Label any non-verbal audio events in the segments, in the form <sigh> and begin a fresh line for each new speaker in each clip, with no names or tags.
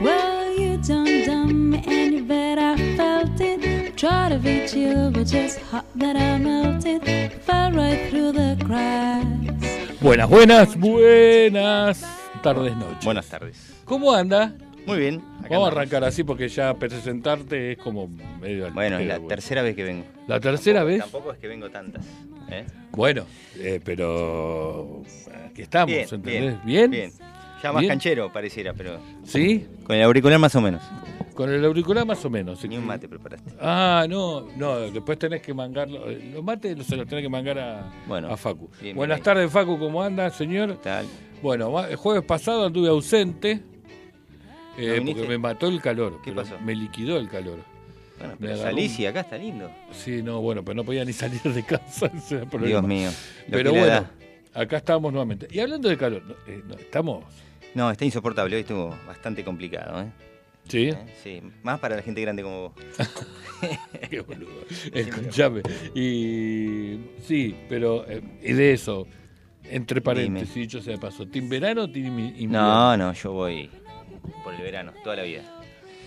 Well, you dumb dumb, and you bet I felt it. Try to beat you, but just hot that I melted. Fell right through the cracks.
Buenas, buenas, buenas tardes, noches.
Buenas tardes.
¿Cómo anda?
Muy bien. acá
Vamos a
andamos.
arrancar así porque ya presentarte es como medio al
Bueno, es la
pedo, güey.
tercera vez que vengo.
¿La tercera vez.
Tampoco es que vengo tantas. ¿eh?
Bueno, eh, pero aquí estamos,
Bien,
¿entendés?
bien,
¿Bien?
bien. Ya más
Bien.
canchero pareciera, pero
¿Sí?
con el auricular más o menos.
Con el auricular más o menos.
Ni un mate preparaste.
Ah, no, no, después tenés que mangarlo. eh, Los mates los- se los tenés que mangar a,
Bueno,
a Facu.
bien,
Buenas
bien.
tardes, Facu, ¿cómo anda, señor?
Tal.
Bueno, va- el jueves pasado anduve ausente eh,
viniste?
porque me mató el calor.
¿Qué
pero
pasó?
Me liquidó el calor.
Bueno,
Me
pero
agarró
salís y acá está lindo.
Sí, no, bueno, pero no podía ni <laughs> salir de casa. ese era el problema.
Dios mío. lo
Pero
que le
bueno,
da.
acá estamos nuevamente. Y hablando de calor, no, eh, no, estamos. <laughs>
No, está insoportable. Hoy estuvo bastante complicado. ¿eh?
Sí,
¿Eh? Sí, más para la gente grande como vos.
<laughs>
<laughs>
qué boludo. Escuchame. Y sí, pero eh, y de eso, entre paréntesis, dicho sea de paso, ¿team verano o team invierno?
No, no, yo voy por el verano, toda la vida.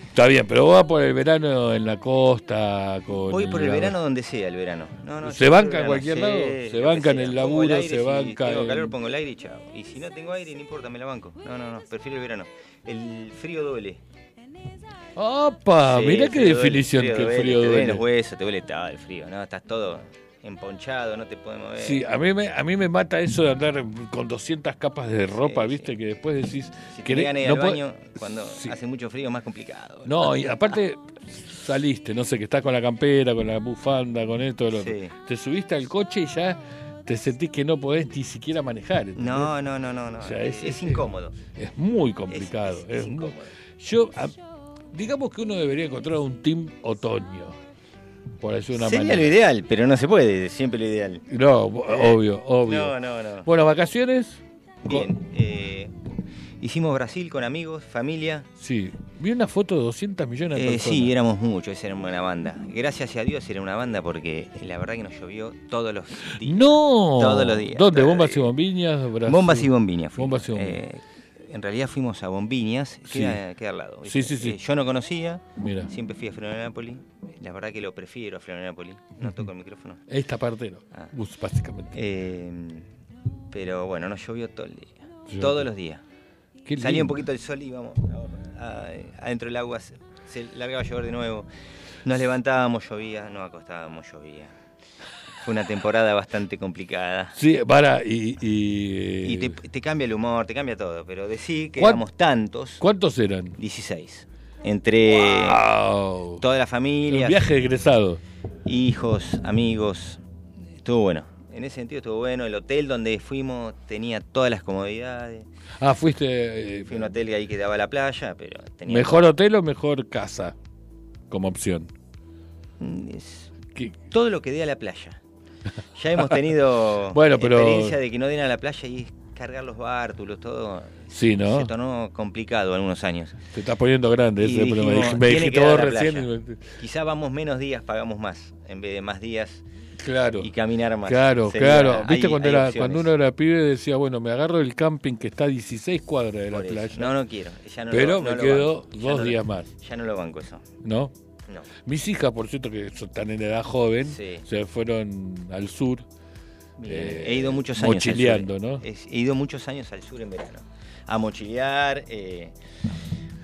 Está bien, pero va por el verano en la costa. Con
Voy por el
la-
verano donde sea el verano. No, no,
Se
yo por el
banca en
verano,
cualquier
sí,
lado,
lo
se
que
banca en
sea.
el
Pongo
laburo,
aire,
se
si
banca
Tengo
en-
calor, pongo el aire y chao. Y si no tengo aire, no importa, me la banco. No, no, no, prefiero el verano. El frío duele.
¡Apa!
Sí,
Mirá
el
qué
frío
definición
duele,
que el frío
Te duelen los
duele.
huesos, te duele todo el frío, ¿no? Estás todo emponchado, no te puedes mover.
Sí, a mí, me, a mí me mata eso de andar con 200 capas de ropa,
sí.
viste, que después decís...
si te
querés-
ganas
no
al
po-
baño, cuando
Sí.
hace mucho frío, es más complicado.
No, y aparte saliste, no sé, que estás con la campera, con la bufanda, con esto, lo otro.
Sí.
Te subiste al coche y ya te sentís que no podés ni siquiera manejar. ¿entendés?
No, no, no, no, no.
O sea,
es, es incómodo.
Es muy complicado.
Es- es- es
muy-
incómodo.
Yo, a- digamos que uno debería encontrar un team otoño, por decir una
Sería lo
manera.
ideal, pero no se puede, siempre lo ideal.
No, obvio, obvio.
No, no, no.
Bueno, vacaciones.
Bien. eh, hicimos Brasil con amigos, familia.
Sí, vi una foto de 200 millones de
Eh,
personas.
sí, éramos muchos, esa era una buena banda. Gracias a Dios era una banda porque la verdad que nos llovió todos los días.
No.
Todos los días, todos
¿Dónde?
los
Bombas y
días.
bombiñas. Brasil.
Bombas y bombiñas. fuimos.
Bombas y bombiñas.
Eh, en realidad fuimos a Bombiñas, que
Sí.
era- queda al lado.
Sí, sí, sí.
Eh, yo no conocía,
Mira,
siempre fui a Florianópolis. La verdad que lo prefiero a Florianópolis. No toco el micrófono.
esta parte no.
Ah.
Bus, básicamente.
Eh, pero bueno, nos llovió todo el día.
Llovió.
Todos los días.
Qué
Salía un
lindo.
poquito el sol y íbamos a- adentro del agua, se- se largaba a llover de nuevo. Nos levantábamos, llovía, nos acostábamos, llovía. Fue una temporada bastante complicada.
Sí, para, y. y,
Y te,
Eh,
te cambia el humor, te cambia todo, pero decir que
¿Cuán-
éramos tantos,
¿Cuántos eran?
16. Entre
¡Wow!
toda la
Un
familia,
viaje de egresado.
hijos, amigos. Estuvo bueno. En ese sentido estuvo bueno. El hotel donde fuimos tenía todas las comodidades.
Ah, fuiste. eh,
Fue un hotel que ahí que daba a la playa, pero tenía.
¿Mejor hotel o mejor casa? Como opción.
Mm, es-
¿Qué?
todo lo que dé a la playa. Ya hemos
<laughs>
tenido
Bueno, pero-
experiencia de que no den a la playa y es cargar los bártulos, todo.
Sí, ¿no?
Se tornó complicado algunos años.
Te estás poniendo grande
Y
ese problema.
dijimos,
Me
tiene
dijiste
que
vos
dar la
recién.
playa.
y-
Quizá vamos menos días, pagamos más, en vez de más días
Claro.
y caminar más.
Claro,
Sería-
claro.
hay-
Viste cuando,
hay
era,
opciones.
cuando uno era pibe decía, bueno, me agarro el camping que está a 16 cuadras de la
Por eso.
playa,
No, no quiero. ya no
pero
lo- no
me
lo
quedo
banco. Ya
dos
no lo-
días más,
Ya no lo banco eso.
¿no?
No.
Mis hijas, por cierto, que son- están en edad joven,
Sí.
se fueron al sur.
Bien,
Eh,
he ido muchos años. al sur.
mochileando, ¿no?
Es- he ido muchos años al sur en verano. A mochilear. eh,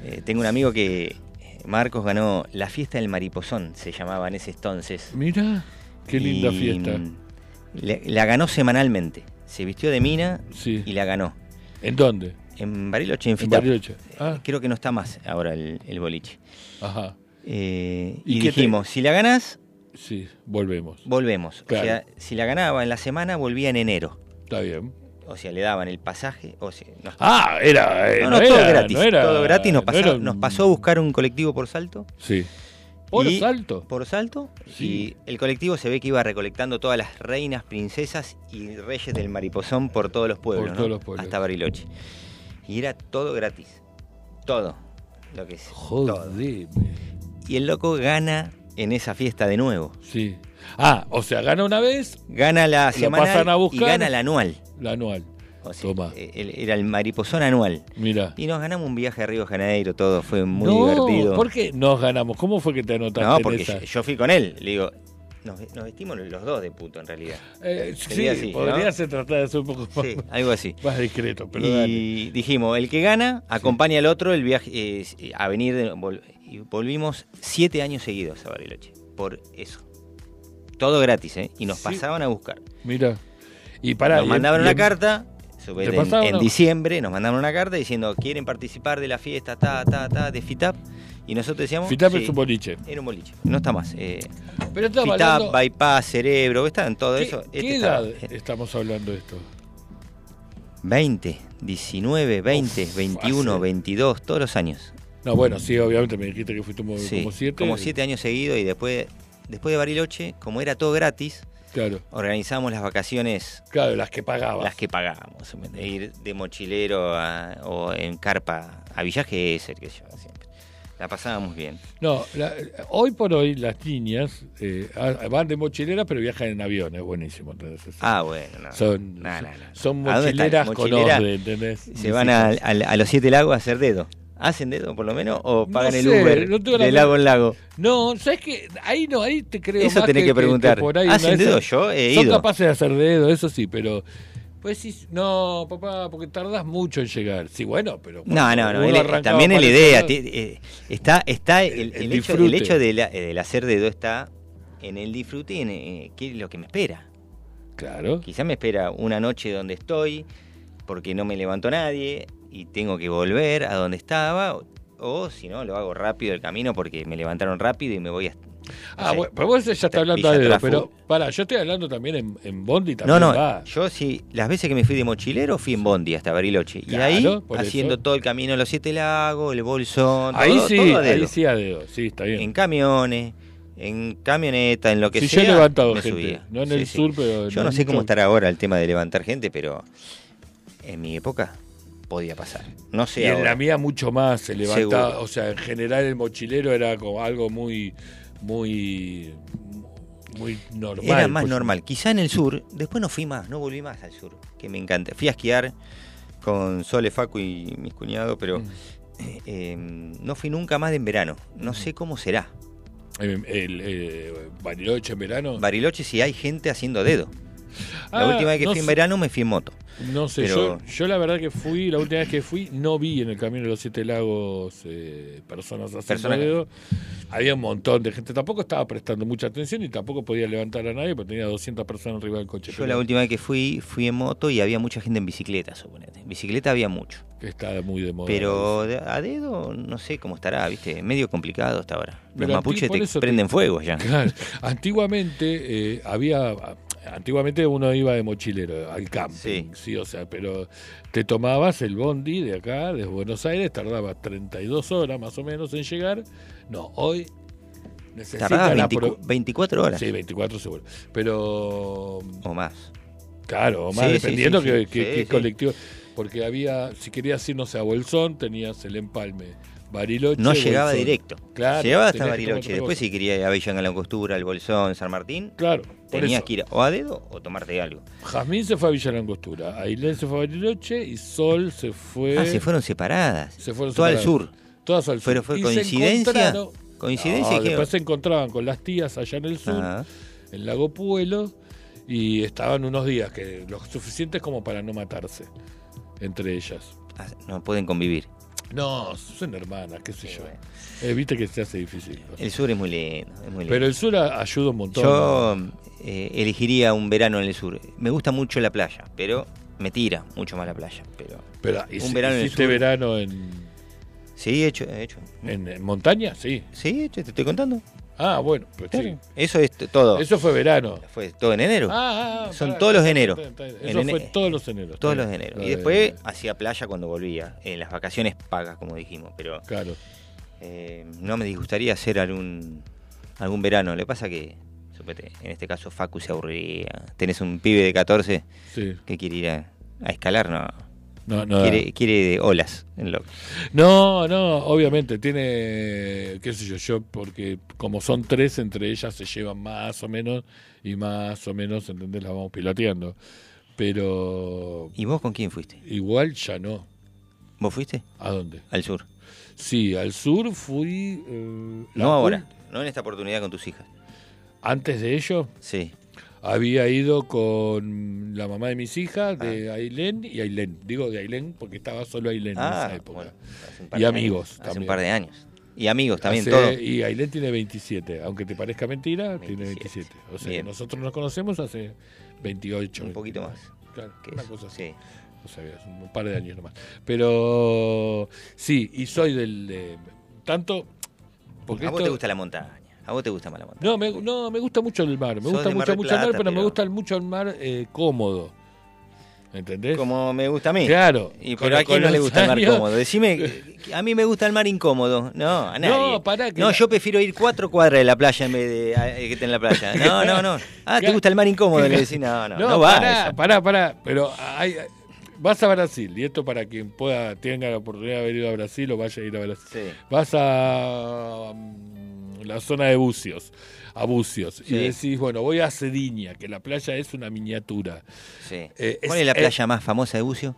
eh, tengo un amigo que. eh, Marcos ganó la fiesta del mariposón, se llamaba en ese entonces.
Mira, qué linda
Y,
fiesta.
mm, le- la ganó semanalmente. Se vistió de mina
Sí.
y la ganó.
¿En dónde?
En Eh, Bariloche, en
En
Fitapa.
Bariloche. Ah,
Creo que no está más ahora el, el boliche.
ajá.
Eh,
¿Y
y
qué te-
dijimos, si la ganás,
Sí, volvemos.
volvemos.
Claro.
O sea, si la ganaba en la semana, volvía en enero.
Está bien.
O sea, le daban el pasaje. O sea, nos-
Ah, era. eh,
no, no,
era-
todo gratis.
no era-
todo gratis. Nos
no
pasó,
era-
nos pasó a buscar un colectivo por salto.
Sí. Por
Y-
salto.
Por salto.
Sí.
Y el colectivo se ve que iba recolectando todas las reinas, princesas y reyes del mariposón por todos los pueblos.
Por todos
¿no?
los pueblos.
Hasta Bariloche. Y era todo gratis. Todo. Lo que es. Todo.
Joder.
Y el loco gana en esa fiesta de nuevo.
Sí. Ah, o sea, gana una vez
Gana la
pasan a
semana y
buscar.
gana la anual.
la anual.
O sea,
Toma.
eh, el- era el mariposón anual.
Mira.
Y nos ganamos un viaje a Río de Janeiro, todo. Fue muy
no,
divertido.
¿Por qué nos ganamos? ¿Cómo fue que te anotaste
No,
en
porque
esa?
yo, yo fui con él. Le digo, nos, nos vestimos los dos de puto en realidad.
Eh, sí,
sería así,
podrías tratar de ser un poco más,
Sí, algo así.
más discreto, pero dale.
y dijimos, el que gana acompaña al otro el viaje eh, a venir. de- vol- y volvimos siete años seguidos a Bariloche. Por eso. Todo gratis, ¿eh? Y nos
Sí.
pasaban a buscar.
Mira. Y para,
nos mandaron una carta. sobre-
¿Te
En,
pasaban
en
una-
diciembre nos mandaron una carta diciendo quieren participar de la fiesta, ta, ta, ta, de FITAP. Y nosotros decíamos.
Fitap
sí,
es un boliche.
Era un boliche. No está más. eh,
Pero estamos hablando-
FITAP, bypass, cerebro, está en todo
¿Qué,
eso. Este
qué
está-
edad estamos hablando de esto?
20, 19, 20,
Uf,
21,
hace-
22, todos los años.
No, bueno, sí, obviamente me dijiste que fuiste como,
Sí,
como siete.
como siete años seguidos y después, después de Bariloche, como era todo gratis,
Claro,
organizamos las vacaciones,
claro, las que pagabas.
las que pagábamos. ¿entendés? Ir de mochilero a- o en carpa a Villa Gesell, qué sé yo, siempre. La pasábamos bien.
No, la- hoy por hoy las niñas eh, ah, van de mochileras pero viajan en avión, es buenísimo. ¿entendés? Es-
Ah, bueno, no.
son,
No, no, no.
son
¿A dónde
mochileras
están?
con
Mochilera,
orden, ¿entendés?
Se van a, a- a los siete lagos a hacer dedo. ¿Hacen dedo por lo menos? ¿O
No
pagan el
sé,
Uber
no tengo la
de
men-
lago en lago?
No, ¿sabes qué? Ahí no, ahí te creo
Eso
más
tenés que preguntar.
por ahí
¿Hacen
una de esas-
dedo? Yo he
Son
ido.
capaces de hacer dedo, eso sí, pero... Pues sí, no, papá, porque tardás mucho en llegar. Sí, bueno, pero...
No, no, no.
uno
él-
arrancaba
también es
para
la
el
idea.
lado-
ti- eh, está está el,
El
el hecho, el
disfrute.
hecho de la- eh, del hacer dedo está en el disfrute y en eh, qué es lo que me espera.
Claro.
Quizá me espera una noche donde estoy porque no me levantó nadie y tengo que volver a donde estaba. O, o si no, lo hago rápido el camino porque me levantaron rápido y me voy a...
Ah,
sé.
bueno, pero vos ya está
Villa
hablando de dedo,
Trafú.
pero... Pará, yo estoy hablando también en, en Bondi,
No,
también
no,
va.
yo sí, las veces que me fui de mochilero fui en Bondi hasta Bariloche.
Claro,
y ahí,
por eso.
haciendo todo el camino, a los siete lagos, el bolsón,
Ahí
todo-
sí,
todo a
ahí
dedo.
sí a dedo, sí, está bien.
en camiones, en camioneta, en lo que
Sí, yo
sea.
he levantado
me
gente.
subía.
No en
Sí,
el
sí.
sur, pero.
Yo
en
no sé cómo
mucho-
estará ahora el tema de levantar gente, pero en mi época podía pasar. No sé
Y en
ahora.
la mía mucho más se levantaba.
Seguro.
O sea, en general el mochilero era como algo muy. Muy. Muy normal.
Era más
pues.
normal. Quizá en el sur, después no fui más, no volví más al sur, que me encanta. Fui a esquiar con Sole, Facu y mis cuñados, pero
Mm.
eh, eh, no fui nunca más de en verano. No sé cómo será.
Eh, El, eh, Bariloche en verano.
Bariloche si hay gente haciendo dedo.
Ah,
la última vez que
no
fui en
sé-
verano me fui en moto.
No sé,
pero-
yo, yo la verdad que fui, la última vez que fui, no vi en el camino de los Siete Lagos eh, personas haciendo
Personas.
dedo. Había un montón de gente. Tampoco estaba prestando mucha atención y tampoco podía levantar a nadie porque tenía 200 personas arriba del coche.
Yo
Pero
la última vez que fui, fui en moto y había mucha gente en bicicleta, suponete. En bicicleta había mucho.
que Está muy de moda.
Pero de- a dedo no sé cómo estará, viste, medio complicado hasta ahora. Los
Pero a ti
mapuches
por
te
eso te-
prenden fuego ya.
Claro. Antiguamente eh, había. Antiguamente uno iba de mochilero al camping, sí.
Sí.
o sea, pero te tomabas el bondi de acá, de Buenos Aires, tardaba 32 horas más o menos en llegar. No, hoy necesitan
Tardaba
la
20
pro-
24 horas
Sí, 24 seguro. Pero
o más.
Claro, o más
Sí,
dependiendo
sí, sí,
que,
sí.
que-
Sí,
que
sí.
colectivo. Porque había, si querías irnos a Bolsón, tenías el empalme Bariloche.
No llegaba
Bolsón.
directo.
Claro,
llegaba
tenías
hasta
que tomar
Bariloche.
otra
Después
cosa.
si quería ir a Avellan a la Costura, al Bolsón, San Martín,
Claro, por
tenías
eso.
que ir o a dedo o tomarte algo.
Jazmín se fue a Villa Langostura, Ailén se fue a Bariloche y Sol se fue.
Ah, se fueron separadas.
Se fueron
Todo al
separadas.
sur.
Todas al sur.
Pero fue
Y se
coincidencia.
encontraron-
Coincidencia
No,
y Ah. dijeron,
después se encontraban con las tías allá en el sur,
Ajá.
en Lago Puelo, y estaban unos días, que los suficientes como para no matarse entre ellas.
"Ah, no pueden convivir.
No, son hermanas, qué sé
Sí,
yo.
bueno.
Eh, Viste que se hace difícil.
El sur es muy lindo, es muy lindo.
Pero el sur a- ayuda un montón.
Yo eh, elegiría un verano en el sur. Me gusta mucho la playa, pero me tira mucho más la playa. Pero
Pero hici-
verano en el
hiciste
sur.
verano en,
Sí, he hecho, he hecho.
¿En, en montaña? Sí.
Sí, te estoy contando.
Ah, bueno, pues
Claro.
sí.
Eso es t- todo.
Eso fue verano.
Fue todo en enero.
Ah, ah, ah,
Son
pará,
todos los
está bien,
enero.
está bien, está bien.
En
Eso fue
ene-
todos los eneros.
Todos
está
los
bien.
eneros.
Está
Y
bien,
después
está
hacía playa cuando volvía. En las vacaciones pagas, como dijimos. Pero
bien. Claro.
eh, no me disgustaría hacer algún algún verano. Le pasa que, supete, en este caso, Facu se aburría. Tenés un pibe de 14
Sí.
que quiere ir a, a escalar, no.
No, no,
Quiere, quiere olas. en lo-
no, no, obviamente tiene, qué sé yo, yo, porque como son tres, entre ellas se llevan más o menos y más o menos, ¿entendés? Las vamos piloteando. Pero
¿Y vos con quién fuiste?
igual ya no.
¿Vos fuiste?
¿A dónde?
Al sur.
Sí, al sur fui... eh, la
No
ul-
ahora. No en esta oportunidad con tus hijas.
Antes de ello,
Sí.
Había ido con la mamá de mis hijas, de Ailén y Ailén. Digo de Ailén porque estaba solo Ailén en
Ah. Ah,
esa época.
bueno, hace un par
Y
de
amigos
años. Hace
también.
un par de años. Y amigos también,
Hace-
todo.
Y Ailén tiene 27, aunque te parezca mentira, tiene 27.
27.
O sea,
Bien.
nosotros nos conocemos hace 28.
Un poquito
29.
más
Claro,
que
una
eso,
cosa así.
sí.
O sea, es un par de años nomás. Pero sí, y soy del... de- tanto... Porque
a vos
esto-
te gusta la montaña. A vos te gusta más la montaña.
No, me, no, me gusta mucho el mar. Me
Sos
gusta
de Mar
mucho,
del
mucho el mar,
Plata,
pero me
pero-
gusta mucho el mar eh, cómodo. ¿Entendés?
Como me gusta a mí.
Claro.
Y,
Con-
pero a
con
quién no le
los
gusta el mar
años-
cómodo.
<laughs>
Decime, a mí me gusta el mar incómodo. No, a nadie.
No, pará, que
No,
la-
yo prefiero ir cuatro cuadras de la playa en vez de a- eh, que esté en la playa.
<laughs>
No, no, no. Ah, ¿te gusta el mar incómodo? Le decís, no, no, no, va.
pará,
eso.
pará, pará. Pero hay- vas a Brasil, y esto para quien pueda, tenga la oportunidad de haber ido a Brasil o vaya a ir a Brasil.
Sí.
Vas a mm, la zona de Bucios, a Bucios,
Sí.
y decís, bueno, voy a Cediña, que la playa es una miniatura.
Sí.
Eh,
¿Cuál
es-
es la
eh,
playa más famosa de Bucio?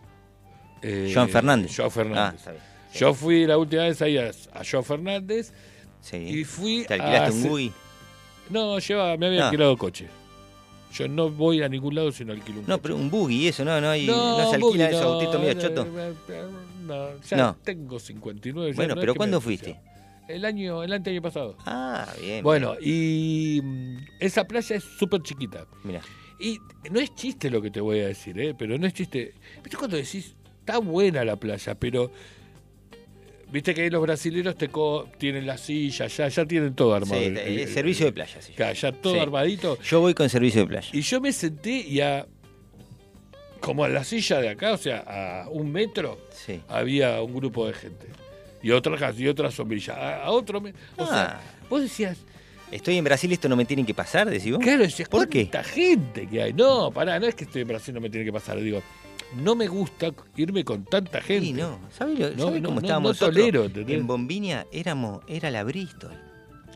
Eh,
Joan Fernández.
Joan
Ah,
Fernández.
está bien. Sí.
Yo fui la última vez ahí a, a Joan Fernández
Sí.
y fui
¿Te alquilaste
a
un Ah.
Ce-
buggy?
No, lleva, me había
No.
alquilado coche. Yo no voy a ningún lado sino alquilo un
No,
coche.
pero un buggy, eso, no, no, hay, no, se alquila
Buki,
esos
no,
autitos medio
no,
chotos.
No, ya
No.
tengo 59. ya
Bueno,
no
pero
es que
¿cuándo
me-
fuiste?
El año, el anteaño pasado.
Ah, bien.
Bueno, y mm, esa playa es súper chiquita.
Mira,
Y no es chiste lo que te voy a decir, ¿eh? pero no es chiste. ¿Viste cuando decís, está buena la playa, pero... Viste que los brasileros te co- tienen la silla, ya, ya tienen todo armado.
Sí,
el-
el
el-
servicio de playa, sí.
Ya, ya todo
Sí.
armadito.
yo voy con servicio de playa.
Y yo me senté y a. Como a la silla de acá, o sea, a un metro,
Sí.
había un grupo de gente. Y otra, ca- y otra sombrilla. A, a otro. me- O sea,
Ah.
vos decías.
Estoy en Brasil, esto no me tienen que pasar, decís vos.
Claro, decías,
¿Por qué?
¿cuánta gente que hay? No, pará, no es que estoy en Brasil, no me tiene que pasar. Digo, no me gusta irme con tanta gente.
Sí, no. ¿Sabés, lo-
No,
sabés
no,
cómo
no,
estábamos
no
nosotros?
tolero, ¿entendés?
En Bombinia éramos, era la Bristol.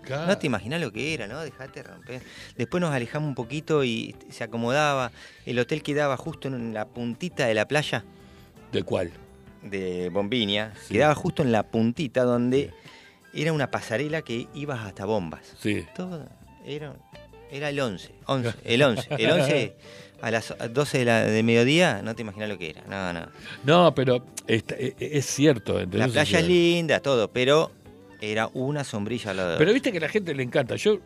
Claro.
No te imaginas lo que era, ¿no? Dejate romper. Después nos alejamos un poquito y se acomodaba. El hotel quedaba justo en la puntita de la playa.
¿De cuál?
de Bombinia,
Sí.
quedaba justo en la puntita donde era una pasarela que ibas hasta bombas.
Sí.
Todo era, era el 11, 11, el 11, el
<laughs>
11 a las 12 de, la, de mediodía, no te imaginas lo que era. No, no.
No, pero esta- e- e- es cierto. ¿entendés?
La
O
playa
sea,
es linda, todo, pero era una sombrilla al lado de
Pero
otra.
viste que a la gente le encanta. Yo,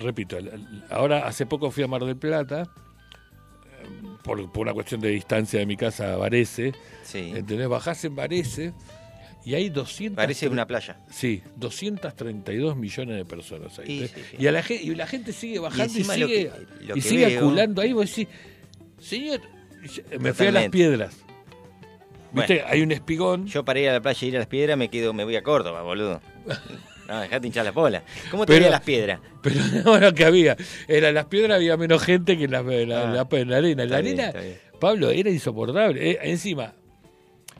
repito, el- el- ahora hace poco fui a Mar del Plata, eh, por, por una cuestión de distancia de mi casa a Varese.
Sí.
¿Entendés? Bajás en Varese y hay 200...
Parece una playa.
Sí, 232 millones de personas ahí.
Y
¿eh?
sí, sí.
Y, a la, gen- y la gente sigue bajando y,
encima lo
sigue,
que- lo
y
que
sigue
veo-
aculando ahí. Vos decís, señor, me fui a las
Totalmente.
piedras. ¿Viste?
Bueno.
Hay un espigón.
Yo para ir a la playa y ir a las piedras me quedo, me voy a
<laughs>
Córdoba, boludo. No, dejate hinchar las bolas. ¿Cómo te
Pero-
voy a las piedras?
<laughs> Pero no lo que había. Era en las piedras había menos gente que en la, en la-
Ah,
la- en la arena. En la
está bien,
arena,
está bien.
Pablo, era insoportable. Eh, encima,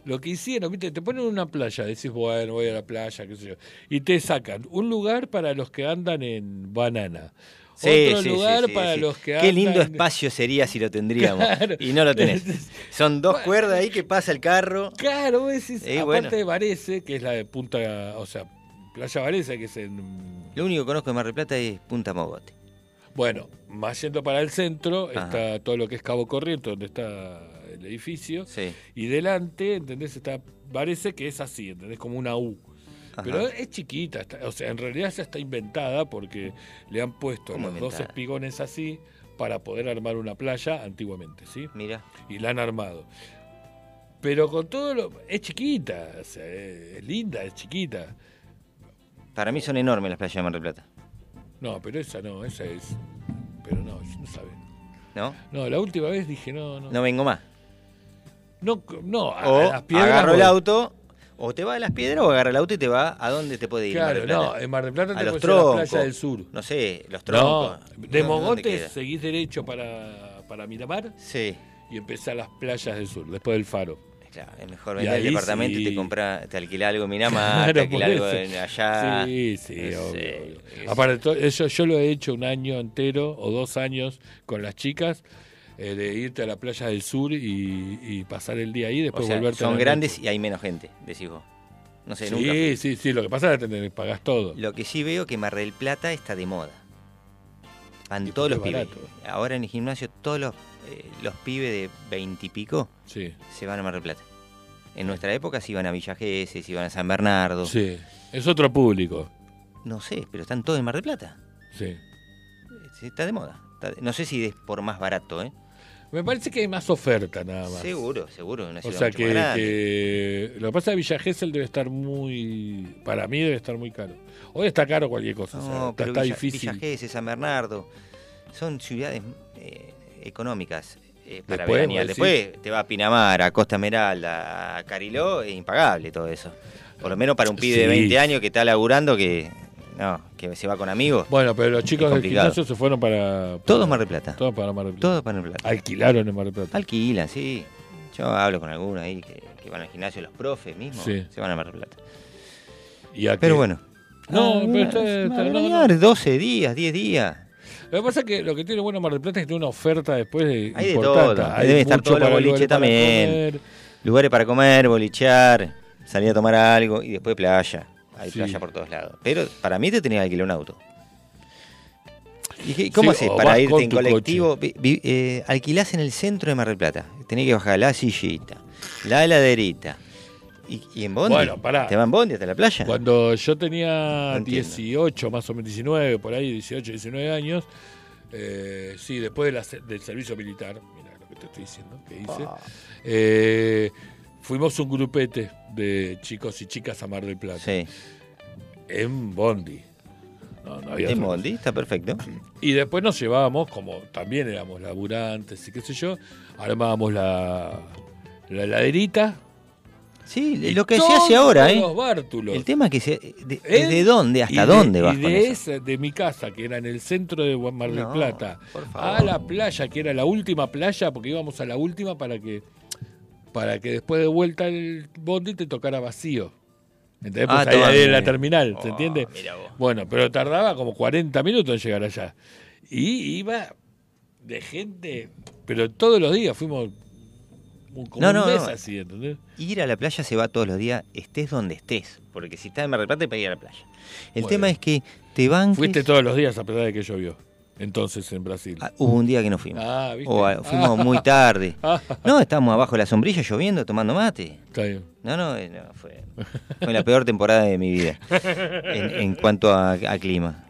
lo que hicieron, viste, te ponen en una playa, decís, bueno, voy a la playa, qué sé yo. Y te sacan un lugar para los que andan en banana.
Sí,
Otro
sí, sí,
lugar
sí,
para
sí.
los que andan.
Qué lindo espacio sería si lo tendríamos.
<laughs> Claro.
Y no lo tenés. Son dos cuerdas ahí que pasa el carro.
Claro, vos decís,
Eh,
aparte
bueno.
de Varese, que es la de punta, o sea, playa Varese, que es en
Lo único que conozco de Mar del Plata es Punta Mogote.
Bueno, más yendo para el centro,
Ajá.
está todo lo que es Cabo Corriente, donde está el edificio.
Sí.
Y delante, ¿entendés? Está, parece que es así, ¿entendés? Como una U.
Ajá.
Pero es chiquita, está- o sea, en realidad ya está inventada porque le han puesto
¿Cómo
los dos
inventada?
espigones así para poder armar una playa antiguamente, ¿sí?
Mira,
Y la han armado. Pero con todo lo. Es chiquita, o sea, es, es linda, es chiquita.
Para mí son enormes las playas de Mar del Plata,
No, pero esa no, esa es. Pero no, no sabe.
¿no?
No, la última vez dije, no, no.
No vengo más.
No, no, a, a
O
las piedras.
agarro el
voy.
auto, o te va a las piedras o agarra el auto y te va a dónde te puede ir. Mar
Claro,
del Plata?
no, en Mar del Plata
a
te
los
puedes ir a la
troncos.
playa del sur.
No sé, los
No,
troncos.
de
¿Dó- dónde queda?
Mogotes seguís derecho para, para Miramar
Sí.
y empezás las playas del sur, después del faro.
Claro, es mejor
Y
vender el
ahí
departamento y
sí.
te compra, te alquila algo en
<laughs>
Miramar,
Claro,
te alquila
por
algo
eso.
en allá.
Sí, sí,
No
obvio,
sé,
obvio.
es-
Aparte, de todo, eso yo lo he hecho un año entero o dos años con las chicas, eh, de irte a la playa del sur y, y pasar el día ahí y
o
después
sea,
volverte a la
son
noche.
grandes y hay menos gente, decís vos. No sé, nunca.
Sí, sí, sí, lo que pasa es que te pagás todo.
Lo que sí veo que Mar del Plata está de moda. Van
Y
todos los
porque es
pibes.
barato.
Ahora en el gimnasio todos los, eh, los pibes de veintipico
Sí,
se van a Mar del Plata. En nuestra época se iban a Villa Gesell, se iban a San Bernardo.
sí. Es otro público.
No sé, pero están todos en Mar del Plata.
Sí.
Sí, Está de moda. Está de- No sé si es por más barato, ¿eh?
Me parece que hay más oferta nada más.
Seguro, seguro. Una
O
ciudad
sea
mucho
que,
más grande.
que lo que pasa es que Villa Gesell debe estar muy, para mí debe estar muy caro. Hoy está caro cualquier cosa, o sea,
No,
está,
pero
está
Villa,
difícil.
Villa Gesell, San Bernardo. Son ciudades eh, económicas eh, para
Después,
veranear.
vos decís.
Después te va a Pinamar, a Costa Esmeralda, a Cariló, es impagable todo eso. Por lo menos para un pibe de
Sí.
20 años que está laburando, que no, que se va con amigos.
Bueno, pero los chicos
Es
del
complicado.
gimnasio se fueron para, para-
Todos Mar del Plata.
todos para Mar del Plata.
Todos Mar del Plata.
Alquilaron en Mar del Plata.
Alquilan, sí. Yo hablo con algunos ahí que, que van al gimnasio, los profes mismos,
Sí.
se van a Mar del Plata.
Y a
Pero
que-
bueno.
No,
Ah,
pero está-
es
está-
Mar del
no, no.
Plata, 12 días, 10 días.
Lo que pasa es que lo que tiene bueno Mar del Plata es que tiene una oferta después de
Hay de
importante.
todo.
Hay
Deben estar
mucho
todos los
para lugares
boliches
para
también.
comer.
Lugares para comer, bolichear, salir a tomar algo y después playa. Hay
Sí.
playa por todos lados. Pero para mí te tenía que alquilar un auto. Y dije, ¿Cómo
Sí,
haces
o
para
vas
irte
con
en
tu
colectivo? Vi- vi- eh, alquilás en el centro de Mar del Plata. Tenés que bajar la sillita, la heladerita. ¿Y, y en bondi?
Bueno, pará.
¿Te van bondi hasta la playa?
Cuando yo tenía
No entiendo.
18, más o menos 19, por ahí, 18, 19 años, eh, sí, después de la se- del servicio militar, mira lo que te estoy diciendo, que hice,
Ah.
eh, fuimos un grupete de chicos y chicas a Mar del Plata,
Sí.
en Bondi. No, no había
En
otra
bondi, está perfecto.
y después nos llevábamos, como también éramos laburantes y qué sé yo, armábamos la, la heladerita.
Sí,
y
lo que se hace ahora,
todos
¿eh?
Los bártulos.
El tema es que se, de,
¿Eh?
¿desde dónde hasta
Y de-
dónde vas
y
con
de,
eso?
esa- de mi casa, que era en el centro de Mar del
No,
Plata,
por favor.
a la playa, que era la última playa, porque íbamos a la última para que para que después de vuelta el bondi te tocara vacío. ¿Entendés?
Ah,
Pues ahí
todavía.
era la terminal, ¿se
Oh,
entiende?
mira vos.
Bueno, pero tardaba como 40 minutos en llegar allá. Y iba de gente, pero todos los días fuimos un, como
No,
un
no,
mes
no.
así, ¿entendés?
Ir a la playa se va todos los días, estés donde estés. Porque si estás en Mar del Plata, te ir a la playa. El
Bueno.
tema es que te van.
Fuiste todos los días a pesar de que llovió. Entonces en Brasil.
hubo un día que no fuimos.
Ah, ¿viste?
o a- fuimos muy tarde.
<laughs> Ah.
No, estábamos abajo de la sombrilla lloviendo, tomando mate.
Está bien.
No, no, eh, no, fue, fue
<laughs>
la peor temporada de mi vida en, en cuanto a, a clima.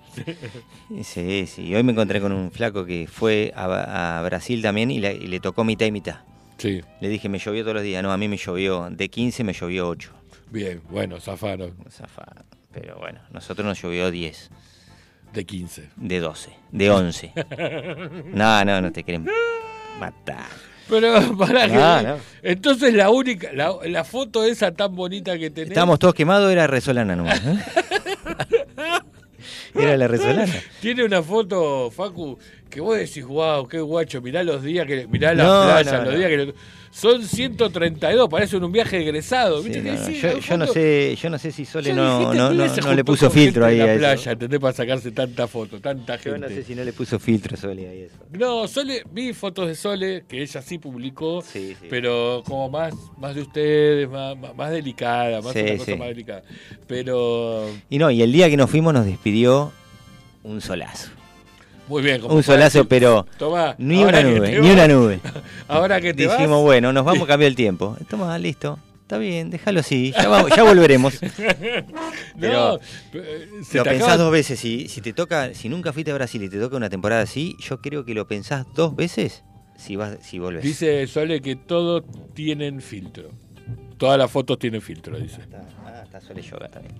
Sí, sí. Y Hoy me encontré con un flaco que fue a, a Brasil también y, la- y le tocó mitad y mitad.
Sí,
Le dije, me llovió todos los días. No, a mí me llovió de 15, me llovió 8.
bien, bueno, zafaron
Zafá. Pero bueno, nosotros nos llovió 10,
de 15.
de 12,
<laughs>
de 11. No, no, no te quieren matar.
Pero <laughs> para que.
Ah, no.
Entonces la única, la, la foto esa tan bonita que tenés.
Estábamos todos quemados, era Resolana nomás.
<laughs>
Era la Resolana.
<laughs> Tiene una foto, Facu, que vos decís, wow, qué guacho, mirá los días que mirá las
No,
playas,
no,
los
no.
días que le- son 132, parece un viaje egresado.
Sí,
¿viste?
no,
Que
no,
sí,
yo,
la
yo no
foto-
sé, yo no sé si
yo
Sole
dije,
no,
este
no,
pibe se
no, no
juntó
le
con
puso
gente
filtro
en
ahí a
la
eso.
playa, ¿entendés? Para sacarse tanta foto, tanta gente.
Yo no sé si no le puso filtro Sole ahí a eso.
No, Sole, vi fotos de Sole, que ella sí publicó,
Sí, sí.
pero como más, más de ustedes, más, más- más delicada, más
Sí,
una cosa
sí.
más delicada. Pero
Y no, y el día que nos fuimos nos despidió un solazo.
muy bien, como
Un
para
solazo,
decir,
pero
Tomá,
ni
ahora
una
que te
nube, ni
vas-
una nube.
<laughs> Ahora que te
Dijimos,
vas,
bueno, nos vamos a cambiar el tiempo. Toma, listo. Está bien, déjalo así, ya, vamos- ya volveremos.
<laughs> no,
pero-
eh, se
Lo
te
pensás
acaba-
dos veces. Si, si te toca, si nunca fuiste a Brasil y te toca una temporada así, yo creo que lo pensás dos veces si, vas, si volvés.
Dice Sole que todos tienen filtro. Todas las fotos tienen filtro, dice.
Está, ah, está Sole Yoga también.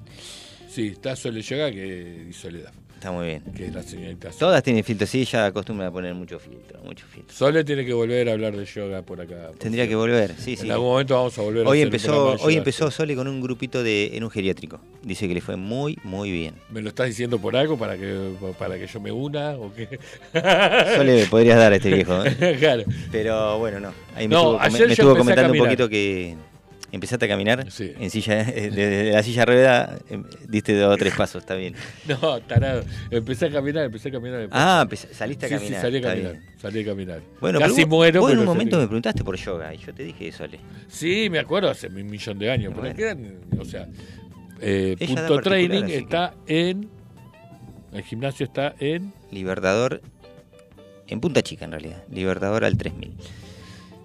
Sí, está Sole Yoga que, y Soledad,
Está muy bien.
que es la señorita Sole.
Todas tienen filtro, sí, ella acostumbra a poner mucho filtro, mucho filtro.
Sole tiene que volver a hablar de yoga por acá. por
Tendría que
cierto.
volver, sí, sí.
En algún momento vamos a volver a
Hoy
hacer un
empezó,
programa de
hoy
yoga.
empezó Sole con un grupito de, en un geriátrico. Dice que le fue muy, muy bien.
¿Me lo estás diciendo por algo para que, para que yo me una o qué?
Sole me podrías dar a este viejo. ¿eh?
<laughs> claro.
Pero bueno, no. Ahí me
No,
estuvo, com-
ayer
me
yo
estuvo
empecé a
comentando un
caminar.
poquito que empezaste a caminar
Sí.
en silla, eh, desde la silla rueda, em, diste dos o tres pasos, está bien.
<laughs> No, tarado. Empecé a caminar, empecé a caminar. empecé-
Ah, empecé- saliste a
sí, sí,
caminar.
salí a
está
caminar.
bien.
Salí a caminar.
Bueno,
Casi
pero vos-
muero.
vos en
pero
un momento
salí.
me preguntaste por yoga y yo te dije, Sole.
Sí, me acuerdo, hace un millón de años. Porque eran, o sea, eh,
Ella da
punto
particular,
training
así que-
está en. El gimnasio está en.
Libertador en Punta Chica, en realidad. Libertador al 3000.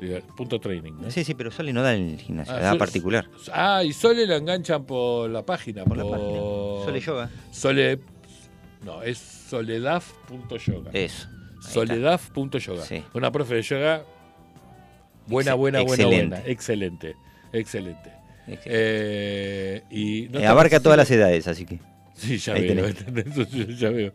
eh, Punto training. ¿no?
Sí, sí, pero Sole no da en el gimnasio,
Ah,
da
Sole-
particular.
Ah, y Sole la enganchan por la página.
Por la página. Sole Yoga.
Sole. No, es soledad.yoga.
Eso. Ahí está.
Soledad.yoga.
Sí.
Una profe de yoga buena,
Ex-
buena, buena,
excelente.
buena. Excelente. Excelente.
Excelente.
Eh, y no
Eh,
está-
abarca todas las edades, así que.
Sí, ya
Ahí
veo,
tenés.
¿entendés? <laughs> Eso yo ya veo.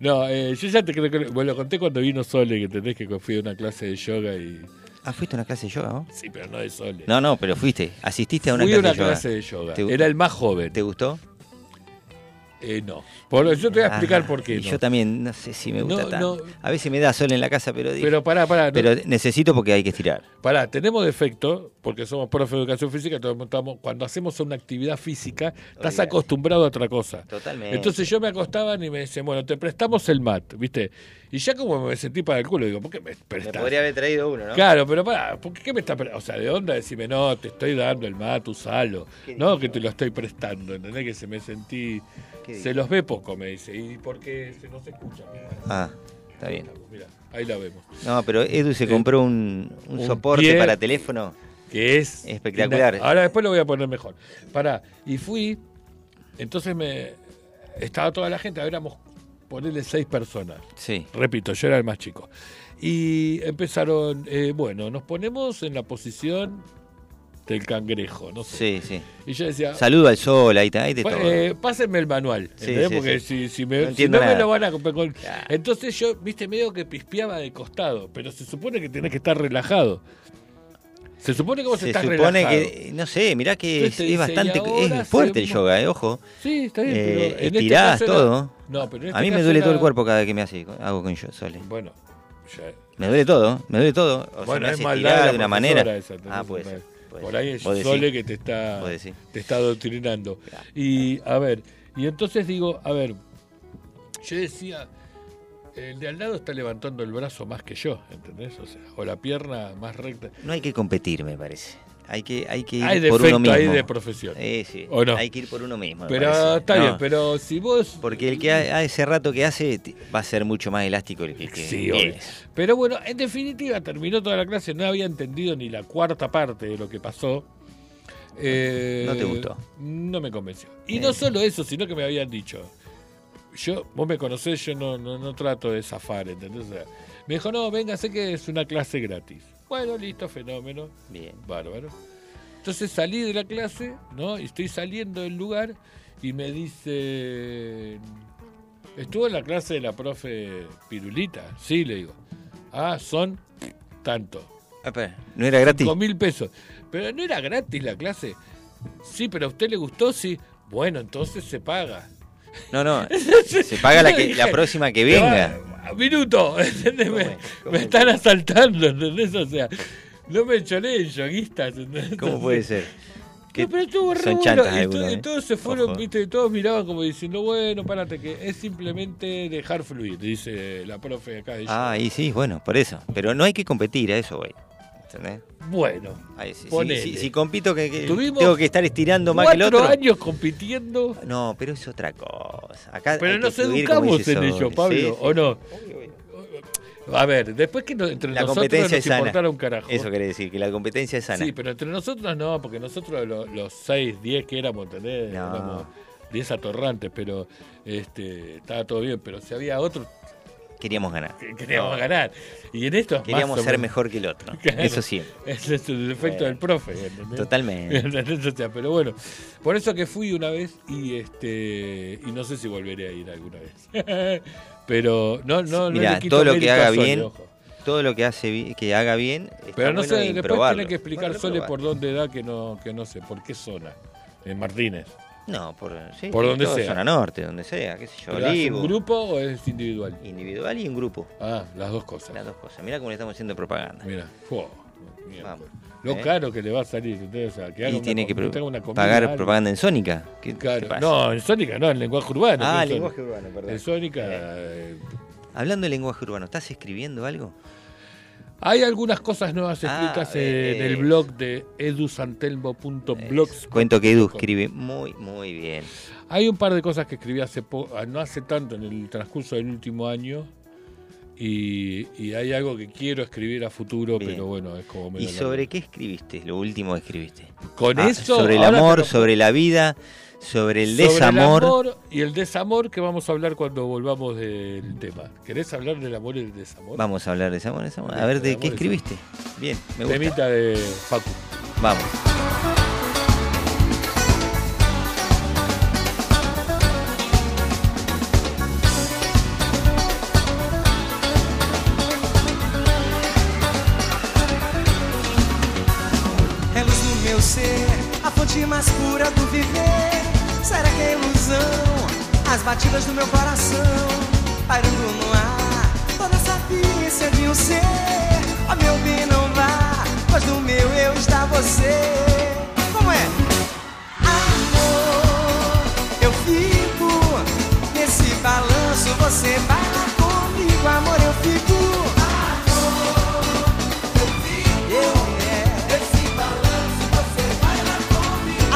No, eh, yo ya te creo que. Bueno, lo conté cuando vino Sole, que entendés que fui a una clase de yoga y.
<laughs> Ah, ¿fuiste a una clase de yoga vos?
Sí, pero no de Sole.
No, no, pero fuiste. Asististe a una,
fui a
clase,
una
de yoga.
clase de yoga. Eh,
¿Te-
Era el más joven.
¿Te gustó?
Eh, no. Por- yo te voy a explicar
Ah,
por qué.
y
no.
Yo también, no sé si me gusta
No,
tanto.
no.
A veces me da sol en la casa, pero digo,
Pero pará, pará. no-
pero necesito porque hay que estirar.
Pará, tenemos defecto, porque somos profes de educación física, todos estamos- cuando hacemos una actividad física, estás
Olvidate.
acostumbrado a otra cosa.
Totalmente.
Entonces yo me acostaban y me decían, bueno, te prestamos el mat, ¿viste? Y ya como me sentí para el culo, digo, ¿por qué me
me
prestás?
podría haber traído uno, ¿no?
Claro, pero pará, ¿por qué me está pre- O sea, de onda decirme, no, te estoy dando el mat, usalo.
Qué
No,
divino.
que te lo estoy prestando, ¿entendés? Que se me sentí...
Qué
Se
divino.
los ve poco, me dice. ¿Y porque se, no se escucha? mirá.
Ah, está bien.
Mirá, ahí la vemos.
No, pero Edu se compró un, un
Eh, un
soporte
pie.
para teléfono.
que es
Espectacular.
Ahora después lo voy a poner mejor. Pará, y fui, entonces me estaba toda la gente, éramos ponerle seis personas.
Sí.
Repito, yo era el más chico. Y empezaron, eh, bueno, nos ponemos en la posición del cangrejo, no sé.
Sí, sí.
Y yo decía,
Saludo al sol, ahí está, ahí te
pa-
todo.
eh, pásenme el manual,
Sí,
¿entendés?
sí,
porque
sí.
si, si me,
No
si
entiendo
no me
nada.
lo van a comprar con-
Claro.
Entonces yo, viste, medio que pispeaba de costado, pero se supone que tenés que estar relajado. Se supone que vos
se
estás
supone
relajado.
que, no sé, mirá que
Entonces
es,
te
es
dice, y
bastante
ahora
es fuerte el
hacemos-
yoga, eh, ojo.
Sí, está bien,
Eh,
pero en
estirás
este caso era-
todo.
No, pero en este
a mí me
caso
duele todo
era-
el cuerpo cada vez que me hace, hago con yo, Sole.
Bueno, ya-
Me duele todo, me duele todo. O sea,
bueno,
me
es
hace
maldad
estirar
la
de
profesora
una manera.
esa, entonces,
ah, puede
por
ser.
ahí-
puede
Por
ser.
ahí es
Vos decís.
Sole que te está,
Vos decís.
te está adoctrinando. Y a ver, y entonces digo, a ver, yo decía, el de al lado está levantando el brazo más que yo, ¿entendés? O, sea, o la pierna más recta.
No hay que competir, me parece. Hay que, hay que ir
Hay
por uno
defecto
mismo.
ahí de profesión.
Eh, sí.
¿O no?
Hay que ir por uno mismo. me
pero
parece.
está
No,
bien, pero si vos...
Porque el que ha, a ese rato que hace ti- va a ser mucho más elástico el que. que-
Sí,
que-
obvio. Pero bueno, en definitiva terminó toda la clase, no había entendido ni la cuarta parte de lo que pasó. Eh,
No te gustó. Eh.
No me convenció. Y no solo eso, sino que me habían dicho. Yo, vos me conocés, yo no, no, no trato de zafar, ¿entendés? O sea, me dijo, no, venga, sé que es una clase gratis. Bueno, listo, fenómeno.
Bien.
Bárbaro. Entonces salí de la clase, ¿no? Y estoy saliendo del lugar y me dice. Estuvo en la clase de la profe Pirulita. Sí, le digo. Ah, son tanto.
Ah, espera, ¿No era gratis?
Cinco mil pesos. Pero no era gratis la clase. Sí, pero a usted le gustó, sí. Bueno, entonces se paga.
No, no. <laughs> Se paga la, que, la próxima que venga.
Ah, Minuto, <laughs> ¿entendés?
¿Cómo
Me,
es? ¿Cómo
me
es?
están asaltando, ¿entendés? O sea, no me choleen, yoguistas, ¿entendés?
¿Cómo puede ser?
No, pero
<laughs>
estuvo <laughs> re
son
bueno.
chantas
y, to-
algunos,
y
¿eh?
todos se fueron,
Ojo.
viste, y todos miraban como diciendo, bueno, párate, que es simplemente dejar fluir, dice la profe acá de
Ah, y sí, bueno, por eso. Pero no hay que competir a eso, güey. ¿Entendés?
Yo. Bueno,
Ay, sí, sí,
Ponele.
sí, si compito que, que
Tuvimos
tengo que estar estirando más que el
cuatro
otro.
años compitiendo,
No, pero es otra cosa. Acá hay
pero
que
nos
fluir, como
educamos
dice
en
Sol.
ello, Pablo,
Sí, sí.
¿o no? A ver, después que nos- entre
La
nosotros
competencia
nos
es sana.
importara un carajo.
Eso quiere decir que la competencia es sana.
Sí, pero entre nosotros no, porque nosotros lo- los 6, 10 que éramos, ¿entendés?
No.
Éramos 10 atorrantes, pero este, estaba todo bien. Pero si había otro
queríamos ganar.
que queríamos ganar. Y en esto es más
Queríamos
o
ser
menos-
mejor que el otro.
<laughs> Claro.
Eso sí.
Ese es el efecto
Bueno,
del profe. ¿entendés? <laughs>
totalmente.
¿Entendés? O sea, pero bueno, por eso que fui una vez y este y no sé si volveré a ir alguna vez. <laughs> pero no, no, no
Mirá,
le quito
todo lo
mérito
que
a
haga
Sole,
bien,
ojo.
Todo lo que hace bi- que haga bien. está
Pero no
bueno
sé, después
improbarlo.
tiene que explicar
Bueno,
Sole por
probarlo.
dónde da que no, que no sé, por qué zona. En Martínez.
No, por, sí,
por donde
todo
sea.
Zona norte, donde sea, qué sé yo.
¿Pero hace
Olivo,
un grupo o es individual?
individual y un grupo.
Ah, las dos cosas.
Las dos cosas. Mira cómo le estamos haciendo propaganda.
Mira, jo, mierda.
Vamos,
Lo
¿eh?
caro que le va a salir. ¿entendés? O sea, que haga
Y
una
tiene
com-
que pro-
tenga una comida,
pagar
algo.
propaganda en Sónica. ¿Qué, qué
Claro.
te pasa?
No, en Sónica no, en lenguaje urbano. en
ah,
Sónica.
lenguaje urbano, perdón.
En Sónica eh,
Hablando de lenguaje urbano, ¿estás escribiendo algo?
hay algunas cosas nuevas
Ah,
escritas
ves.
eh, en el blog de
Eh,
edusantelmo.blogs.
Cuento que Edu escribe muy, muy bien.
Hay un par de cosas que escribí hace po- ah, no hace tanto, en el transcurso del último año. Y, y hay algo que quiero escribir a futuro,
Bien.
pero bueno, es como medio
¿Y sobre qué escribiste? Lo último que escribiste.
largo. Con
Ah,
eso,
sobre el
ahora
amor,
te lo-
sobre la vida, sobre el
sobre
desamor.
amor y el desamor que vamos a hablar cuando volvamos del tema. ¿Querés hablar del amor y el desamor?
Vamos a hablar de desamor, desamor. A
Bien,
ver, ¿de
amor,
qué
desamor.
escribiste? Bien, me gusta.
Temita de Facu.
Vamos.
É luz no meu ser, a fonte mais pura do viver. Será que é ilusão? As batidas do meu coração, pairando no ar. Toda essa ciência de um ser. Ó meu bem, não vá, pois no meu eu está você. Como é? Amor, eu fico nesse balanço. Você baila comigo, amor, eu fico. Eu é.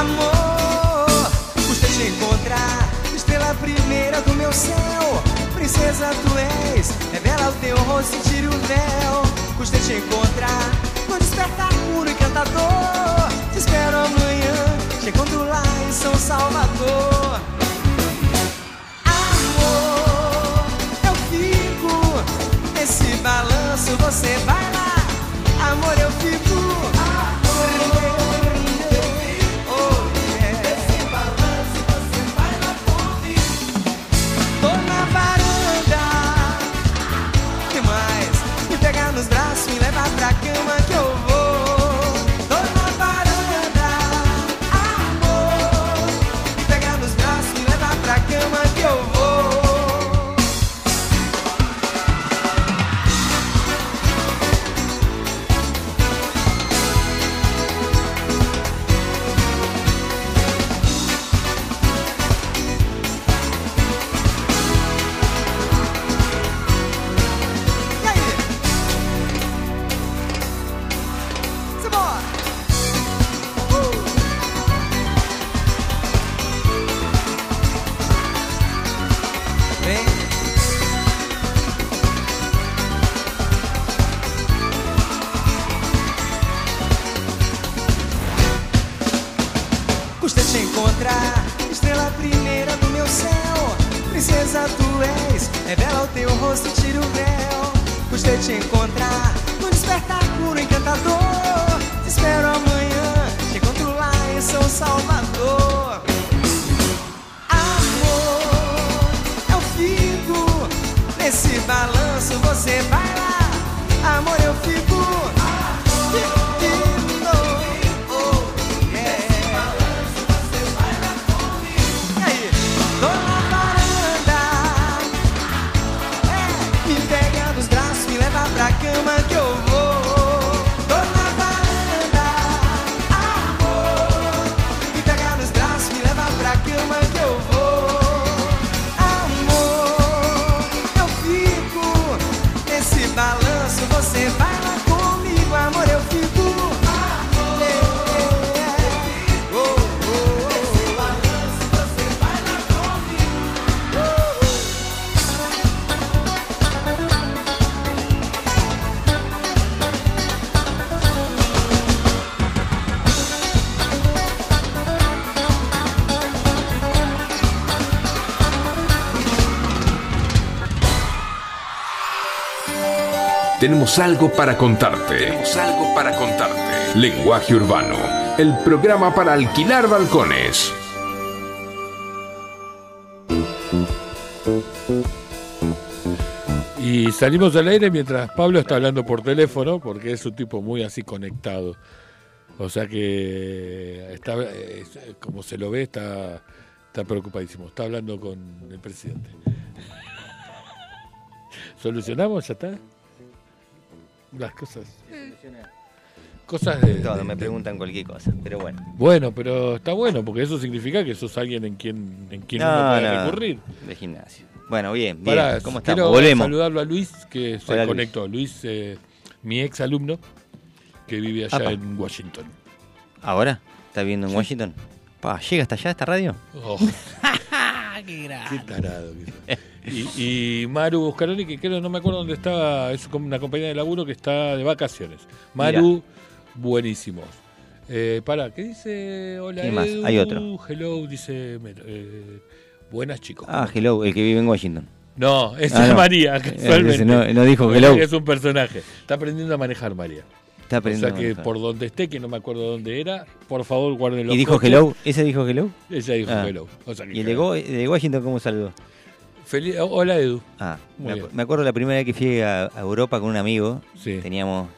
Amor, custa te encontrar Estrela primeira do meu céu Princesa tu és Revela o teu rosto e tira o véu Custa te encontrar No despertar puro e cantador Te espero amanhã Chegando lá em São Salvador Amor, eu fico nesse balanço. Você vai lá, amor, eu fico. Amor, eu fico. Oh, yeah. Nesse balanço você vai lá comigo. Tô na varanda. Que mais? Me pegar nos braços, me levar pra cama que eu vou. Tô na varanda. Amor, me pegar nos braços, me levar pra cama que eu vou. E aí? Simbora! Uh! Vem! Custa te encontrar, estrela primeira do meu céu. Princesa tu és, revela o teu rosto e tira o véu. Custa te encontrar, no despertar puro encantador. Te espero amanhã, te encontro lá em São Salvador. Amor, eu fico nesse balanço. Você vai lá, amor, eu fico. Fico, oh, yeah. E aí? Tô na varanda, é, me pega nos braços, me leva pra cama que eu vou. Tô na varanda, amor, me pega nos braços.
Tenemos algo para contarte. Tenemos algo para contarte. Lenguaje Urbano, el programa para alquilar balcones.
Y salimos al aire mientras Pablo está hablando por teléfono, porque es un tipo muy así conectado. O sea que está, eh, como se lo ve, está, está preocupadísimo. Está hablando con el presidente. ¿Solucionamos? ¿Ya está? Las cosas. Cosas de.
Todo,
de-
me preguntan cualquier cosa, pero bueno.
Bueno, pero está bueno, porque eso significa que sos alguien en quien, en quien uno puede recurrir.
De gimnasio. Bueno, bien, bien.
Pará,
¿Cómo estamos?
quiero
Volvemos.
saludarlo a Luis, que se
Hola, Luis.
conectó. Luis, eh, mi ex alumno, que vive allá
Apa.
en Washington.
¿Ahora? ¿Estás viviendo en Washington? Pa, ¿llega hasta allá esta radio?
Oh. ¡Qué tarado! que sos. Y, y Maru Buscaroni, que creo, no me acuerdo dónde estaba, es como una compañía de laburo que está de vacaciones. Maru, buenísimos. Eh, para, ¿qué dice? Hola,
¿Quién más?
Edu,
Hay otro.
Hello, dice. Mero, eh, buenas, chicos.
Ah, hello, el que vive en Washington.
No, esa
Ah,
es
no.
María,
Ese
casualmente.
no- no dijo
María
hello.
Es un personaje. Está aprendiendo a manejar María.
Está aprendiendo.
o sea
a
que
manejar.
por donde esté, que no me acuerdo dónde era, por favor guarden los
¿Y dijo
coches.
hello? ¿Ese dijo hello?
Ella dijo
Ah.
hello. O sea que
¿Y el de, Go- el de Washington cómo saludó?
Feliz- oh, Hola, Edu.
Ah,
Muy
me, acu-
bien.
me acuerdo la primera vez que fui a, a Europa con un amigo.
Sí.
Teníamos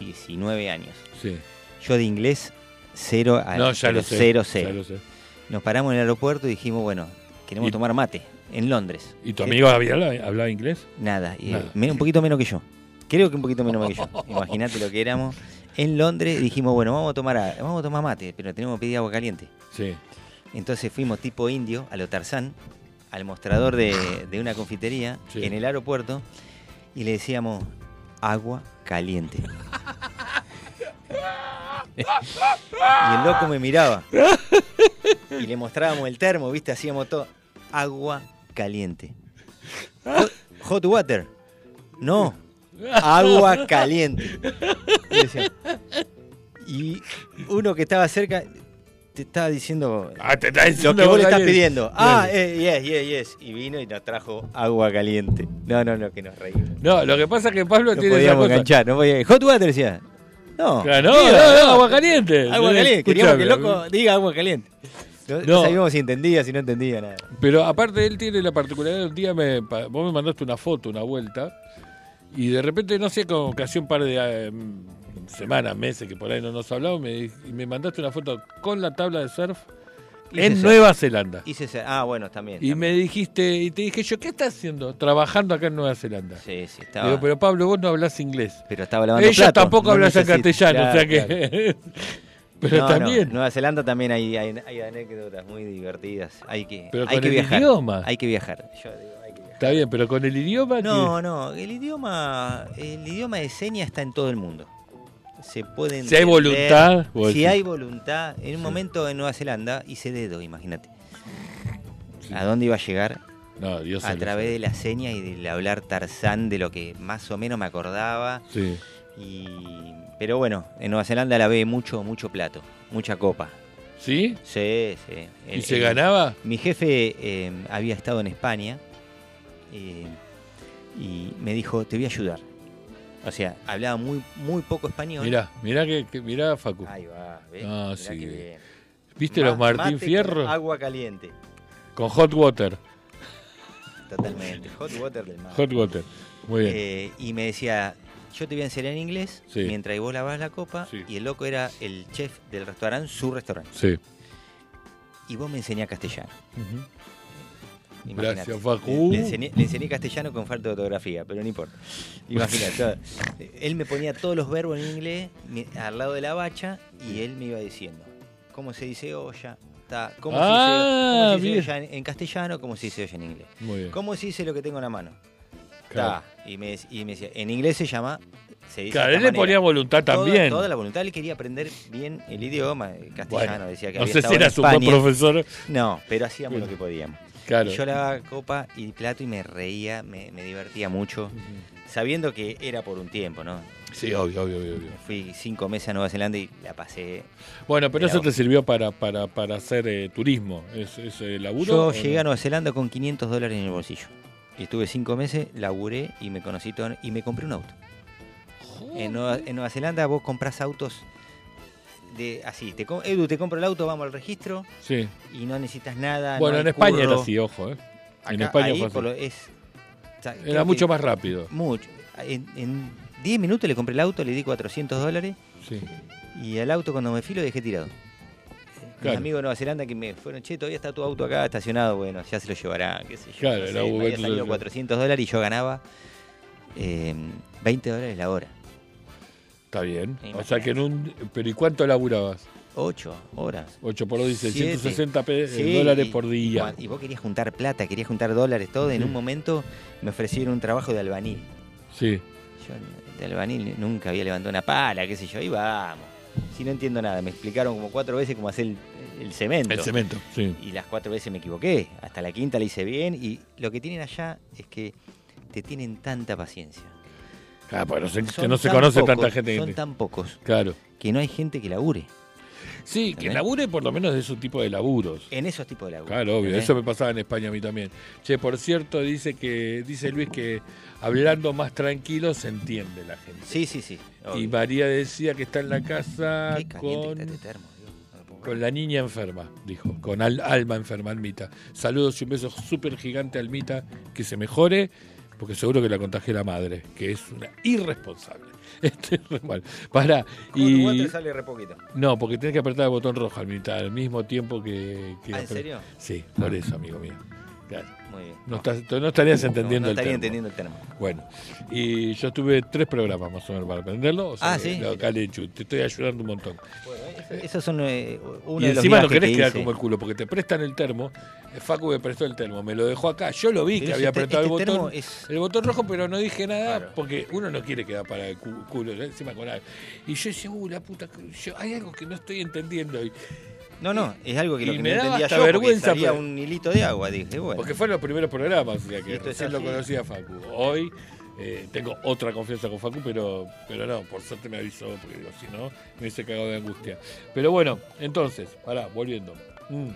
19 años.
Sí.
Yo de inglés, cero a
No, ya
pero
lo sé.
cero,
ya
cero.
lo sé.
Nos paramos en el aeropuerto y dijimos, bueno, queremos
Y-
tomar mate en Londres.
¿Y tu
Eh,
amigo había- hablaba, inglés?
Nada, y,
Nada.
me- un poquito menos que yo. Creo que un poquito menos que yo. Imagínate lo que éramos. En Londres dijimos, bueno, vamos a tomar a- vamos a tomar mate, pero tenemos que pedir agua caliente.
Sí.
Entonces fuimos tipo indio, a lo Tarzán, al mostrador de, de una confitería
Sí.
en el aeropuerto y le decíamos agua caliente. y el loco me miraba. Y le mostrábamos el termo, ¿viste? Hacíamos todo. Agua caliente.
Ah.
Hot, hot water.
<laughs>
No. Agua caliente. Y decía- Y uno que estaba cerca te estaba diciendo
Ah, te está
lo
diciendo
que vos le estás
Gabriel.
pidiendo. Ah,
Claro.
eh, yes, yes, yes. Y vino y nos trajo agua caliente. No, no, no, que nos reímos.
No, lo que pasa es que Pablo
No
tiene esa
podíamos
cosa.
enganchar, no podíamos. Hot water decía. No.
Claro, no,
diga,
no, no, agua caliente.
Agua caliente. Queríamos que el
Escuchame. ¿eh?
loco diga agua caliente. No, no
No.
sabíamos si entendía, si no entendía nada.
Pero aparte él tiene la particularidad, un día me, pa- vos me mandaste una foto, una vuelta, y de repente, no sé, como que hacía un par de eh, mm, semanas, meses que por ahí no nos hablamos, me, di- y me mandaste una foto con la tabla de surf
Y
en
se-
Nueva Zelanda.
Hice ese- Ah, bueno, también.
Y
también.
me dijiste, y te dije yo, ¿qué estás haciendo? Trabajando acá en Nueva Zelanda.
Sí, sí, estaba.
Digo, pero Pablo, vos no hablas inglés.
pero estaba lavando
Ella
platos,
tampoco
no
habla ya
necesito-
castellano, o
Claro,
sea que...
claro.
<laughs> pero
No, no,
también...
Nueva Zelanda también hay, hay, hay anécdotas muy divertidas. Hay que,
Pero
hay
con
que
el
viajar.
idioma.
Hay que viajar. Yo digo, hay que viajar.
Está bien, pero con el idioma...
No, no, el idioma, el idioma de señas está en todo el mundo. Se puede
Si hay
entender,
voluntad, vos
Si
decís.
hay voluntad, en un momento en Nueva Zelanda hice dedo, imagínate. ¿A dónde iba a llegar?
no Dios
A
sabe.
través de las señas y del hablar Tarzán, de lo que más o menos me acordaba.
Sí.
Y... Pero bueno, en Nueva Zelanda la ve mucho, mucho plato, mucha copa.
¿Sí?
Sí, sí.
¿Y
El-
se
el-
ganaba?
mi jefe eh, había estado en España eh, y me dijo, te voy a ayudar. O sea, hablaba muy, muy poco español.
Mirá, mirá, que, que- mirá Facu.
Ahí va, ¿ves?
Ah,
Mirá
sí.
qué bien.
¿Viste
Ma-
los
mate
Martín
con
Fierro? Con,
Agua caliente.
hot water.
Totalmente. Hot water del mar.
Hot water. Muy bien.
Eh, y me decía, yo te voy a enseñar en inglés
Sí.
mientras vos lavas la copa.
Sí.
Y el loco era el chef del restaurante, su restaurante.
sí.
Y vos me enseñás castellano.
Gracias,
Imaginate.
Facu.
Le, le enseñé, le enseñé castellano con falta de ortografía, pero no importa. Imagínate. él me ponía todos los verbos en inglés mi- al lado de la bacha y él me iba diciendo cómo se dice olla, ta, cómo
Ah,
se dice, cómo se dice
bien.
olla en, en castellano, cómo se dice olla en inglés.
Muy bien.
¿Cómo se dice lo que tengo en la mano?
Claro.
Ta. Y, me, dec- y me decía, en inglés se llama. Se dice
Claro,
de
él le
esta manera.
ponía voluntad
Toda-
también.
Toda, la voluntad, él quería aprender bien el idioma, el castellano.
Bueno,
decía que
no
había
sé
estado
si
en
eras un buen
España.
profesor.
No, pero hacíamos lo que podíamos.
Claro.
Y Yo lavaba copa y plato y me reía, me, me divertía mucho, sabiendo que era por un tiempo, ¿no?
Sí, obvio, obvio, obvio. obvio.
Fui cinco meses a Nueva Zelanda y la pasé.
Bueno, pero
Mirá
eso
vos.
te sirvió para, para, para hacer eh, turismo. ¿Es, es eh, laburo?
Yo
o
llegué
no?
a Nueva Zelanda con 500 dólares en el bolsillo. Y estuve cinco meses, laburé y me conocí todo. Y me compré un auto. En Nueva, en Nueva Zelanda vos comprás autos de así. Te, com- Edu, te compro el auto, vamos al registro
Sí.
y no necesitas nada.
bueno,
no
en
hay
España
curro.
era así, ojo, ¿eh? en
Acá-
España
ahí
fue así.
por lo- es, o sea, creo
Era
que
mucho más rápido.
Mucho. En, en 10 minutos le compré el auto, le di 400 dólares
Sí.
y al auto cuando me fui lo dejé tirado. Mis
Claro.
amigos de Nueva Zelanda que me fueron, che, todavía está tu auto acá estacionado, bueno, ya se lo llevará, qué sé yo.
Claro,
no sé,
era
me
Uber,
había salido
claro.
400 dólares y yo ganaba eh, 20 dólares la hora.
Está bien. O
Imagínate.
sea que en un. Pero ¿y cuánto laburabas?
8 horas.
8 por 2 dice
Siete.
160 pe-
Sí,
dólares
y-
por día.
Y vos querías juntar plata, querías juntar dólares, todo. En un momento me ofrecieron un trabajo de albañil.
Sí.
Yo de albanil nunca había levantado una pala, qué sé yo, y vamos. Si no entiendo nada, me explicaron como cuatro veces cómo hacer el, el cemento.
El cemento. Sí.
Y las cuatro veces me equivoqué, hasta la quinta la hice bien y lo que tienen allá es que te tienen tanta paciencia.
Claro, porque Ah, pues no se, que
Son
no se
tan
conoce
pocos,
tanta gente. que
Son
te-
tan pocos
Claro.
que no hay gente que labure
Sí, que
¿Entendés?
labure por lo menos de su tipo de laburos.
en esos tipos de laburo.
Claro, obvio.
¿entendés?
Eso me pasaba en España a mí también. Che, por cierto, dice que dice Luis que hablando más tranquilo se entiende la gente.
Sí, sí, sí.
Y
obvio.
María decía que está en la casa
Qué caliente que
con,
está este termo, Dios, no lo puedo
con la niña enferma, dijo, con al- alma enferma, Almita. Saludos y un beso súper gigante, Almita, que se mejore, porque seguro que la contagia la madre, que es una <laughs> irresponsable. Este es re mal. Pará,
creer. Con Uruguay
y...
te sale re poquito.
No, porque tenés que apretar el botón rojo, Almita, al mismo tiempo que... que
Ah, ¿en
apre-
serio?
Sí, por eso, amigo mío. Claro.
Muy bien.
No, estás- no estarías entendiendo
no
el
estaría
termo.
entendiendo el termo.
Bueno, y yo tuve tres programas más o menos para aprenderlo. O sea,
Ah, sí.
lo- acá le chu- te estoy ayudando un montón.
Esos son eh, uno
y
de los
encima no
viajes
querés
que
quedar
hice.
como el culo, porque te prestan el termo. Eh, Facu me prestó el termo, me lo dejó acá. Yo lo vi
Pero
que
ese
había
te-
apretado
este
el botón.
termo es-
El botón rojo, pero no dije nada porque uno no quiere quedar para el cu- culo, eh, encima con algo. Y yo decía, uh, la puta, que- yo- hay algo que no estoy entendiendo. hoy.
No, no, es algo que
Y
lo que
me
no
daba
entendía
hasta
yo
vergüenza,
porque salía
pero-
un hilito de agua, dije, bueno.
Porque fueron los primeros programas, o sea, que
Esto es
recién lo
así.
conocía Facu. Hoy eh, tengo otra confianza con Facu, pero, pero no, por suerte me avisó, porque digo, si no, me hubiese cagado de angustia. Pero bueno, entonces, pará, volviendo. Mm.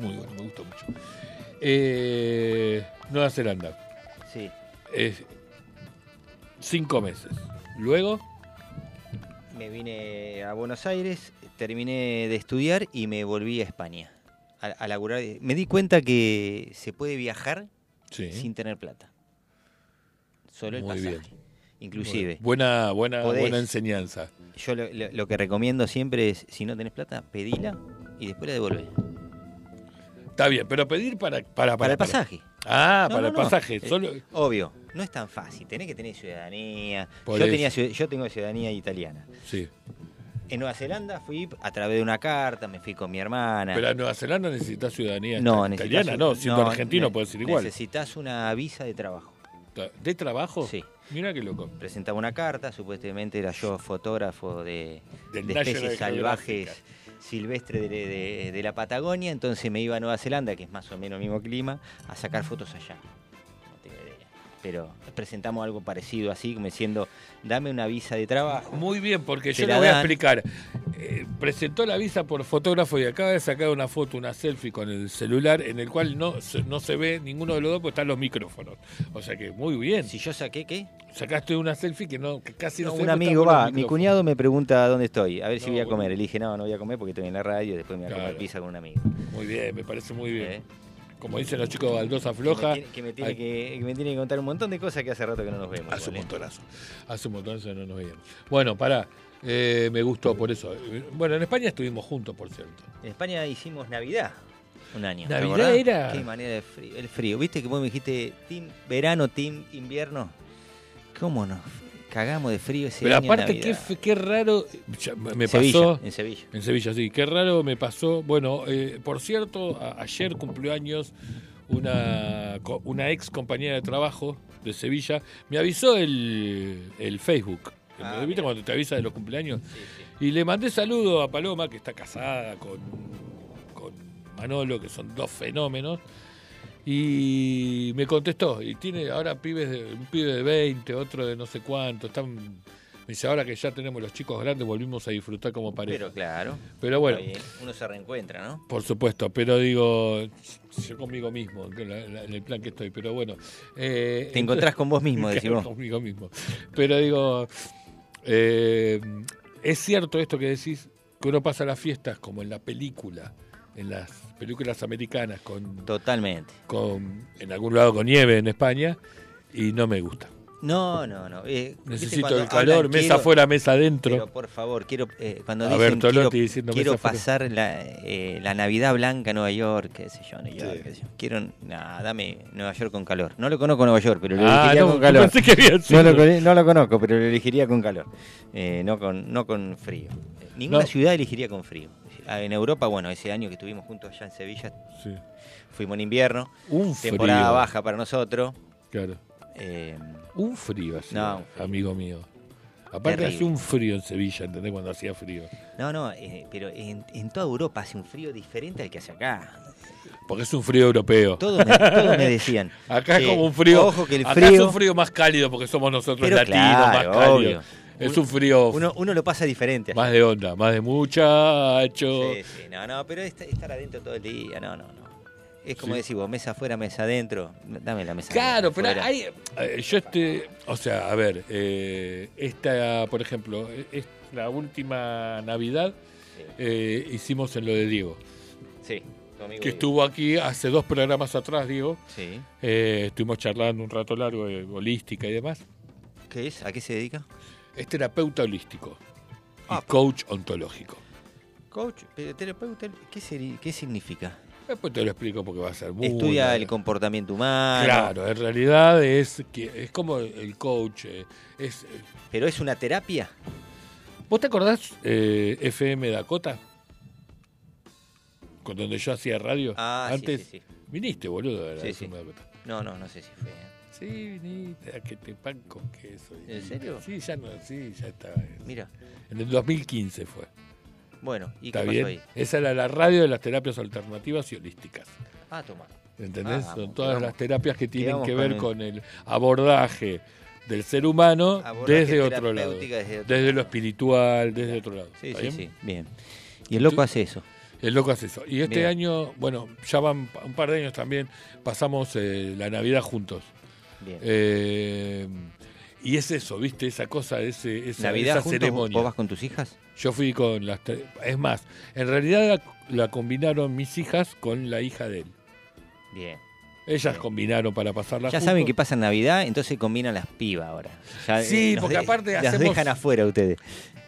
Muy bueno, me gustó mucho. Eh, Nueva Zelanda,
Sí.
es cinco meses. Luego,
Me vine a Buenos Aires, terminé de estudiar y me volví a España a, a laburar. Me di cuenta que se puede viajar
sí.
sin tener plata. Solo el
Muy
pasaje.
bien.
Inclusive,
Buena, buena,
Podés.
buena enseñanza.
yo lo, lo- lo que recomiendo siempre es, si no tenés plata, pedila y después la devolvés.
Está bien, pero pedir para, para, para,
Para el
para.
pasaje.
Ah,
No,
para
no,
el
no.
pasaje.
Eh,
Solo,
obvio, no es tan fácil. Tenés que tener ciudadanía.
Por
yo,
eso.
tenía, ciu- yo tengo ciudadanía italiana.
sí.
En Nueva Zelanda fui a través de una carta, me fui con mi hermana.
Pero a Nueva Zelanda necesitas ciudadanía
no,
esta-
necesitas
italiana,
un-
no, siendo
no,
argentino
ne-
puedes ir igual.
Necesitas una visa de trabajo.
¿De trabajo?
Sí.
Mira qué loco.
Presentaba una carta, supuestamente era yo fotógrafo de,
Del
de
National
especies
Geographic.
salvajes silvestres de, de- de la Patagonia, entonces me iba a Nueva Zelanda, que es más o menos el mismo clima, a sacar fotos allá. No tengo idea. Pero presentamos algo parecido así, como diciendo, dame una visa de trabajo.
Muy bien, porque
Te
yo
la
le voy a
dan.
explicar. Eh, presentó la visa por fotógrafo y acaba de sacar una foto, una selfie con el celular, en el cual no, se- no se ve ninguno de los dos porque están los micrófonos. O sea que muy bien.
Si yo saqué qué,
Sacaste una selfie que no que casi no, se ve
un
porque
amigo
están
va,
los
mi
micrófonos.
cuñado me pregunta dónde estoy, a ver si
No,
voy a
boludo.
comer. Elige, no, no voy a comer porque estoy en la radio, después me voy a
Claro.
comer pizza con un amigo.
Muy bien, me parece muy bien.
¿Eh?
Como dicen los chicos de Baldosa Floja.
Que me tiene- que me, tiene
hay-
que, que me tiene que contar un montón de cosas que hace rato que no nos vemos.
Hace un
igual, ¿eh?
montonazo. Hace un montonazo no nos veíamos. Bueno, pará. Eh, me gustó por eso. Eh, Bueno, en España estuvimos juntos, por cierto.
En España hicimos Navidad un año. ¿te
¿Navidad
acordás?
era?
Qué manera de frío. El frío. ¿Viste que vos me dijiste team verano, team invierno? ¿Cómo nos cagamos de frío ese
Pero
año en
aparte, qué,
Navidad?
fe- qué raro. eh. ya me me
Sevilla,
pasó.
En Sevilla.
En Sevilla, sí. Qué raro me pasó. Bueno, eh, por cierto, a- ayer cumplió años una, co- una ex compañera de trabajo de Sevilla. Me avisó el, el Facebook.
Ah,
¿Viste
mira.
cuando te avisa de los cumpleaños? Y le mandé saludo a Paloma, que está casada con, con Manolo, que son dos fenómenos. Y me contestó. Y tiene ahora pibes de- un pibe de 20, otro de no sé cuánto. Están Me dice, ahora que ya tenemos los chicos grandes, volvimos a disfrutar como pareja.
Pero
Pero,
claro.
bueno,
Está bien, Uno se reencuentra, ¿no?
por supuesto, pero digo, yo conmigo mismo, que la- la- en el plan que estoy, pero bueno. eh,
Te encontrás con
<laughs>
vos mismo,
Claro,
decimos.
conmigo mismo. Pero digo, eh, es cierto esto que decís, que uno pasa las fiestas como en la película, en las películas americanas, con,
Totalmente.
con en algún lado con nieve en España, y no me gusta.
No, no, no. eh, ¿viste
Necesito
cuando
el calor,
hablan,
mesa
quiero-
afuera, mesa adentro.
Pero por favor, quiero eh, cuando
A
dicen
ver, Tolotti
quiero,
diciendo
quiero
mesa afuera.
pasar la, eh, la Navidad blanca a Nueva York, qué sé yo, Nueva York, qué sé yo. Quiero, nah, dame Nueva York con calor. No lo conozco Nueva York, pero lo
Ah,
elegiría
no,
con calor.
pensé que había
no,
sido.
lo, con- no lo conozco, pero lo elegiría con calor. Eh, no con no con frío. Eh, Ninguna
No.
ciudad elegiría con frío. Ah, En Europa, bueno, ese año que estuvimos juntos allá en Sevilla,
Sí.
fuimos en invierno,
Un frío.
temporada baja para nosotros.
Claro.
eh,
Un frío así,
No, un frío.
amigo mío. Aparte
Terrible.
hace un frío en Sevilla, ¿entendés? Cuando hacía frío.
no, no, eh, pero en, en toda Europa hace un frío diferente al que hace acá.
Porque es un frío europeo.
Todo me, todo me decían.
<laughs> Acá es
que,
como un frío.
Ojo que el
acá es
frío.
un frío más cálido porque somos nosotros
Pero
latinos,
claro,
más cálido.
obvio.
Es
Uno-
un frío
Uno, uno lo pasa diferente.
más de onda, más de muchacho.
Sí, sí, no, no, pero es- estar adentro todo el día, no, no, no. Es como decís vos, mesa afuera, mesa adentro. Dame la mesa.
Claro, pero
afuera.
hay. eh, Yo este. O sea, a ver, eh, esta, por ejemplo, eh, es la última Navidad eh, hicimos en lo de Diego,
Sí, tu amigo
que
Diego.
estuvo aquí hace dos programas atrás, Diego.
Sí.
Eh, estuvimos charlando un rato largo de holística y demás.
¿Qué es? ¿A qué se dedica?
Es terapeuta holístico y
Ah.
coach ontológico.
Coach, pero terapeuta, ¿qué, seri- qué significa?
Después te lo explico porque va a ser muy.
Estudia
largo.
el comportamiento humano.
Claro, en realidad es que es como el coach. eh, es,
Pero es una terapia.
¿Vos te acordás eh, FM Dakota? Con donde yo hacía radio.
Ah, sí,
Antes
sí, sí.
viniste, boludo, a la
Sí,
FM
sí.
Dakota.
No, no, no sé si fue. ¿eh?
Sí, viniste, a que te pan con queso.
¿En serio?
Sí, ya no, sí, ya estaba. eso.
Mira,
En el 2015 fue.
bueno, ¿y qué
¿Está
pasó
bien?
ahí?
Esa era la radio de las terapias alternativas y holísticas.
Ah, toma.
¿Entendés?
Ah,
Son
vamos,
todas
vamos.
las terapias que tienen
Quedamos
que ver
con
con el abordaje del ser humano
Abordaje
desde otro lado.
terapéutica desde otro
Desde lo espiritual, desde otro lado.
Sí,
¿Está
sí,
bien?
sí. Bien. Y el
Sí.
loco hace eso.
El loco hace eso. Y este
Bien.
año, bueno, ya van pa- un par de años también, pasamos eh, la Navidad juntos.
Bien.
Eh, y es eso, ¿viste? Esa cosa, ese, esa,
Navidad
esa
juntos,
ceremonia.
vos vas con tus hijas.
Yo fui con las tres. Es más, en realidad la, la combinaron mis hijas con la hija de él.
Bien.
Ellas combinaron para pasarla
Ya
juntos.
saben que pasa en Navidad, entonces combinan las pibas ahora. Ya, eh,
Sí,
nos
porque aparte
las
hacemos-
dejan afuera ustedes.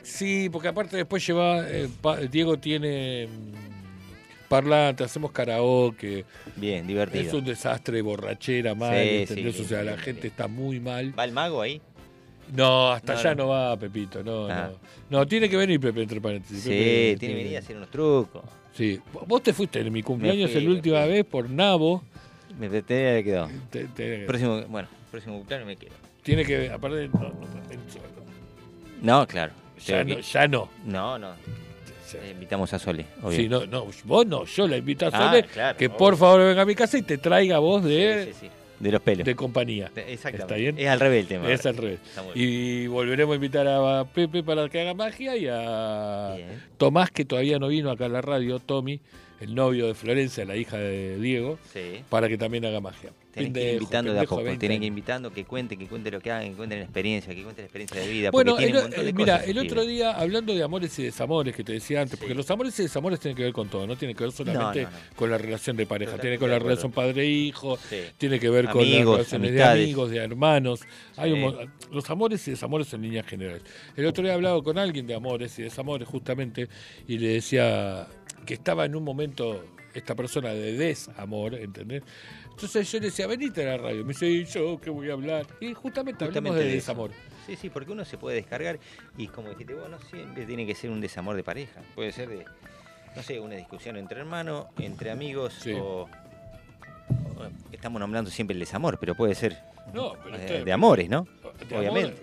Sí, porque aparte después lleva. eh, pa- Diego tiene. mm, Parlante, hacemos karaoke.
Bien, divertido.
Es un desastre, borrachera, mal.
Sí,
¿entendés?
sí,
o sea,
sí,
la
sí,
gente
sí.
está muy mal.
¿Va el mago ahí?
No, hasta
No,
allá no.
no.
va, Pepito. No,
Ah.
no. No, tiene que venir Pepe, entre
Sí,
paréntesis.
tiene que venir a hacer unos trucos.
Sí. Vos te fuiste en mi cumpleaños
fui,
la
me
última
fui.
vez por Nabo.
Me pretendía que quedó.
Te- te-
Próximo, bueno, próximo cumpleaños me quiero.
Tiene que. Aparte, no, no, el solo.
No, claro.
Ya
Pero
no,
que-
ya no.
no, no.
Ya-
Eh, invitamos a Sole, obvio.
Sí, no, no, vos no, yo la invito a
Ah,
Sole,
claro,
que
obvio.
por favor venga a mi casa y te traiga vos
Sí,
de,
sí, sí. De los pelos.
de compañía.
De- Exactamente.
¿Está bien?
Es al revés el tema. eh.
Es al revés.
Está muy
Y volveremos a invitar a Pepe para que haga magia y a
Bien.
Tomás, que todavía no vino acá a la radio, Tommy, el novio de Florencia, la hija de Diego,
Sí.
para que también haga magia.
Tienen que
Pendejo,
ir invitando de a
pendejo,
poco,
20
tienen que ir
años.
invitando, que cuenten, que cuenten lo que hagan, que cuenten la experiencia, que cuenten la experiencia de vida.
Bueno,
porque
el,
tienen un montón de
eh, mira,
cosas,
el
esos
otro
pibes.
día, hablando de amores y desamores que te decía antes, porque los amores y desamores tienen que ver con todo, no tiene que ver solamente
No, no, no.
con la relación de pareja, tiene que ver con
Totalmente
la
de acuerdo.
relación padre-hijo,
Sí.
tiene que ver con
Amigos,
las relaciones
amistades.
de amigos, de hermanos. Hay un
Sí.
mon- los amores y desamores en líneas generales. El otro día he hablado con alguien de amores y desamores, justamente, y le decía que estaba en un momento esta persona de desamor, ¿entendés? Entonces yo le decía, venite a la radio. Me dice, ¿y yo qué voy a hablar? Y justamente, hablamos
Justamente
de,
de eso.
desamor.
Sí, sí, porque uno se puede descargar y como dijiste vos, no siempre tiene que ser un desamor de pareja. Puede ser de, no sé, una discusión entre hermanos, entre amigos
Sí.
o, o- Estamos nombrando siempre el desamor, pero puede ser
No, pero
eh,
está-
de amores, ¿no?
de
Obviamente.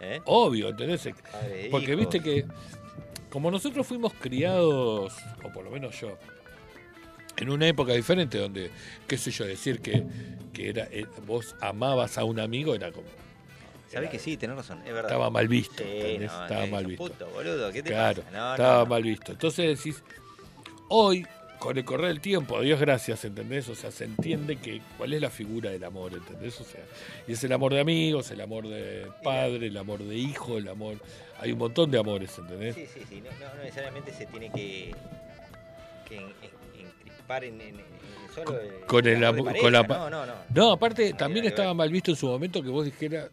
¿Eh?
Obvio, ¿entendés?
Padre e
Porque
hijo.
viste que, como nosotros fuimos criados, o por lo menos yo, en una época diferente donde, qué sé yo, decir que, que era, eh, vos amabas a un amigo era como...
Sabés que sí, tenés razón, es verdad.
Estaba mal visto.
Sí,
¿entendés?
no,
estaba
eh,
mal
sos
visto.
puto, boludo, ¿qué te
Claro,
pasa? No, no,
estaba
no.
mal visto. Entonces decís, hoy, con el correr del tiempo, a Dios gracias, ¿entendés? O sea, se entiende que cuál es la figura del amor, ¿entendés? O sea, y es el amor de amigos, el amor de padre, el amor de hijo, el amor... Hay un montón de amores, ¿entendés?
Sí, sí, sí. No, no- no necesariamente se tiene que, que en- en- encrispar en, en- en solo
Con-
el-
con el
amor de
amu-
pareja.
con la pa-
No, no, no.
No, aparte,
Ahí
también
hay que
estaba
ver.
mal visto en su momento que vos dijeras,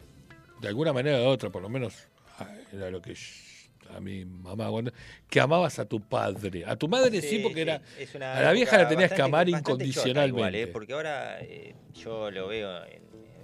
de alguna manera u otra, por lo menos ah, era lo que yo- a mi mamá, cuando- que amabas a tu padre. A tu madre sí, porque
sí.
era...
Es una
a la vieja
época
la tenías que
bastante-
amar
bastante chota igual,
incondicionalmente.
¿eh? Porque ahora eh, yo lo veo en, en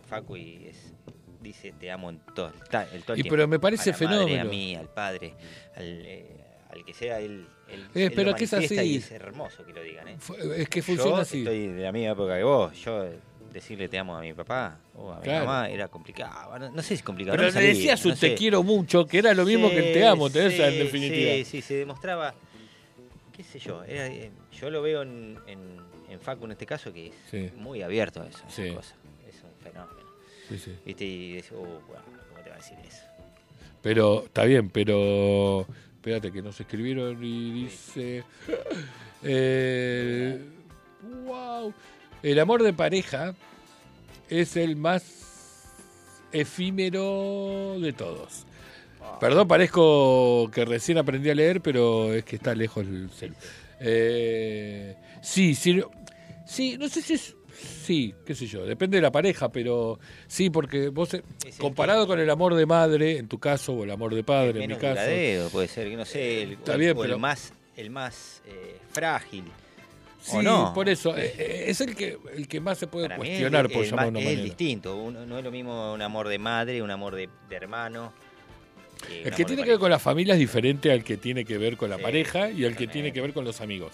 Facu y es- dice te amo en todo, el ta- el todo el
Y
tiempo.
pero me parece
a la madre,
fenómeno.
a mí, al padre, al, eh, al que sea, él, él-
Eh,
él lo
pero que es
manifiesta
así.
Y es hermoso que lo digan, ¿eh?
Fu- Es que funciona
yo
así.
estoy de la misma época que vos. Yo decirle te amo a mi papá o a mi
Claro.
mamá era complicado. No, no sé si es complicado.
Pero
no
le
salía,
decías un
no
te
sé.
quiero mucho, que era lo mismo
Sí,
que el te amo, ¿entendés?
sí,
en definitiva.
Sí, sí, se demostraba, qué sé yo, era, eh, yo lo veo en, en, en Facu en este caso que es
Sí.
muy abierto a eso, a esas
Sí.
cosas. Es un fenómeno.
Sí, sí.
¿Viste? Y decís, oh, wow, ¿cómo te va a decir eso?
Pero está bien, pero espérate que nos escribieron y dice eh, wow, el amor de pareja es el más efímero de todos. Perdón, parezco que recién aprendí a leer, pero es que está lejos el celu. Eh, sí, sí, sí, no sé si es. Sí, qué sé yo, depende de la pareja, pero sí, porque vos, eh,
Es el
comparado con el amor de madre, en tu caso, o el amor de padre, en mi
Menos
caso. eh,
duradero puede ser, que no sé, el,
Está
o el-
bien,
o el
pero-
más, el más eh, frágil.
Sí,
¿O no?
por eso, eh, eh, es el que, el que más se puede
Para mí es-
cuestionar, por
es,
llamarlo de
ma- es
una manera.
distinto. Uno- no es lo mismo un amor de madre, un amor de, de hermano. que un
El que
amor de
tiene que ver
pareja.
con la familia es diferente al que tiene que ver con la
Sí,
pareja y al que
totalmente.
tiene que ver con los amigos.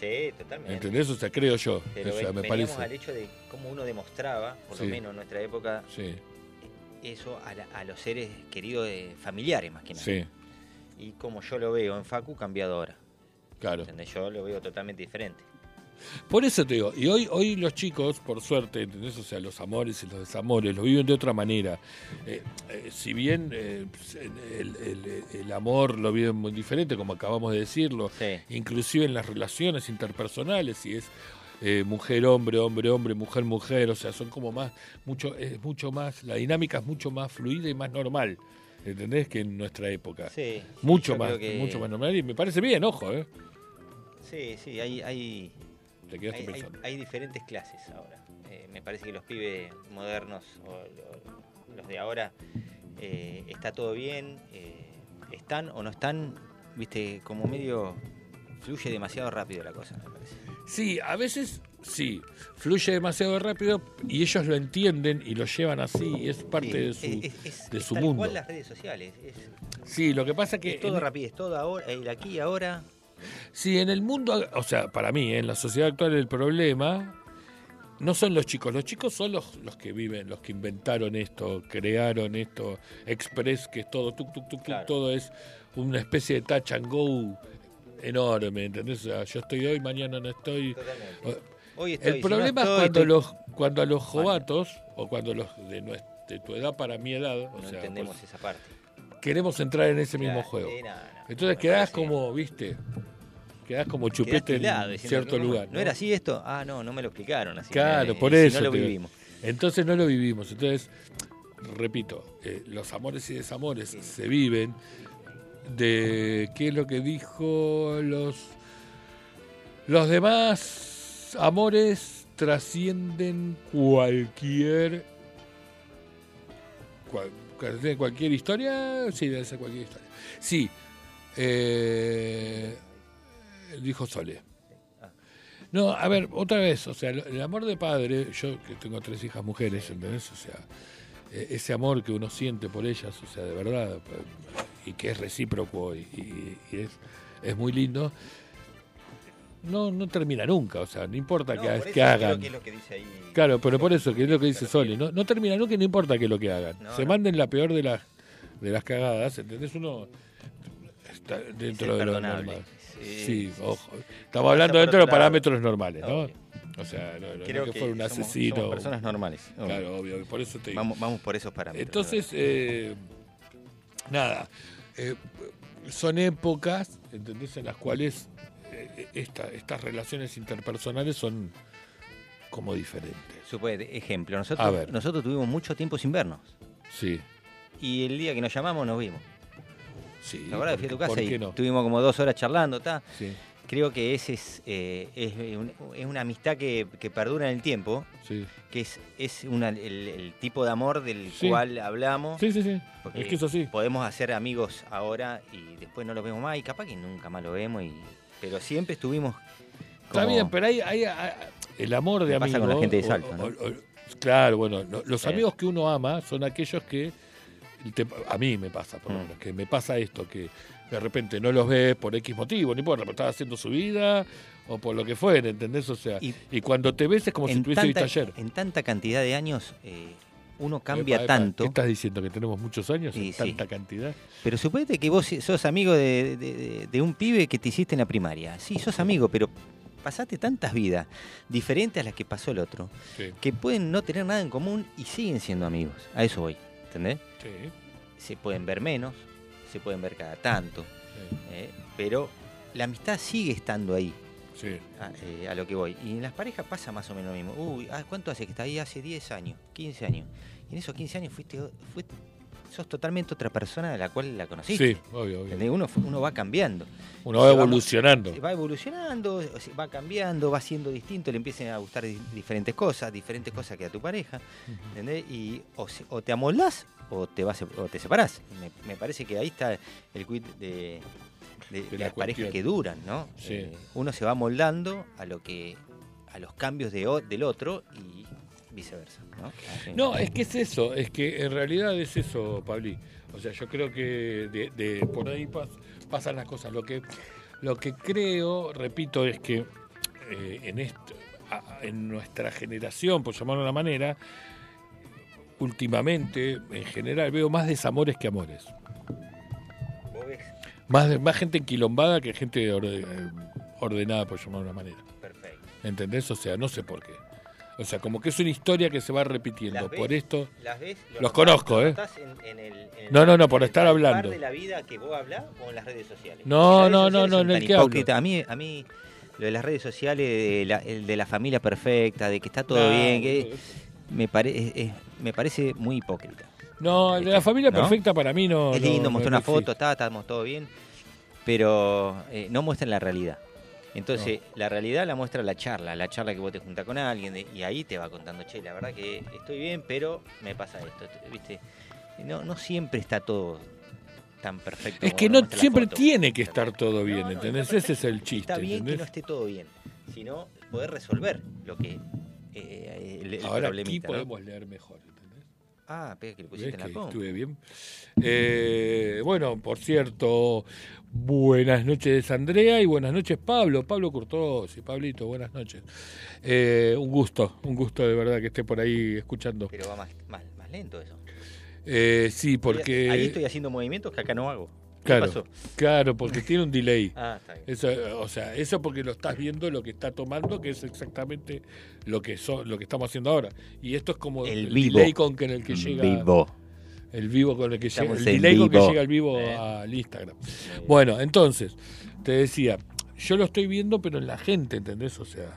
Sí, totalmente.
¿Entendés? O sea, creo yo.
Pero
o sea,
ven-
me
veníamos
parece.
al hecho de cómo uno demostraba, por lo
Sí.
menos en nuestra época,
Sí,
eso a, la- a los seres queridos de familiares más que nada.
sí,
Y como yo lo veo en Facu, cambiado ahora.
claro.
¿Entendés? Yo lo veo totalmente diferente.
Por eso te digo, y hoy, hoy los chicos, por suerte, ¿entendés? O sea, los amores y los desamores los viven de otra manera. Eh, eh, si bien eh, el, el- el amor lo viven muy diferente, como acabamos de decirlo,
Sí.
inclusive en las relaciones interpersonales, si es eh, mujer, hombre, hombre, hombre, mujer, mujer, o sea, son como más, mucho, es mucho más, la dinámica es mucho más fluida y más normal, ¿entendés? Que en nuestra época.
Sí.
Mucho
yo
más,
creo que-
mucho más normal, y me parece bien, ojo, ¿eh?
Sí, sí, hay, hay,
Te quedaste
hay, hay-
pensando.
hay diferentes clases ahora. Eh, me parece que los pibes modernos o, lo- los de ahora eh, está todo bien, eh, están o no están, viste, como medio fluye demasiado rápido la cosa, me parece.
Sí, a veces sí, fluye demasiado rápido y ellos lo entienden y lo llevan así, y es parte
Sí,
de su,
es- es-
de
es
su
tal
mundo.
cual las redes sociales, es,
Sí, lo que pasa que
es todo
en-
rapidez, todo ahora, el aquí y ahora.
Sí, en el mundo, o sea, para mí, ¿eh? en la sociedad actual el problema no son los chicos, los chicos son los, los que viven, los que inventaron esto, crearon esto, Express, que es todo, tuk, tuk, tuk, tuk,
Claro.
todo es una especie de touch and go enorme, ¿entendés? O sea, yo estoy hoy, mañana no estoy.
Totalmente.
O-
Hoy estoy,
El
si no
problema
estoy,
es cuando,
estoy-
los, cuando a los jovatos, o cuando los de, nues- de tu edad para mi edad, o
no
sea,
entendemos
pues,
esa parte.
queremos entrar en ese mismo
Claro,
juego.
sí, no, no,
Entonces
me
quedás
parece-
como, viste, quedás como
quedás
chupete
tildado,
en
diciendo,
cierto
no,
lugar.
No, era así esto? Ah, no, no me lo explicaron así.
Claro,
Eh,
por
si
eso.
No lo
te digo.
vivimos.
Entonces no lo vivimos. Entonces, repito, eh, los amores y desamores se viven de qué es lo que dijo los los demás amores trascienden cualquier cual- trascienden cualquier historia, sí, debe ser cualquier historia. Sí. eh, dijo Sole. No, a ver, otra vez, o sea, lo- el amor de padre, yo que tengo tres hijas mujeres, ¿entendés? O sea, e- ese amor que uno siente por ellas, o sea, de verdad, p- y que es recíproco y, y- y es, es muy lindo, no, no termina nunca, o sea, no importa
No,
que,
por
ha-
eso
que
creo
hagan.
que es lo que dice ahí.
Claro, pero por eso, que es lo que dice Sole, no, no termina nunca, y no importa que es lo que hagan.
No,
Se
no.
manden la peor de las, de las cagadas, ¿entendés? Uno está
Es
dentro de lo
imperdonable.
normal.
Es, Eh,
Sí, ojo. Estamos hablando dentro de los
otro lado.
parámetros normales, ¿no?
Ok.
O sea, no, no- no
Creo
que,
que
fuera un
somos-
asesino.
somos personas normales. Ok.
Claro, obvio. Por eso te digo.
Vamos, vamos por esos parámetros.
Entonces, eh, nada, eh, son épocas, ¿entendés?, en las cuales eh, esta- estas relaciones interpersonales son como diferentes.
Supone, ejemplo,
A
nosotros,
ver.
nosotros tuvimos mucho tiempo sin vernos.
Sí,
Y el día que nos llamamos nos vimos.
sí.
La verdad, fui a tu casa
¿Por
y
qué no?
estuvimos como dos horas charlando, ¿está?
Sí,
Creo que ese es, eh, es, un- es una amistad que, que perdura en el tiempo,
sí.
que es, es una- el, el tipo de amor del
Sí.
cual hablamos.
Sí, sí, sí.
porque
Es que eso sí.
Podemos hacer amigos ahora y después no los vemos más y capaz que nunca más lo vemos. Y, pero siempre estuvimos
Está
como-
bien, pero hay, hay- hay- el amor de
Me pasa
amigos.
con la gente de
o-
Salta, ¿no?
o- o- claro, bueno, lo- los
Sí.
amigos que uno ama son aquellos que te- a mí me pasa, por lo
Mm.
menos, que me pasa esto, que de repente no los ves por X motivo, no importa, pero estás haciendo su vida o por lo que fuera, ¿entendés? O sea, y,
Y-
cuando te ves es como si
en,
te hubiese visto
tanta,
ayer.
en tanta cantidad de años eh, uno cambia
Epa, epa,
tanto.
¿Qué estás diciendo? ¿Que tenemos muchos años?
Sí,
en
sí.
tanta cantidad.
Pero suponete que vos sos amigo de, de- de- de un pibe que te hiciste en la primaria. Sí, sos amigo, pero pasaste tantas vidas diferentes a las que pasó el otro,
Sí,
que pueden no tener nada en común y siguen siendo amigos. A eso voy, ¿entendés?
sí,
Se pueden ver menos, se pueden ver cada tanto, ¿eh? pero la amistad sigue estando ahí.
sí,
A, eh, a lo que voy. Y en las parejas pasa más o menos lo mismo. Uy, ah, ¿cuánto hace que está ahí? Hace 10 años, 15 años. Y en esos 15 años fuiste, fuiste- sos totalmente otra persona de la cual la
sí.
conociste.
Sí, obvio, obvio.
¿Entendés? Uno, fu- uno va cambiando.
Uno va
Se va-
evolucionando.
Se Va evolucionando, o sea, va cambiando, va siendo distinto, le empiezan a gustar di- diferentes cosas, diferentes cosas que a tu pareja. ¿Entendés? Y o, se- o te amoldás o te, vas, o te separás. Me, me parece que ahí está el quid de, de- de
la
las parejas
cuestión.
que duran, ¿no? Eh,
Sí.
uno se va moldando a lo que a los cambios de o- del otro y viceversa. No, Así.
No, es que es eso, es que en realidad es eso, Pabli. O sea, yo creo que de, de- por ahí pas- pasan las cosas. Lo que, lo que creo, repito, es que eh, en, esto, a- a- en nuestra generación, por llamarlo de una manera, últimamente, en general, veo más desamores que amores.
Vos ves,
Más, de- más gente enquilombada que gente orde- eh, ordenada, por llamarlo de una manera.
perfecto.
¿Entendés? O sea, no sé por qué. O sea, como que es una historia que se va repitiendo.
Las ves,
Por esto...
Las ves, lo
Los
notás,
conozco,
lo
¿eh?
notás en- en el- en el-
No, no, no, por
en el
estar
palpar
hablando.
de la vida que vos hablás o en las redes sociales?
No,
Las redes
no,
sociales
no, no,
son
no,
tan
¿el qué hablo?
hipócritas. A mí, a mí, lo de las redes sociales, de la, el de la familia perfecta, de que está todo
No, pues.
bien, que
boludo.
me, pare- es- es- me parece muy hipócrita.
No, el de la familia
¿No?
perfecta para mí no.
es
no-
lindo,
no
mostró una
existe.
foto, está, estamos todo bien, pero eh, no muestran la realidad. Entonces, la realidad la muestra la charla, la charla que vos te juntás con alguien de- y ahí te va contando, che, la verdad que estoy bien, pero me pasa esto, esto", ¿viste? No, no siempre está todo tan perfecto.
Es
como
que
lo
no
muestra la
siempre
foto.
tiene que estar todo
No,
bien,
no,
¿entendés?
está
Ese es
perfecto.
el chiste,
Está bien que no
¿entendés?
esté todo bien, sino poder resolver lo que... eh, el, el
Ahora aquí
problemita, ¿no?
podemos leer mejor, ¿entendés?
Ah, pega que le pusiste
¿Ves
en la
que
compu.
estuve bien? Eh, bueno, por cierto, buenas noches Andrea y buenas noches Pablo, Pablo Curtos y Pablito, buenas noches. Eh, un gusto, un gusto de verdad que esté por ahí escuchando.
Pero va más, más, más lento eso.
Eh, sí,
Estoy-
porque...
Ahí estoy haciendo movimientos que acá no hago. ¿Qué
claro,
pasó?
claro, porque tiene un delay.
<laughs> Ah, está bien.
Eso, eh, o sea, eso porque lo estás viendo, lo que está tomando, que es exactamente lo que so- lo que estamos haciendo ahora. Y esto es como
El vivo. Mm,
delay con que en el que llega el vivo con el que llega
Estamos
el
en
delay con que
vivo.
llega el vivo
Eh.
al Instagram. Bueno, entonces te decía, yo lo estoy viendo, pero en la gente, ¿entendés? O sea,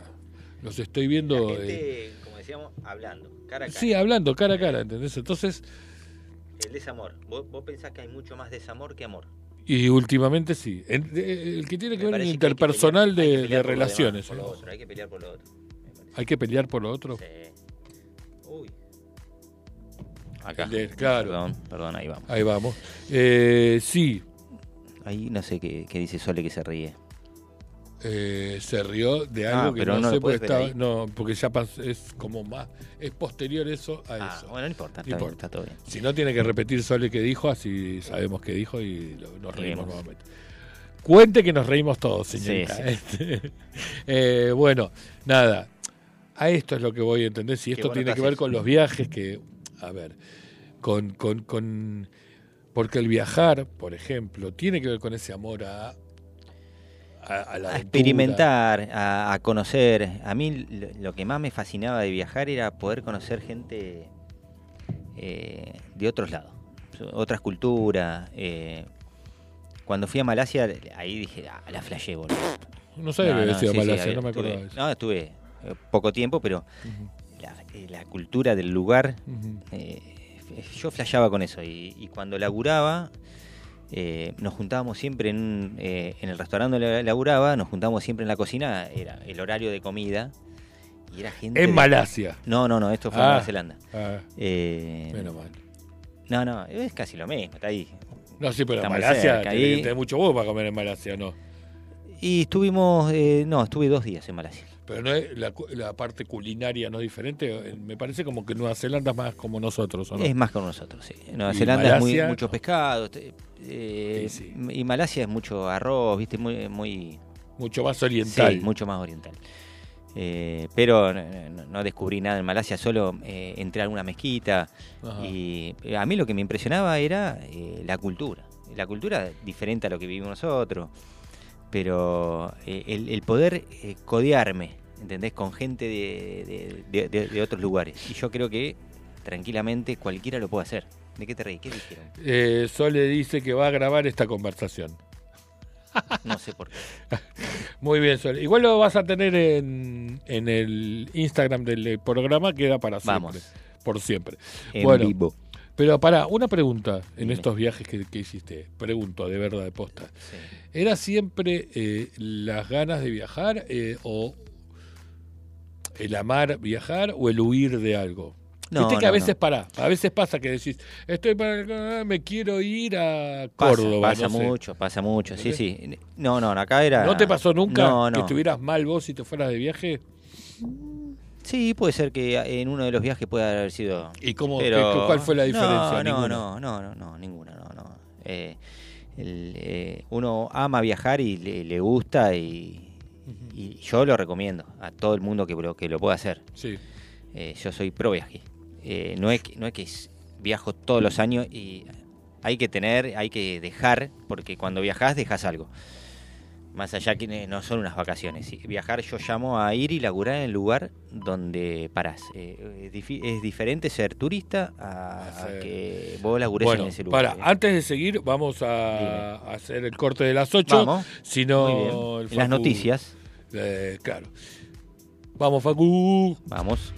los estoy
La
viendo. eh,
gente, como decíamos, hablando, cara a cara.
sí, hablando cara a cara, ¿entendés? Entonces
El desamor. ¿Vos, vos pensás que hay mucho más desamor que amor.
y últimamente sí, En- eh, el que tiene
Me
que ver el
parece que hay que
interpersonal
pelear- hay
de,
que
de
pelear por lo demás,
relaciones.
por lo
¿eh?
otro, hay que pelear por lo otro. me parece.
Hay que pelear por lo otro.
Sí. Uy. Acá.
De- claro.
Perdón, perdón, ahí vamos.
Ahí vamos. Eh, sí,
Ahí no sé qué, qué dice Sole que se ríe.
Eh, se rió de
Ah,
algo que
pero
no,
no
sé
lo
porque
podés ver
estaba,
ahí.
no, porque ya pas- es como más es posterior eso a
Ah,
eso.
bueno, no
No
importa, está, bien,
importa.
está todo bien.
Si no tiene que repetir Sole que dijo, así sabemos que dijo y lo- nos reímos
Reímos.
nuevamente. Cuente que nos reímos todos, señorita.
Sí,
Este, <laughs> eh, bueno, nada. A esto es lo que voy a entender. Si
Qué
esto
bueno
tiene
que
que ver
haces.
con los viajes, que, a ver, con, con, con. Porque el viajar, por ejemplo, tiene que ver con ese amor a, a, a la
a
aventura.
experimentar, a, a conocer. A mí lo, lo que más me fascinaba de viajar era poder conocer gente eh, de otros lados, otras culturas. eh. Cuando fui a Malasia, ahí dije, ah, la flashé, boludo.
No sabía que había sido
sí, sí,
Malasia,
había-
no me
estuve-
acordaba de eso.
No, estuve eh, poco tiempo, pero la, eh, la cultura del lugar,
Ujú.
eh, f- yo flasheaba con eso. Y, y cuando laburaba, eh, nos juntábamos siempre en, un, eh, en el restaurante donde la- laburaba, nos juntábamos siempre en la cocina, era el horario de comida. Y era gente. de-
En Malasia.
No, no, no, esto fue
Ah.
en Nueva Zelanda.
Ah,
Eh,
menos mal.
no, no, es casi lo mismo, está ahí.
No, sí, pero en
Estamos
Malasia,
cerca,
tenés,
ahí.
tenés mucho huevo para comer en Malasia, ¿no?
Y estuvimos, eh, no, estuve dos días en Malasia.
Pero no es, la, cu- la parte culinaria no es diferente. Eh, Me parece como que Nueva Zelanda es más como nosotros, ¿o no?
Es más con nosotros, sí. Nueva
Y
Zelanda es
Malasia,
muy, mucho
no.
pescado. te- eh,
Sí, sí.
m- Y Malasia es mucho arroz, ¿viste? Muy, muy
Mucho más
sí,
oriental.
mucho más oriental. Eh, pero no, no- no descubrí nada en Malasia, solo eh, entré a alguna mezquita.
Ajá.
Y eh, a mí lo que me impresionaba era eh, la cultura. La cultura diferente a lo que vivimos nosotros. Pero eh, el, el poder eh, codearme, ¿entendés? Con gente de, de- de- de- de otros lugares. Y yo creo que tranquilamente cualquiera lo puede hacer. ¿De qué te reí? ¿Qué
<laughs>
dijeron?
Eh, Sole dice que va a grabar esta conversación.
No sé por qué.
Muy bien, Sole. Igual lo vas a tener en, en el Instagram del eh, programa, queda para siempre.
Vamos.
Por siempre.
En
bueno,
vivo.
pero pará, una pregunta en
Dime.
estos viajes que, que hiciste. Pregunto, de verdad, de posta.
Sí.
¿Era siempre eh, las ganas de viajar eh, o el amar viajar o el huir de algo?
No,
Viste que a
no,
veces
no.
pará, a veces pasa que decís, estoy para me quiero ir a
Pasa,
Córdoba.
pasa
no sé.
mucho, pasa mucho, sí,
¿Entendés?
sí. No, no, acá era...
¿No te pasó nunca
No,
que
no.
estuvieras mal vos y te fueras de viaje?
Sí, puede ser que en uno de los viajes pueda haber sido.
¿Y cómo-
pero-
qué- cuál fue la diferencia?
No, no,
Ninguna.
no, no, no, no, ninguna, no, no. Eh, el, eh, uno ama viajar y le, le gusta y, y yo lo recomiendo a todo el mundo que lo, que lo pueda hacer.
Sí.
Eh, yo soy pro viaje. Eh, no es que, no es que s- viajo todos los años y hay que tener, hay que dejar, porque cuando viajas dejas algo. Más allá que ne- no son unas vacaciones. sí. Viajar yo llamo a ir y laburar en el lugar donde parás. Eh, es, difi- es diferente ser turista a,
Ah, sí.
a que vos labures
Bueno,
en ese lugar.
para,
eh.
antes de seguir, vamos a
Dime.
hacer el corte de las 8.
Vamos.
Si
Muy bien.
no, el
En las
Facu-
noticias,
Eh, claro. Vamos, Facu.
vamos.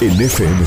En FM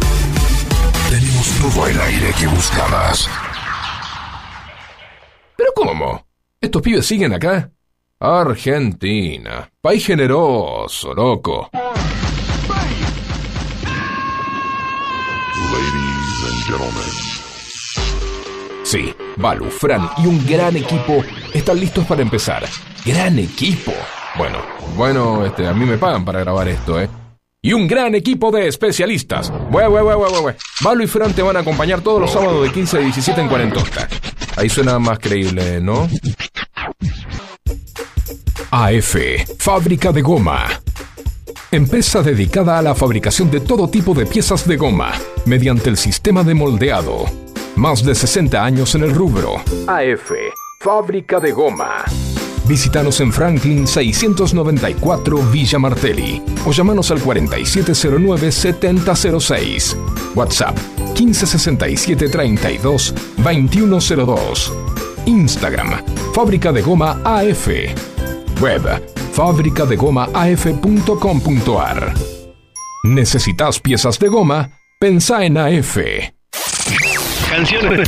Tenemos todo el aire que buscabas.
¿Pero cómo? ¿Estos pibes siguen acá? Argentina. País generoso, loco. Sí, Balu, Fran y un gran equipo están listos para empezar. ¡Gran equipo! Bueno, bueno, este, a mí me pagan para grabar esto, ¿eh? Y un gran equipo de especialistas. Bue, bue, bue, bue, bue, bue. Balu y Fran te van a acompañar todos los sábados de 15 a 17 en Cuarentosta. Ahí suena más creíble, ¿no? AF, fábrica de goma. Empresa dedicada a la fabricación de todo tipo de piezas de goma mediante el sistema de moldeado. Más de 60 años en el rubro. AF, fábrica de goma. Visítanos en Franklin 694 Villa Martelli o llamanos al 4709-7006. WhatsApp 1567-32-2102. Instagram, fábrica de goma AF. Web, fábrica de goma af.com.ar. ¿Necesitas piezas de goma? Pensá en AF.
Canciones.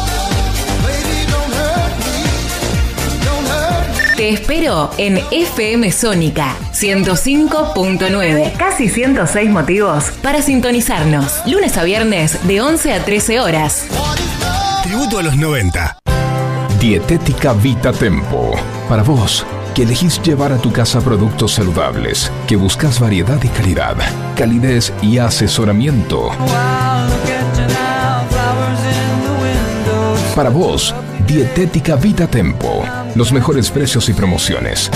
Te espero en FM Sónica 105.9. Casi 106 motivos para sintonizarnos. Lunes a viernes de 11 a 13 horas.
Tributo a los 90.
Dietética Vita Tempo. Para vos, que elegís llevar a tu casa productos saludables, que buscas variedad y calidad, calidez y asesoramiento. Para vos, Dietética Vita Tempo. Los mejores precios y promociones.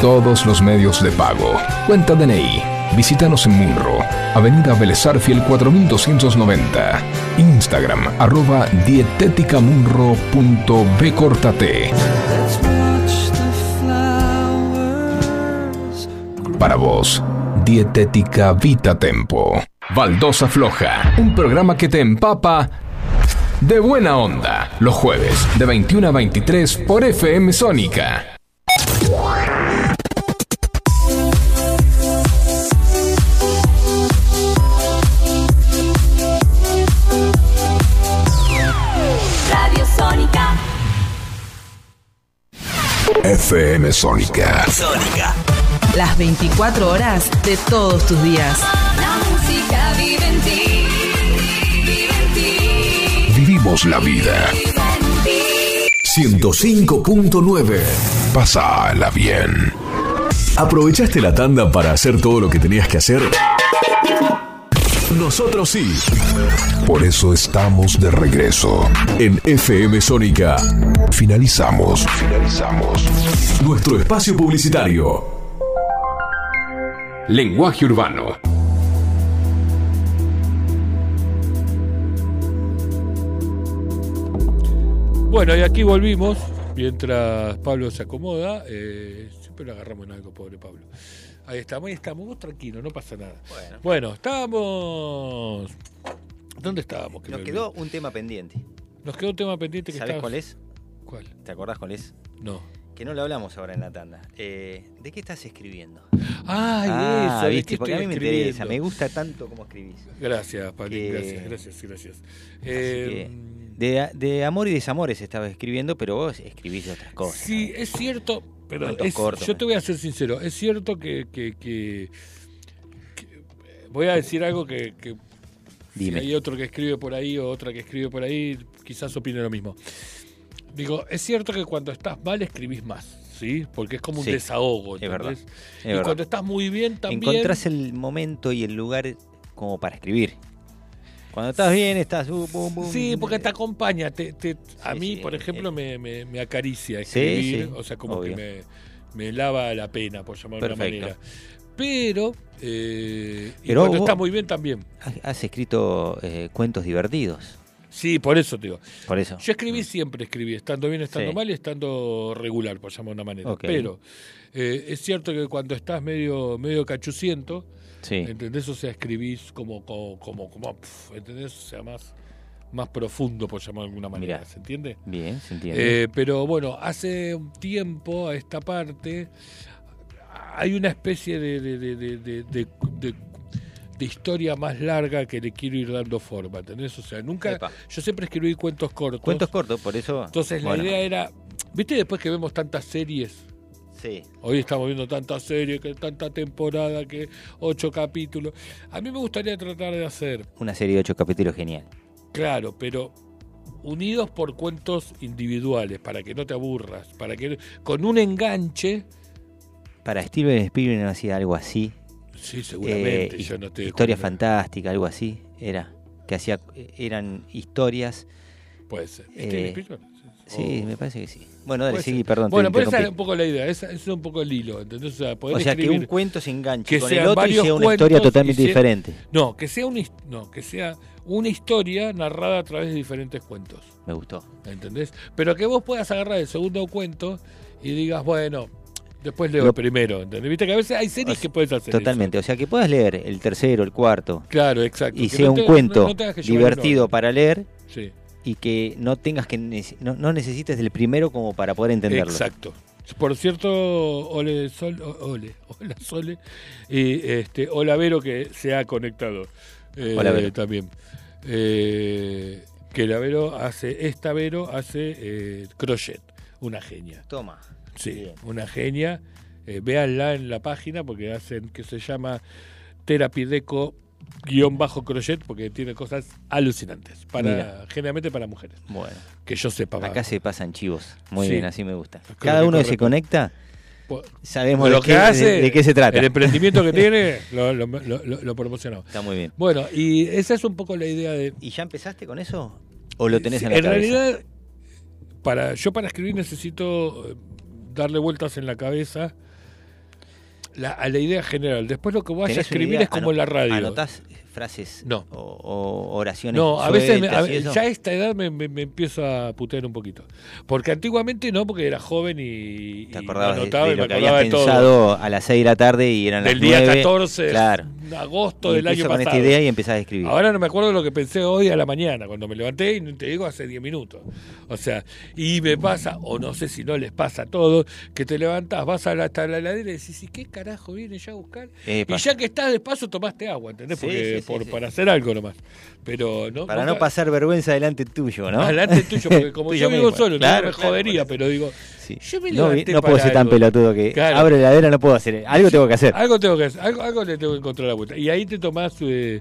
Todos los medios de pago. Cuenta DNI. Visítanos en Munro, Avenida Belezar Fiel 4290. Instagram, arroba dieteticamunro.bcortate. Para vos, Dietética Vita Tempo. Baldosa Floja, un programa que te empapa de buena onda. Los jueves, de 21 a 23 por FM Sónica.
Radio Sónica.
FM Sónica.
Las 24 horas de todos tus días.
La música vive en ti. Vive en ti.
Vivimos la vida.
Vive en ti.
105.9. Pásala bien.
¿Aprovechaste la tanda para hacer todo lo que tenías que hacer?
Nosotros sí. Por eso estamos de regreso. En FM Sónica. Finalizamos. Finalizamos. Nuestro espacio publicitario.
Lenguaje urbano.
Bueno, y aquí volvimos. Mientras Pablo se acomoda, eh, siempre lo agarramos en algo, pobre Pablo. Ahí estamos, ahí estamos, vos tranquilo, no pasa nada. Bueno, estábamos. ¿Dónde estábamos? que
Nos
me
quedó
olvidé?
un tema pendiente.
Nos quedó un tema pendiente que
¿Sabes
estaba-
cuál es?
¿Cuál?
¿Te acordás cuál es?
No.
Que no lo hablamos ahora en la tanda. Eh, ¿De qué estás escribiendo?
Ay,
ah,
eso, ¿de qué
viste, porque a mí
estoy
me
escribiendo?
interesa, me gusta tanto como escribís.
Gracias, Pablín,
Eh,
gracias, gracias, gracias.
que,
Em,
De, de amor y desamores estaba escribiendo, pero vos escribís de otras cosas.
Sí, es cierto, pero
Cuentos
es-
cortos,
yo
me-
te voy a ser sincero, es cierto que, que- que- que- voy a decir algo que, que
Dime.
Si hay otro que escribe por ahí o otra que escribe por ahí, quizás opine lo mismo. Digo, es cierto que cuando estás mal escribís más, ¿sí? Porque es como un
Sí,
desahogo.
es verdad,
¿entendés?
es
y
verdad.
cuando estás muy bien también.
Encontrás el momento y el lugar como para escribir. Cuando estás bien, estás. uh, bum, bum,
Sí, porque te acompaña. Te, te- a
Sí,
mí,
sí,
por
eh,
ejemplo,
eh.
me, me- me acaricia
Sí,
escribir.
sí,
o sea, como
obvio.
que me, me lava la pena, por llamarlo de una
Perfecto.
manera. Pero, eh, y
Pero
cuando
vos-
estás muy bien también.
Has- Has escrito eh, cuentos divertidos.
Sí, por eso te digo.
Por eso.
Yo escribí siempre, escribí, estando bien, estando
Ah. Sí.
mal y estando regular, por llamarlo de una manera.
Ok.
Pero eh, es cierto que cuando estás medio, medio cachuciento,
Sí.
¿entendés? O sea, escribís como, como, como, como, pf, ¿entendés? O sea, más, más profundo, por llamarlo de alguna manera.
Mirá.
¿Se entiende?
Bien, se entiende.
Eh, pero bueno, hace un tiempo a esta parte hay una especie de, de- de- de- de- de- de- de historia más larga que le quiero ir dando forma, ¿entendés? O sea, nunca,
Epa.
yo siempre escribí cuentos cortos.
cuentos cortos, por eso.
Entonces la
bueno,
idea era, viste después que vemos tantas series,
Sí.
hoy estamos viendo tantas series, que tanta temporada, que ocho capítulos. A mí me gustaría tratar de hacer,
Una serie de ocho capítulos genial.
claro, pero unidos por cuentos individuales, para que no te aburras, para que con un enganche,
Para Steven Spielberg no hacía algo así.
sí, seguramente,
eh,
yo no te
historia fantástica, algo así. Era. Que hacía. Eran historias.
Puede ser.
eh,
Steven Spielberg.
Sí,
O-
me parece que sí. Bueno, dale,
puede
sí,
ser.
perdón. te
Bueno, pero esa
interrumpí.
era un poco la idea, esa, ese es un poco el hilo, ¿entendés? O sea, poder
O sea, que un
escribir-
cuento se enganche
que
con el
sean
otro y
varios
sea una historia
cuentos y
totalmente
sea-
diferente.
No, que sea una, his- no, que sea una historia narrada a través de diferentes cuentos.
Me gustó.
¿Entendés? Pero que vos puedas agarrar el segundo cuento y digas, bueno, después leo
Lo-
el primero. ¿Entendés? Viste que a veces hay series
O sea,
que puedes hacer.
Totalmente. O sea, que puedas leer el tercero, el cuarto
eso. Claro, exacto.
y
Que
sea
no
un
te-
cuento
no- no tengas que llevar
divertido
el orden.
para leer
Sí,
y que no tengas que nece- no, no necesites del primero como para poder entenderlo.
exacto. Por cierto, Ole Sol, o- Ole, hola Sole, y este, hola Vero que se ha conectado eh,
Hola, Vero.
también. Eh, que la Vero hace, esta Vero hace eh, crochet, una genia.
Toma.
Sí,
Bien.
una genia. Eh, véanla en la página porque hacen que se llama terapideco-crochet porque tiene cosas alucinantes. Para,
Mira.
Generalmente para mujeres.
Bueno,
Que yo sepa. va.
acá se pasan chivos. Muy
Sí.
bien, así me gusta.
Creo
Cada
que
uno que se
correcto.
conecta,
Po-
sabemos
lo
de, qué,
que hace,
de- de qué se trata.
El emprendimiento
<laughs>
que tiene, lo, lo, lo- lo- lo promocionamos.
Está muy bien.
Bueno, y esa es un poco la idea de...
¿Y ya empezaste con eso? ¿O lo tenés
Sí,
en la cabeza?
realidad, para, yo para escribir necesito eh, darle vueltas en la cabeza la- a la idea general. Después lo que voy a
¿Tenés una
escribir
idea?
es como
Ano-
la radio.
¿Anotás frases
No.
o, o oraciones?
No, a veces me- a
sueltas y
ve-
eso?
ya a esta edad me, me- me empiezo a putear un poquito. Porque antiguamente no, porque era joven y,
¿Te
y
acordabas de,
anotaba
de
y me
lo que habías
acordaba de todo.
pensado a las 6 de la tarde y eran las
Del día
9?
14 de
Claro.
agosto
Y
del año
empiezo con
pasado.
esta idea y empezás a escribir.
Ahora no me acuerdo lo que pensé hoy a la mañana, cuando me levanté, y te digo hace 10 minutos. O sea, y me pasa, o no sé si no les pasa a todos, que te levantás, vas a la, hasta la heladera y decís, ¿y qué carajo viene ya a buscar?
Epa.
Y ya que estás de paso, tomaste agua, ¿entendés?
Sí,
Porque
sí, sí,
por-
sí.
para hacer algo nomás. Pero no,
Para
nunca-
no pasar vergüenza delante tuyo, ¿no?
Adelante tuyo,
<laughs>
porque como
Tuyo
yo vivo
mismo.
solo,
Claro,
claro, me
claro,
jodería,
por
pero digo,
Sí.
yo me
no, vi-
levanté
no puedo
para
ser tan
algo.
pelotudo que
Claro. Ah.
abro la heladera, no puedo hacer. eh, Algo tengo que hacer.
Algo tengo que hacer, algo, algo le tengo que encontrar la vuelta. Y ahí te tomás, eh,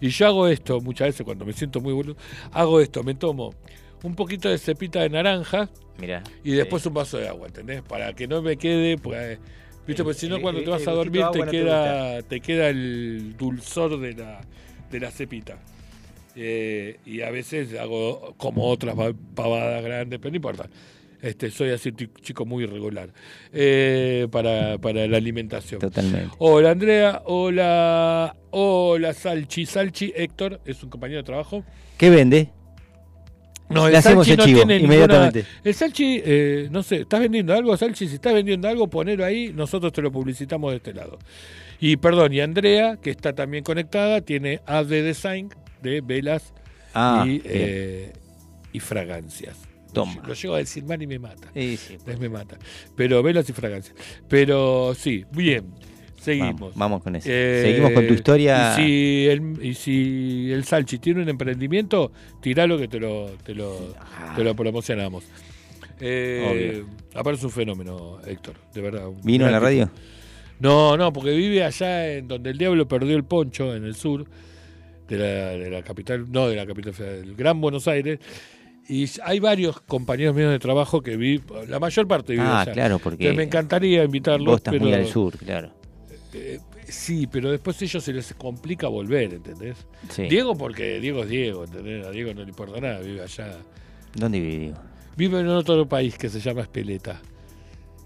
y yo hago esto muchas veces cuando me siento muy boludo, hago esto, me tomo un poquito de cepita de naranja
Mirá.
y después un vaso de agua, ¿entendés? Para que no me quede, pues, viste,
El-
porque si
el-
no cuando
el-
te vas
el
a dormir
gustito de
te
agua no te
queda, te, queda el dulzor de la, de la cepita. Eh, y a veces hago como otras va- pavadas grandes, pero no importa. Este, soy así un chico muy irregular eh, para, para la alimentación.
Totalmente.
Hola Andrea, hola, hola Salchi. Salchi Héctor es un compañero de trabajo.
¿Qué vende?
No,
Le hacemos el chivo, inmediatamente.
ninguna- El Salchi, eh, no sé, ¿estás vendiendo algo, Salchi? Si estás vendiendo algo, ponelo ahí, nosotros te lo publicitamos de este lado. Y perdón, y Andrea, que está también conectada, tiene AD Design de velas
Ah,
y,
bien.
eh, y fragancias.
Toma.
Lo llego a decir mal y me mata.
Sí, sí.
Después me mata. Pero velas y fragancias. Pero sí, bien. Seguimos.
Vamos, vamos con eso.
Eh,
Seguimos con tu historia.
Y si el, y si el Salchi tiene un emprendimiento, tiralo que te lo, te lo,
Ah.
te lo promocionamos. Eh, aparece un fenómeno, Héctor, de verdad. un
¿Vino a
gran
la
tipo.
radio?
No, no, porque vive allá en donde el diablo perdió el poncho, en el sur. de la, de la capital, no de la capital federal, del Gran Buenos Aires. Y hay varios compañeros míos de trabajo que vi, la mayor parte vive
Ah,
allá.
claro, porque
Entonces me encantaría invitarlos,
Vos estás
pero
muy al sur, claro.
eh, sí, pero después a ellos se les complica volver, ¿entendés?
Sí.
Diego porque Diego es Diego, ¿entendés? A Diego no le importa nada, vive allá.
¿Dónde vive Diego?
Vive en otro país que se llama Espeleta,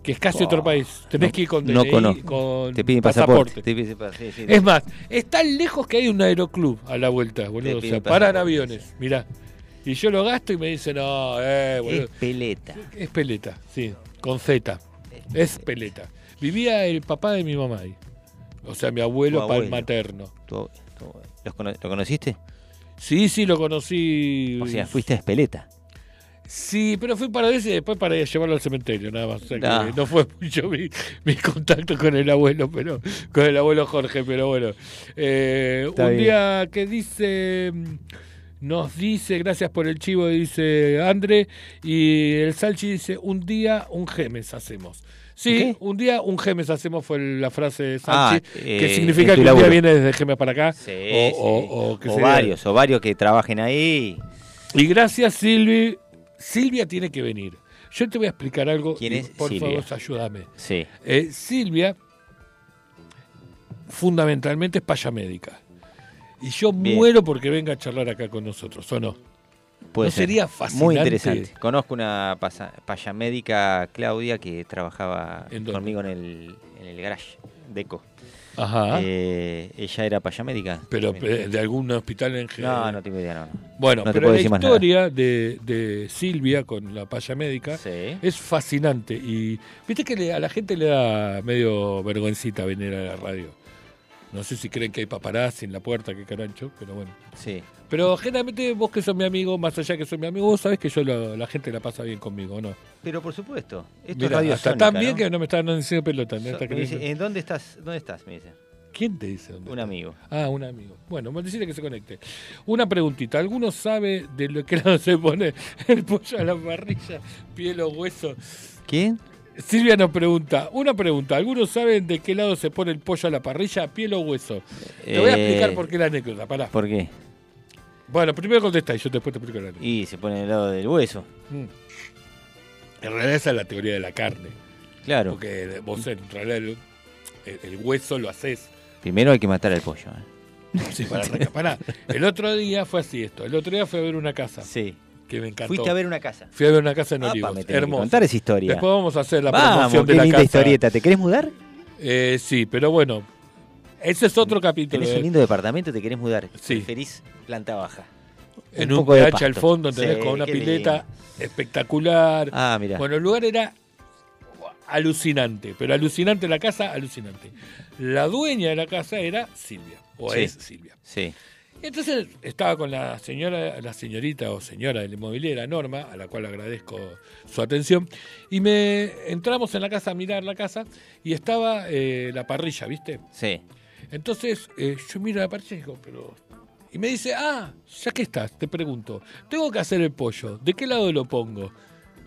que es casi
Oh,
otro país. Tenés
no-
que ir con
no
DNI,
conozco.
con
Te piden pasaporte. Te piden pa- sí, sí,
Es más, es tan lejos que hay un aeroclub a la vuelta, boludo. O sea,
piden
paran
pasaporte,
aviones, mirá. Y yo lo gasto y me dicen, no, eh, boludo.
es peleta.
Es peleta, sí, con Z. Es peleta. Vivía el papá de mi mamá ahí. O sea, mi abuelo,
Tu
pa-
abuelo.
materno.
Tu- tu- ¿los cono- ¿Lo conociste?
Sí, sí, lo conocí.
O sea, fuiste a Espeleta.
Sí, pero fui para veces y después para ir a llevarlo al cementerio, nada más. O sea, que
Ah.
no fue mucho mi, mi contacto con el abuelo, pero con el abuelo Jorge, pero bueno. Eh,
Está
un
bien.
día que dice, mm, nos dice, gracias por el chivo, dice André, y el Salchi dice, un día un gemes hacemos. Sí,
¿Qué?
un día un gemes hacemos fue la frase de
Ah,
Salchi, que
eh,
significa
en
que
tu
un día
laburo.
viene desde gemes para acá.
Sí,
o,
sí.
o- o que
O
se-
varios, o varios que trabajen ahí.
y gracias, Silvi. Silvia tiene que venir. Yo te voy a explicar algo.
¿Quién
y
es
Por
Silvia?
favor, ayúdame.
Sí.
Eh, Silvia, fundamentalmente, es payamédica. Y yo
Bien.
muero porque venga a charlar acá con nosotros, ¿o no?
Puede
¿No
ser.
sería
Muy
fascinante?
interesante. Conozco una pasa- payamédica, Claudia, que trabajaba
¿En dónde?
conmigo en el, en el garage, Deco.
Ajá.
Eh, ella era payamédica.
pero
También.
eh, de algún hospital en general.
No, no tengo idea, no. no.
Bueno,
No te
pero
puedo
la
decir más nada.
historia de, de Silvia con la payamédica
Sí.
es fascinante. Y viste que le- a la gente le da medio vergüencita venir a la radio. No sé si creen que hay paparazzi en la puerta, qué carancho, pero bueno.
Sí.
Pero generalmente vos que sos mi amigo, más allá que sos mi amigo, vos sabés que yo lo- la gente la pasa bien conmigo, ¿o ¿no?
Pero por supuesto, esto es
Mirá,
radio
hasta
sónica,
tan bien
¿no?
que no me están diciendo pelota. ¿no?
So-
Hasta que
me
me
dice,
dicen-
"¿En dónde estás? ¿Dónde estás? Me dice.
¿Quién te dice dónde
Un
está?
amigo.
Ah, un amigo. Bueno, decirle que se conecte. Una preguntita. ¿Alguno sabe de lo que <laughs> no se pone el pollo a la parrilla, piel o hueso?
¿Quién?
Silvia nos pregunta, una pregunta, ¿algunos saben de qué lado se pone el pollo a la parrilla, piel o hueso? Te voy a
Eh,
explicar por qué la anécdota, pará.
¿Por qué?
Bueno, primero contesta y yo después te explico la anécdota.
Y se pone del lado del hueso.
Mm. En realidad esa es la teoría de la carne,
Claro.
porque vos en realidad el, el- el hueso lo haces
Primero hay que matar al pollo. ¿eh? <laughs>
sí, <laughs> para recaparar. El otro día fue así esto, el otro día fui a ver una casa
Sí.
que me encantó.
Fuiste a ver una casa.
Fui a ver una casa en
Apa,
Olivos.
me tenés que
Hermoso.
contar esa historia.
Después vamos a hacer la
Vamos,
promoción
qué
de la
linda
casa.
historieta. ¿Te querés mudar?
Eh, sí, pero bueno. Ese es otro capítulo.
Tenés
eh.
un lindo departamento, te querés mudar.
Sí.
Preferís planta baja.
En
un
un,
poco de
pH al
pasto.
fondo, ¿entendés?
Sí,
con una
qué
pileta espectacular.
Ah, mirá.
Bueno, el lugar era alucinante, pero alucinante la casa, alucinante. La dueña de la casa era Silvia, o
Sí.
es Silvia.
Sí.
Entonces estaba con la señora, la señorita o señora de la inmobiliaria Norma, a la cual agradezco su atención, y me entramos en la casa a mirar la casa y estaba eh, la parrilla, ¿viste?
Sí.
Entonces eh, yo miro la parrilla y digo, pero... Y me dice, ah, ya que estás, te pregunto, tengo que hacer el pollo, ¿de qué lado lo pongo?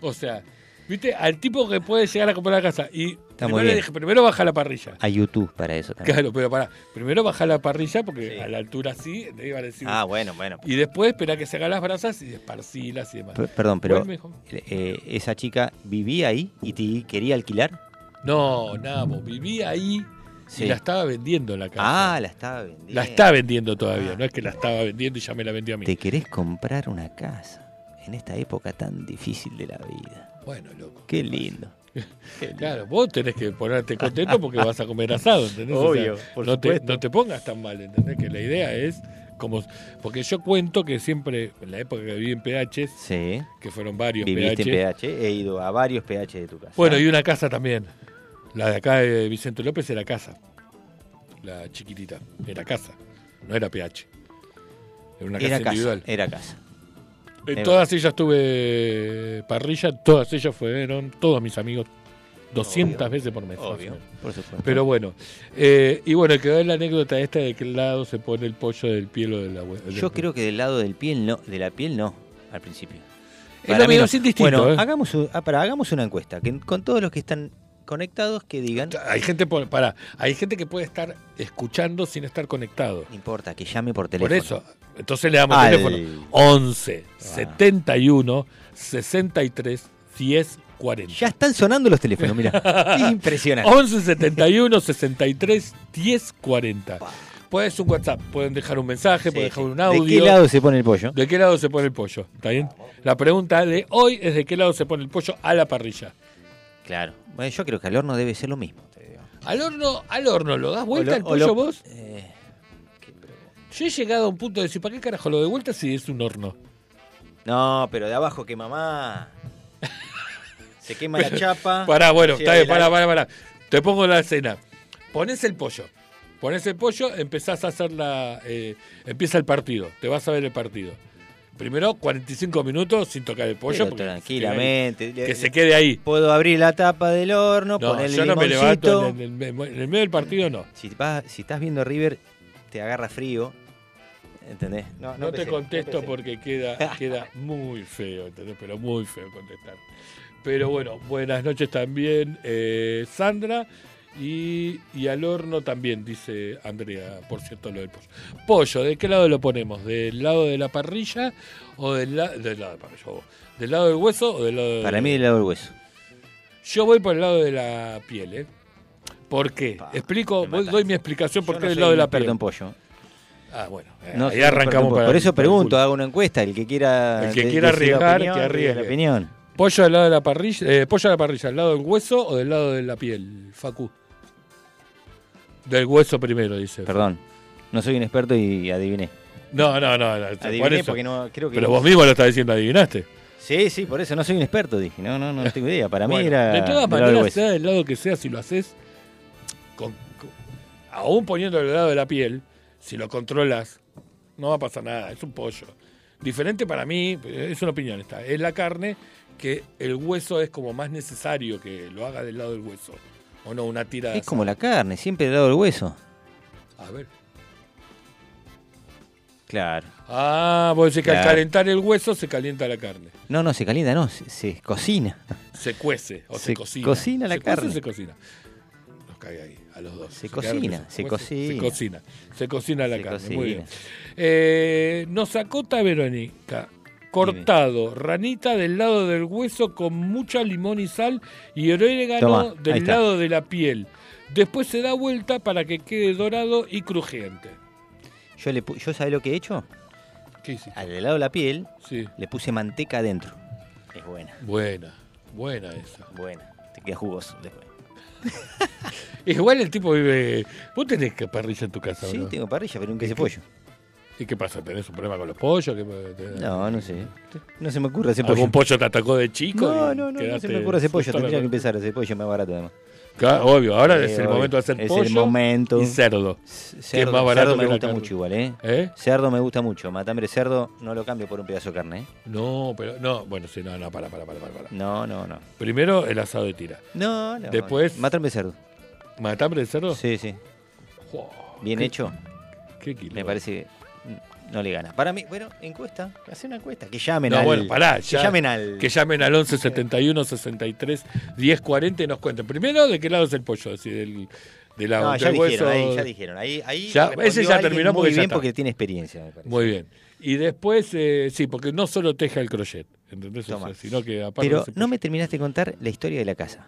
O sea, viste, al tipo que puede llegar a comprar la casa. Y
Está
primero
muy
le
bien.
dije, primero baja la parrilla.
A YouTube para eso también.
Claro, pero pará, primero baja la parrilla porque
Sí.
a la altura sí, le iban a decir...
Ah, bueno, bueno.
Y después espera que se hagan las brasas y esparcilas y demás.
P- perdón, pero
Igual me dijo-
eh, esa chica vivía ahí y te quería alquilar.
No, Namo, vivía ahí
Sí.
y la estaba vendiendo la casa.
Ah, la estaba vendiendo.
la está vendiendo todavía, no es que la estaba vendiendo y ya me la vendió a mí.
Ah. Te querés comprar una casa en esta época tan difícil de la vida.
Bueno, loco. <laughs>
Qué lindo.
Claro, vos tenés que ponerte contento porque vas a comer asado, ¿entendés? O sea,
Obvio, por
no, te,
supuesto.
no te pongas tan mal, ¿entendés? Que la idea es como... Porque yo cuento que siempre, en la época que viví en PHs,
Sí.
que fueron varios
Viviste
PHs,
en PH. He ido a varios PH de tu casa.
Bueno, y una casa también. La de acá de Vicente López era casa. La chiquitita. Era casa. No era PH. Era una casa
era casa.
individual.
Era casa.
En
era-
todas ellas tuve parrilla. Todas ellas fueron todos mis amigos. 200
Obvio.
veces por mes. más o
Obvio.
menos.
Por supuesto.
Pero bueno. eh, y bueno, quedó la anécdota esta de que al lado se pone el pollo del piel o de la hue-
Yo
del-
creo que del lado del piel no, de la piel no, al principio.
Es lo
Para mí
mismo,
no.
sin distinto.
Bueno,
eh.
hagamos, un- ah, pará, hagamos una encuesta que con todos los que están conectados que digan,
Hay gente, por- pará, hay gente que puede estar escuchando sin estar conectado.
no importa, que llame por teléfono.
Por eso, entonces le damos el
Al- Ah.
teléfono 11 71 63 10 40.
Ya están sonando los
<laughs>
teléfonos, mira. Impresionante.
11 71 63 10 40. Puedes un WhatsApp, pueden dejar un mensaje, pueden dejar un audio.
¿De qué lado se pone el pollo?
¿De qué lado se pone el pollo? ¿Está bien? La pregunta de hoy es de qué lado se pone el pollo a la parrilla.
Claro. Bueno, yo creo que al horno debe ser lo mismo. te digo.
Al horno, al horno, ¿lo das vuelta
O lo-
el
o
pollo
lo-
vos?
Eh,
Yo he llegado a un punto de decir, ¿para qué carajo lo de vuelta si es un horno?
no, pero de abajo que mamá. Se
<laughs>
quema la chapa.
Pará, bueno, está bien,
Llega
pará,
la-
pará, pará. Te pongo la escena. Pones el pollo. Pones el pollo, empezás a hacer la. eh, empieza el partido. Te vas a ver el partido. Primero, 45 minutos sin tocar el pollo.
Pero
porque-
tranquilamente.
Que se quede ahí.
Puedo abrir la tapa del horno,
No,
ponerle
yo no me
limoncito.
levanto. En el, en el- en el medio del partido, no.
Si, vas- si estás viendo River, te agarra frío. ¿Entendés?
No te
empecé,
contesto
empecé.
porque queda,
<laughs>
queda muy feo, ¿entendés? Pero muy feo contestar. Pero bueno, buenas noches también, eh, Sandra. Y, y al horno también, dice Andrea, por cierto, lo del pollo. Pollo, ¿de qué lado lo ponemos? ¿Del lado de la parrilla o del, la- del lado de la parrilla? vos? ¿Del lado del hueso o del lado de
Para mí, del lado del hueso.
Yo voy por el lado de la piel, ¿eh? ¿Por qué?
Pa,
Explico,
me
voy-
mataste.
doy mi explicación por
Yo
qué
no
del
soy
lado de
un
la
experto
piel.
en pollo.
Ah, bueno, eh,
No soy
ahí
un experto en
arrancamos
pollo.
para
Por eso
para el
pregunto,
culo.
hago una encuesta. El que quiera.
El que
de-
quiera
decir la
arriesgar, que
opinión, diga
arriesgue.
La opinión.
Pollo al lado de la parrilla, eh, pollo a la parrilla, al lado del hueso o del lado de la piel, Facu. Del hueso primero, dice.
Perdón. No soy un experto y adiviné.
No, no, no, no, por
Adiviné
eso.
porque no creo que.
Pero vos mismo lo estás diciendo, adivinaste.
Sí, sí, por eso no soy un experto, dije. No,
<laughs>
no, no tengo idea. Para mí
Bueno,
era.
de todas
del lado del
maneras,
hueso.
sea del lado que sea, si lo haces, con- con- aún poniendo el lado de la piel, si lo controlas, no va a pasar nada, es un pollo. Diferente para mí, es una opinión esta, es la carne que el hueso es como más necesario que lo haga del lado del hueso. O no, una tira de
Es como la carne, siempre del lado del hueso.
A ver.
Claro.
Ah, vos decís que al
Claro.
calentar el hueso se calienta la carne.
No, no, se calienta, no, se, se cocina.
Se cuece o se,
Se
cocina.
cocina la
¿Se cuece o
carne.
se cocina. Nos cae ahí, a los dos.
Se
quedaron
cocina,
esos.
se
¿Cómo es? Se
cocina.
cocina. Se cocina la
Se
carne.
cocina.
Muy bien. Eh, nos acota Verónica. Cortado, ranita del lado del hueso con mucha limón y sal y orégano
Tomá, ahí
del
está.
lado de la piel. Después se da vuelta para que quede dorado y crujiente.
Yo le pu- yo sabés lo que he hecho?
¿Qué hiciste?
Al del lado de la piel
Sí.
le puse manteca adentro. Es buena,
Buena, buena esa.
buena. Te queda jugoso después.
<laughs> Igual el tipo vive. Vos tenés que parrilla en tu casa,
Sí,
¿no?
tengo parrilla, pero nunca hice pollo.
¿Y qué pasa? ¿Tenés un problema con los pollos? ¿Qué- tenés-
No, no sé. No se me ocurre ese pollo.
¿Algún pollo te atacó de chico?
No,
y
no, no, no se
quedaste
me ocurre ese pollo.
asustado?
Tendría que empezar ese pollo más barato además.
Claro, Obvio, ahora
Sí,
es el
obvio.
momento de hacer
Es
pollo
el momento.
y cerdo.
C-
Que es
Cerdo,
más barato
cerdo
que
me
la
gusta
carne.
mucho igual, ¿eh?
¿Eh?
Cerdo me gusta mucho. Matambre cerdo no lo cambio por un pedazo de carne, ¿eh?
No, pero no, bueno, sí, no, no, para, para, para, para. para.
No, no, no.
Primero el asado de tira.
No, no.
Después-
Matambre cerdo.
¿Matambre de cerdo?
Sí, sí.
Jo,
Bien
qué-
hecho.
Qué kilo.
Me parece que no le gana. Para mí, bueno, encuesta. Hace una encuesta. Que llamen
No,
al.
bueno, pará, ya-
que llamen al.
Que llamen al 11 71 63 10 40 y nos cuenten. Primero, ¿de qué lado es el pollo? Así, del, de la,
no,
del
ya dijeron,
hueso.
ahí, ya dijeron. Ahí, ahí
Ya,
respondió
ese ya
alguien
terminó
muy
porque ya
bien
está.
porque tiene experiencia, me parece.
Muy bien. Y después, eh, sí, porque no solo teja el crochet, ¿entendés? O
Toma.
sea, sino que aparte.
Pero
hace
no me terminaste de contar la historia de la casa.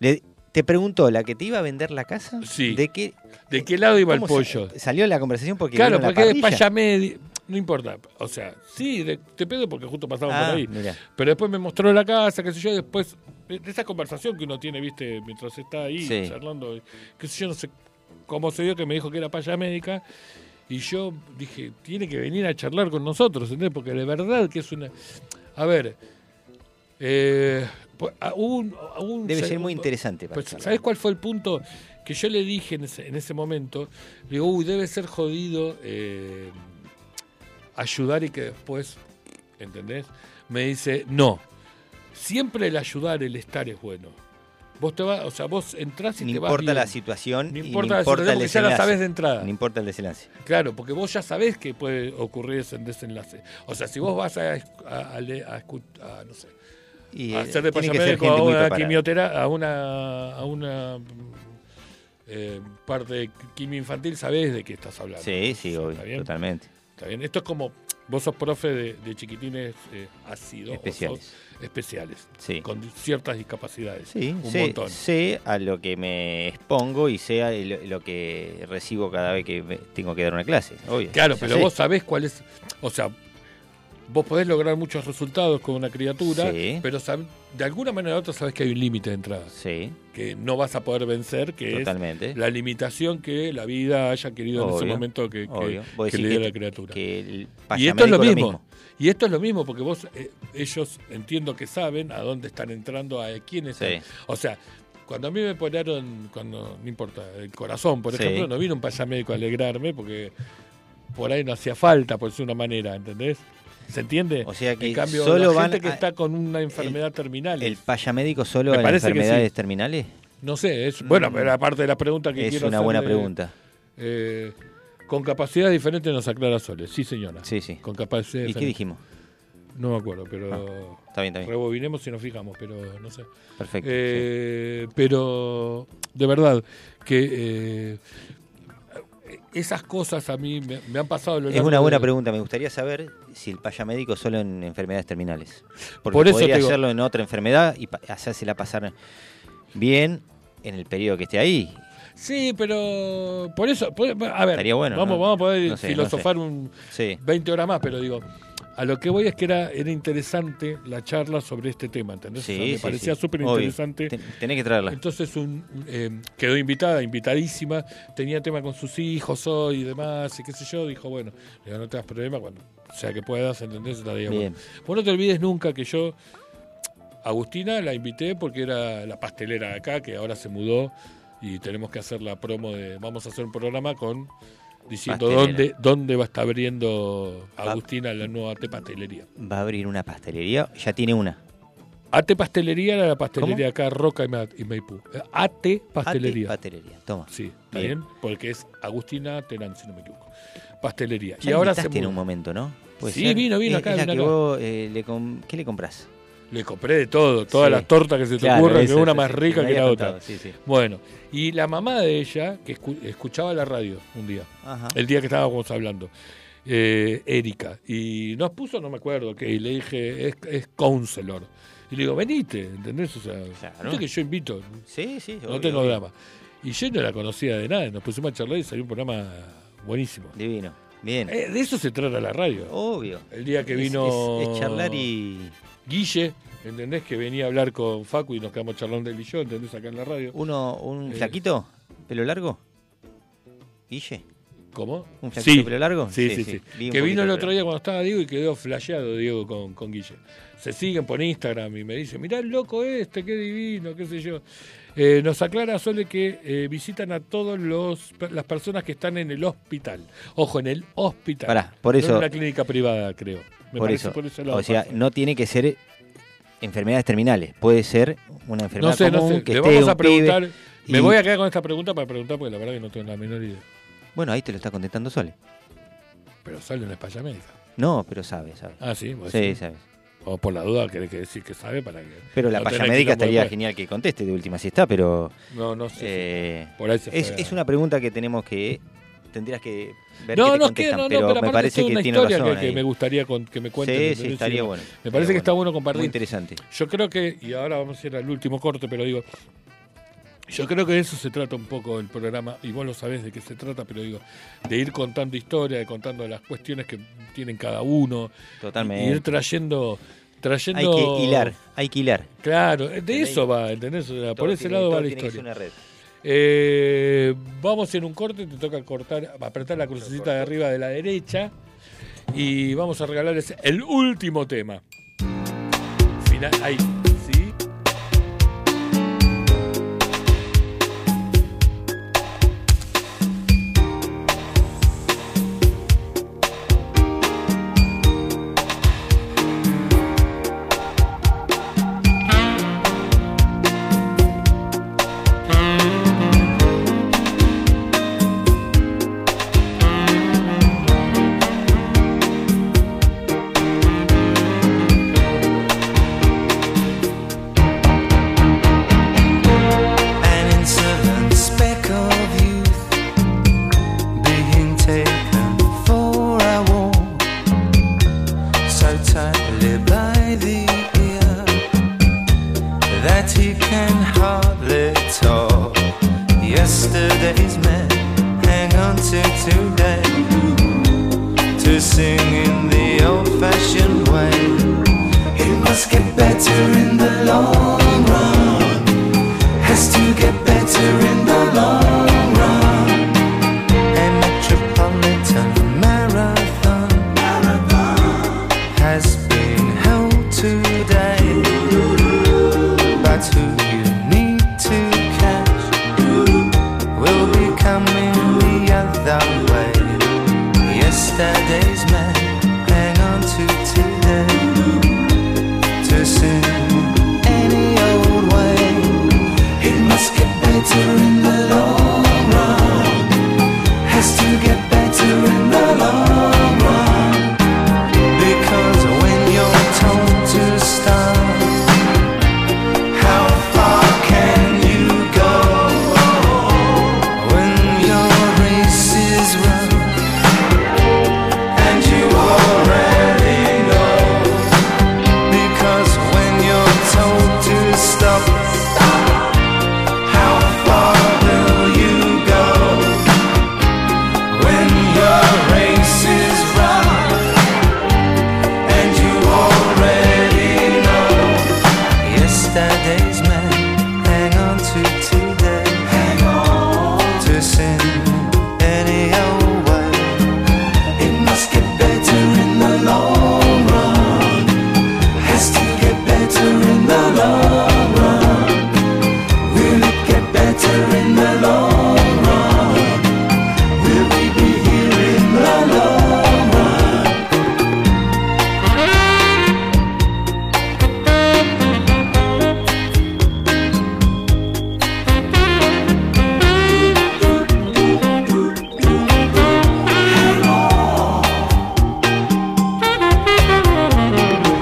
Le- te preguntó la que te iba a vender la casa.
Sí.
¿De qué?
¿De qué lado iba el
cómo sa-
pollo?
Salió la conversación porque.
Claro,
vieron la
porque después
parrilla.
llamé. di- No importa. O sea, sí, de- te pedo porque justo pasamos
Ah,
por ahí.
mirá.
Pero después me mostró la casa, qué sé yo, y después. De de esa conversación que uno tiene, viste, mientras está ahí
Sí.
charlando, y qué sé yo, no sé cómo se dio que me dijo que era paya médica. Y yo dije, tiene que venir a charlar con nosotros, ¿entendés? Porque de verdad que es una. A ver. Eh, pues, a- hubo un- hubo un-
Debe ser
un-
muy interesante. para
pues,
charlar.
¿Sabés cuál fue el punto que yo le dije en ese, en ese momento? Le digo, uy, debe ser jodido eh, ayudar y que después, ¿entendés? Me dice, no, siempre el ayudar, el estar es bueno. Vos te vas, o sea, vos entrás y
No
te vas
importa la
bien.
situación.
No
y
importa la situación, porque ya la
desenlace.
sabés de entrada.
No importa el desenlace.
Claro, porque vos ya sabés que puede ocurrir ese desenlace. O sea, si vos vas a, esc- a- a le- a escu- a, no sé,
Y, eh,
hacer de
tiene que
payamédico
ser gente
a
muy
una
preparada.
quimiotera, a una, a una mm, eh, parte de quimio infantil, sabés de qué estás hablando.
Sí, sí,
¿Está bien?
obvio, totalmente.
Está bien. Esto es como, vos sos profe de, de chiquitines eh, ácidos.
Especiales.
especiales.
Sí.
Con ciertas discapacidades.
Sí,
un
sé,
montón.
sé a lo que me expongo y sé a lo, lo que recibo cada vez que me- tengo que dar una clase. obvio.
Claro,
Ya
pero
sé.
vos sabés cuál es. O sea, vos podés lograr muchos resultados con una criatura,
Sí.
pero sab- de alguna manera u otra sabés que hay un límite de entrada.
Sí,
Que no vas a poder vencer, que
totalmente.
es la limitación que la vida haya querido en ese
Obvio,
momento que, que-
obvio. Vos
que
decís
le dio
que-
a la criatura.
que el
Y esto es lo
payamédico
mismo. Y esto es lo mismo, porque vos, eh, ellos entiendo que saben a dónde están entrando, a quiénes.
Sí.
están. O sea, cuando a mí me operaron, cuando, no importa, el corazón, por
Sí.
ejemplo, no vino un payamédico a alegrarme porque por ahí no hacía falta, por decir una manera, ¿entendés? ¿Se entiende?
O sea que
en cambio,
solo
la
van
gente que
a-
está con una enfermedad terminal,
¿El payamédico solo
Me
en
parece que
enfermedades
sí.
terminales?
no sé, es, bueno, pero aparte de la pregunta que
Mm. Es
quiero
una buena
hacerle,
pregunta.
eh, con capacidades diferentes nos aclara Soles, sí señora.
Sí, sí.
Con capacidades
¿Y
diferentes.
qué dijimos? Ah,
No me acuerdo, pero...
Está bien, está bien.
Rebobinemos si nos fijamos, pero no sé.
Perfecto.
Eh, Pero de verdad que eh, esas cosas a mí me, me han pasado. a lo
sí. Es
largo
una buena
de-
pregunta. Me gustaría saber si el payamédico solo en enfermedades terminales. Porque
Por eso
podría
te digo-
hacerlo en otra enfermedad y pa- hacérsela pasar bien en el periodo que esté ahí.
Sí, pero por eso, por- a ver,
Estaría bueno,
vamos,
¿no?
vamos a poder
No sé, no
filosofar
sé.
un
Sí.
20 horas más, pero digo, a lo que voy es que era, era interesante la charla sobre este tema, ¿entendés?
Sí,
O sea, me
sí,
parecía
sí.
súper
Obvio.
interesante.
Ten- Tenés que traerla.
Entonces un, un, eh, quedó invitada, invitadísima, tenía tema con sus hijos hoy y demás, y qué sé yo, dijo, bueno, le digo, no te das problema, cuando sea que puedas, ¿entendés? Estaría
Bien.
bueno. Vos no te olvides nunca que yo, Agustina, la invité porque era la pastelera de acá, que ahora se mudó, y tenemos que hacer la promo de, vamos a hacer un programa con diciendo dónde,
Pastelera. Ah.
dónde va a estar abriendo Agustina la nueva te pastelería.
Va a abrir una pastelería. Ya tiene una.
AT Pastelería era la pastelería
¿Cómo?
acá, Roca y Ma- y Maipú. Eh, AT Pastelería.
Ate- Pastelería. Toma.
Sí, está bien.
Bien.
Porque es Agustina Terán, si no me equivoco. Pastelería.
Ya
y ahora se
invitaste en
mudó.
un momento, ¿no? Puede
Sí, vino, vino
Es-
acá,
es la
vino
que
acá.
vos, eh, le com- ¿Qué le compras?
Le compré de todo, todas
Sí.
las tortas que se te
Claro,
ocurran, que
esa,
una
esa,
más
sí,
rica
me
que la
habías
otra.
contado, sí, sí.
Bueno, y la mamá de ella, que escu- escuchaba la radio un día,
Ajá.
el día que estábamos hablando, eh, Erika, y nos puso, no me acuerdo qué, y le dije, es, es counselor. Y le digo, venite, ¿entendés? O sea,
Claro.
viste que yo invito,
Sí, sí.
no
obvio,
tengo
obvio.
drama. Y yo no la conocía de nada, nos pusimos a charlar y salió un programa buenísimo.
Divino. Bien.
Eh, de eso se trata la radio.
Obvio.
El día que
Es-
vino-
Es, es charlar y.
Guille, ¿entendés? Que venía a hablar con Facu y nos quedamos charlando él y yo, ¿entendés? Acá en la radio.
Uno, un
Eh.
flaquito, pelo largo. Guille.
¿Cómo?
¿Un flaquito
Sí.
pelo largo?
Sí, sí, sí.
Vi un
Que vino
poquito,
el
pero-
otro día cuando estaba Diego y quedó flasheado Diego con, con Guille. Se siguen por Instagram y me dice, mirá el loco este, qué divino, qué sé yo. Eh, nos aclara Sole que eh, visitan a todas las personas que están en el hospital. Ojo, en el hospital.
Pará, por
No
eso-
en una clínica privada, creo. Me
por
parece
eso.
por ese lado
O sea,
pasa.
no tiene que ser enfermedades terminales. Puede ser una enfermedad
No sé, no
común
sé.
que
Le
esté
vamos
un
a preguntar.
pibe
Me
y-
voy a quedar con esta pregunta para preguntar porque la verdad que no tengo la menor idea.
Bueno, ahí te lo está contestando Sole.
Pero sale una espalla médica.
No, pero sabe, sabe.
Ah, sí, vos
sí,
decís.
sabes.
O por la duda querés que decir que sabe para que.
Pero la
no
paya
tenés
médica
quilombo
estaría
después.
genial que conteste de última si está, pero
No, no sé.
eh,
Por ahí se
es,
fue.
es una pregunta que tenemos que tendrías que
no,
ver qué te
no, es que,
contestan,
no, no,
pero,
pero, aparte
me parece
es
que
una
tiene
historia
razón
que, que
ahí.
me gustaría con- que me cuenten.
sí, sí,
¿entendés?
estaría bueno.
Me
estaría
parece que está bueno
Muy
compartir.
interesante.
Yo creo que, y ahora vamos a ir al último corte, pero digo, yo creo que de eso se trata un poco el programa, y vos lo sabés de qué se trata, pero digo, de ir contando historia, de contando las cuestiones que tienen cada uno,
Totalmente.
y ir trayendo... trayendo
Hay que hilar, hay que hilar.
Claro, de
¿Entendés?
eso va, ¿entendés? O sea, por
Todo
ese
tiene-
lado
todo
va la
tiene que ser
historia.
una red.
Eh, vamos en un corte, te toca cortar, apretar la crucecita de arriba de la derecha y vamos a regalarles el último tema. Final, ahí, ¿sí?
sing in the old fashioned way. It must get better in the long run. Has to get better in the long run. A metropolitan marathon, has been held today. But who you need to catch will be coming the other way. Yesterday's man, hang on to today. Too soon, any old way. It must get better in the long run. Has to get better in the long run. Because when you're told to stop, how far can you go? When your race is run, and you already know. Because when you're told to stop, how far will you go? When your race is run, and you already know. Yesterday's man, hang on to today. Hang on to sin any old way. It must get better in the long run. Has to get better in the long run. Will it get better in the long run? Will we be here in the long run?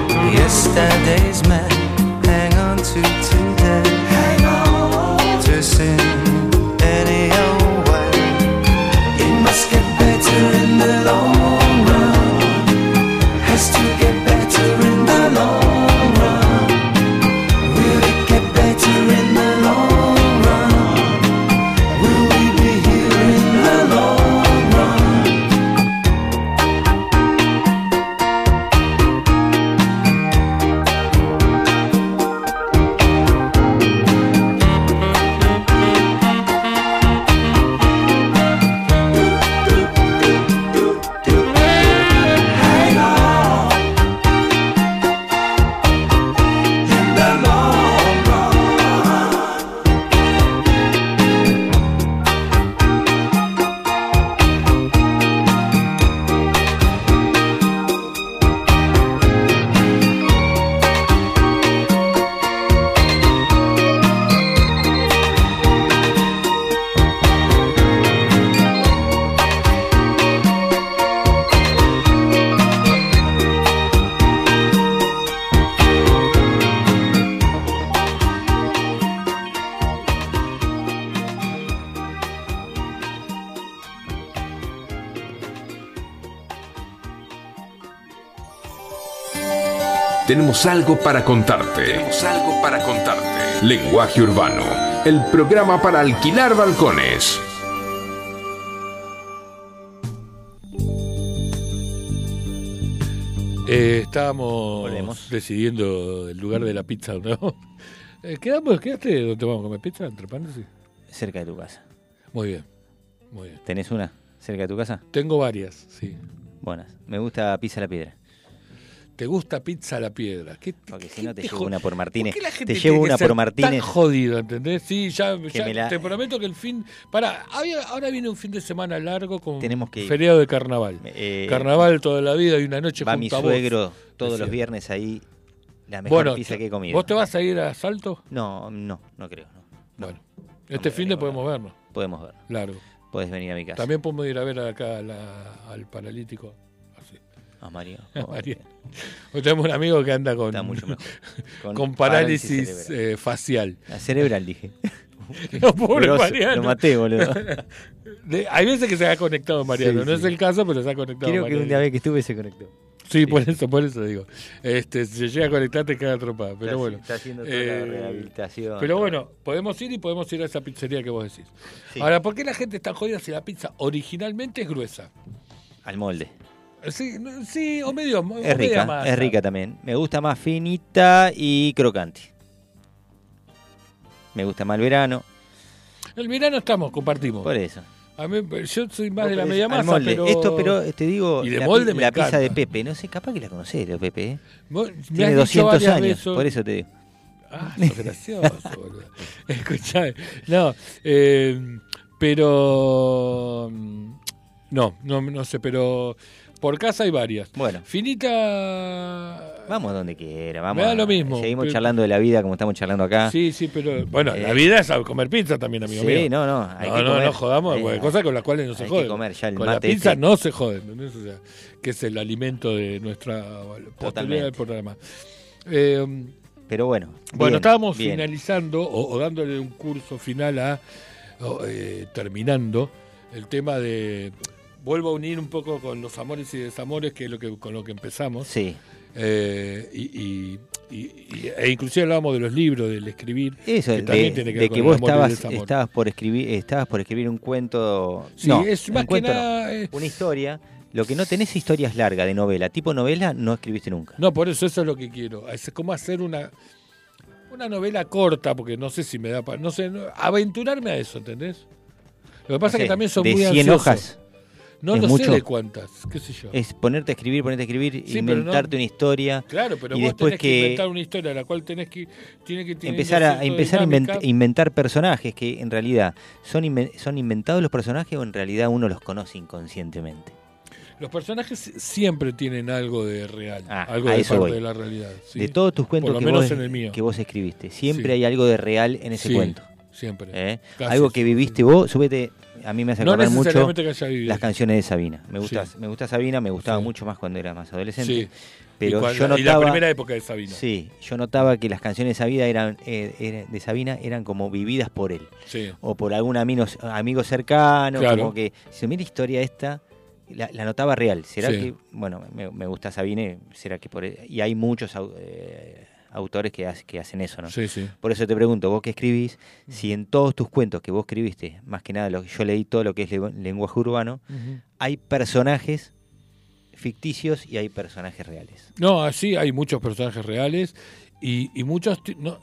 Yesterday's man, hang on to today. Hang on to sin any old way. It must get better in the long run. Has to get better in the long run. Will it get better in the long run? Will we be here in the long run? Hang on in the long run.
Tenemos algo para contarte. Tenemos algo para contarte. Lenguaje Urbano, el programa para alquilar balcones.
Eh, estábamos
Volvemos.
decidiendo el lugar de la pizza, ¿no? <laughs> Eh, ¿Quedamos, ¿Quedaste donde vamos a comer pizza? Entre paréntesis.
Cerca de tu casa.
Muy bien, muy bien.
¿Tenés una? ¿Cerca de tu casa?
Tengo varias, sí.
Buenas. Me gusta Pisa la Piedra.
¿Te gusta pizza a la piedra? ¿Qué,
Porque si
qué
no te llevo
jo-
una por Martínez.
¿Por qué la gente
Te llevo
tiene que
una
ser
por Martínez.
Tan jodido, ¿entendés? Sí, ya,
Que
ya
me la-
te prometo que el fin. Pará, había- ahora viene un fin de semana largo con
Tenemos que ir.
feriado de carnaval.
Eh,
carnaval toda la vida y una noche
Va
junto
mi
a vos.
suegro todos
decía.
los viernes ahí. La mejor
Bueno,
pizza que he comido.
¿Vos te vas a ir a Salto?
No, no, no creo. no.
Bueno, este
me
fin de
vengo,
podemos vernos.
Podemos ver.
Largo.
Podés venir a mi casa.
También podemos ir a ver acá a la- al paralítico. Así. <laughs>
A Mario.
a
Joder,
María. O tenemos un amigo que anda <laughs> con,
Está mucho mejor.
con, parálisis, eh, facial.
cerebral. La cerebral, dije.
<laughs> No, pobre
Grosso,
Mariano.
Lo maté, boludo.
<laughs> De- hay veces que se ha conectado Mariano,
Sí,
no
sí.
es el caso, pero se ha conectado
Creo que
Mariano.
un día vez que estuve se conectó.
Sí, por eso, por eso digo. Este, si se llega a conectar te queda atropada, pero
Está-
bueno.
Está haciendo toda
Eh,
la rehabilitación.
Pero bueno, podemos ir y podemos ir a esa pizzería que vos decís.
Sí.
Ahora, ¿por qué la gente está jodida si la pizza originalmente es gruesa?
Al molde.
Sí, no, sí, o medio. o media
Es rica,
masa.
es rica también. Me gusta más finita y crocante. Me gusta más el verano,
El verano estamos, compartimos.
por eso.
A mí, yo soy más
No,
de la
pero
media
es al
masa,
molde.
pero...
Esto, pero eh, te digo,
Y de
la, pi-
molde me
la pizza de
encanta.
Pepe, no sé, capaz que la conocés, lo Pepe. ¿eh?
Vos me has
Tiene
dicho
200
varias
años,
veces-
por eso te digo.
Ah, sos
<laughs>
gracioso, <laughs> boludo. Escuchame. No, eh, pero. mm, No, no, no sé, pero. Por casa hay varias.
Bueno.
Finita.
Vamos donde quiera, vamos.
da
a-
lo mismo,
Seguimos
pero-
charlando de la vida como estamos charlando acá. Eh,
Sí, sí, pero. Bueno, la vida es a comer pizza también, amigo
Sí,
mío.
no, no, hay
no,
que
no,
comer.
no jodamos,
Eh,
porque hay cosas con las cuales no se
hay que
joden.
comer ya el
con
mate
la pizza
este.
no se joden, ¿entendés? O sea, que es el alimento de nuestra
Totalmente.
posteridad del programa. Eh,
Pero bueno.
Bueno,
bien,
estábamos
bien.
finalizando o, o dándole un curso final a, o, eh, terminando, el tema de, vuelvo a unir un poco con los amores y desamores, que es lo que, con lo que empezamos,
Sí.
Eh, y, y- y- y- e inclusive hablábamos de los libros, del escribir,
Eso,
que
de,
también tiene que
de
ver con
que
el
vos
amor y el
estabas,
desamor.
estabas por escribir, estabas por escribir un cuento.
Sí,
no,
es
un
más que
cuento no,
nada... eh,
una historia. Lo que no tenés historias largas de novela, tipo novela, no escribiste nunca.
No, por eso eso es lo que quiero. Es como hacer una una novela corta, porque no sé si me da para... No sé, no- aventurarme a eso, ¿entendés? Lo que pasa
No
es
sé,
que también son
de
muy
100
ansiosos.
hojas.
No
Es
lo sé
mucho.
de cuántas, qué sé yo.
Es ponerte a escribir, ponerte a escribir,
Sí, pero no-
inventarte una historia.
claro, pero
y
vos
después
tenés que,
que-
inventar una historia, la cual tenés que tiene que tener
empezar a,
cierta
empezar a
dinámica.
invent- inventar personajes que en realidad son, inven- son inventados los personajes o en realidad uno los conoce inconscientemente.
Los personajes siempre tienen algo de real,
Ah,
algo
a
de
eso
parte
voy.
de la realidad. ¿sí?
De todos tus
Por
cuentos
lo
que
menos
vos,
en el mío.
que vos escribiste, siempre
Sí.
hay algo de real en ese
Sí,
cuento.
Siempre.
¿eh?
Casi
Algo
es-
que viviste vos, súbete, a mí me hace
No
acordar mucho
necesariamente que haya vivido.
las canciones de Sabina. Me gusta,
Sí.
me gusta Sabina, me gustaba
Sí.
mucho más cuando era más adolescente.
Sí.
Pero
y, cuando-
yo
y la
notaba,
primera época de Sabina.
sí, yo notaba que las canciones de Sabina eran, eh, era- de Sabina eran como vividas por él.
sí.
o por algún amigo, amigo cercano,
Claro.
como que si mira historia esta, la, la notaba real. ¿Será
Sí.
que, bueno, me, me gusta Sabine, será que por e, y hay muchos au- eh, autores que, hace- que hacen eso, ¿no?
Sí, sí.
Por eso te pregunto, vos que escribís, si en todos tus cuentos que vos escribiste, más que nada lo que yo leí todo lo que es le- lenguaje urbano, hay personajes ficticios y hay personajes reales.
No, así hay muchos personajes reales y, y muchos. ti- No,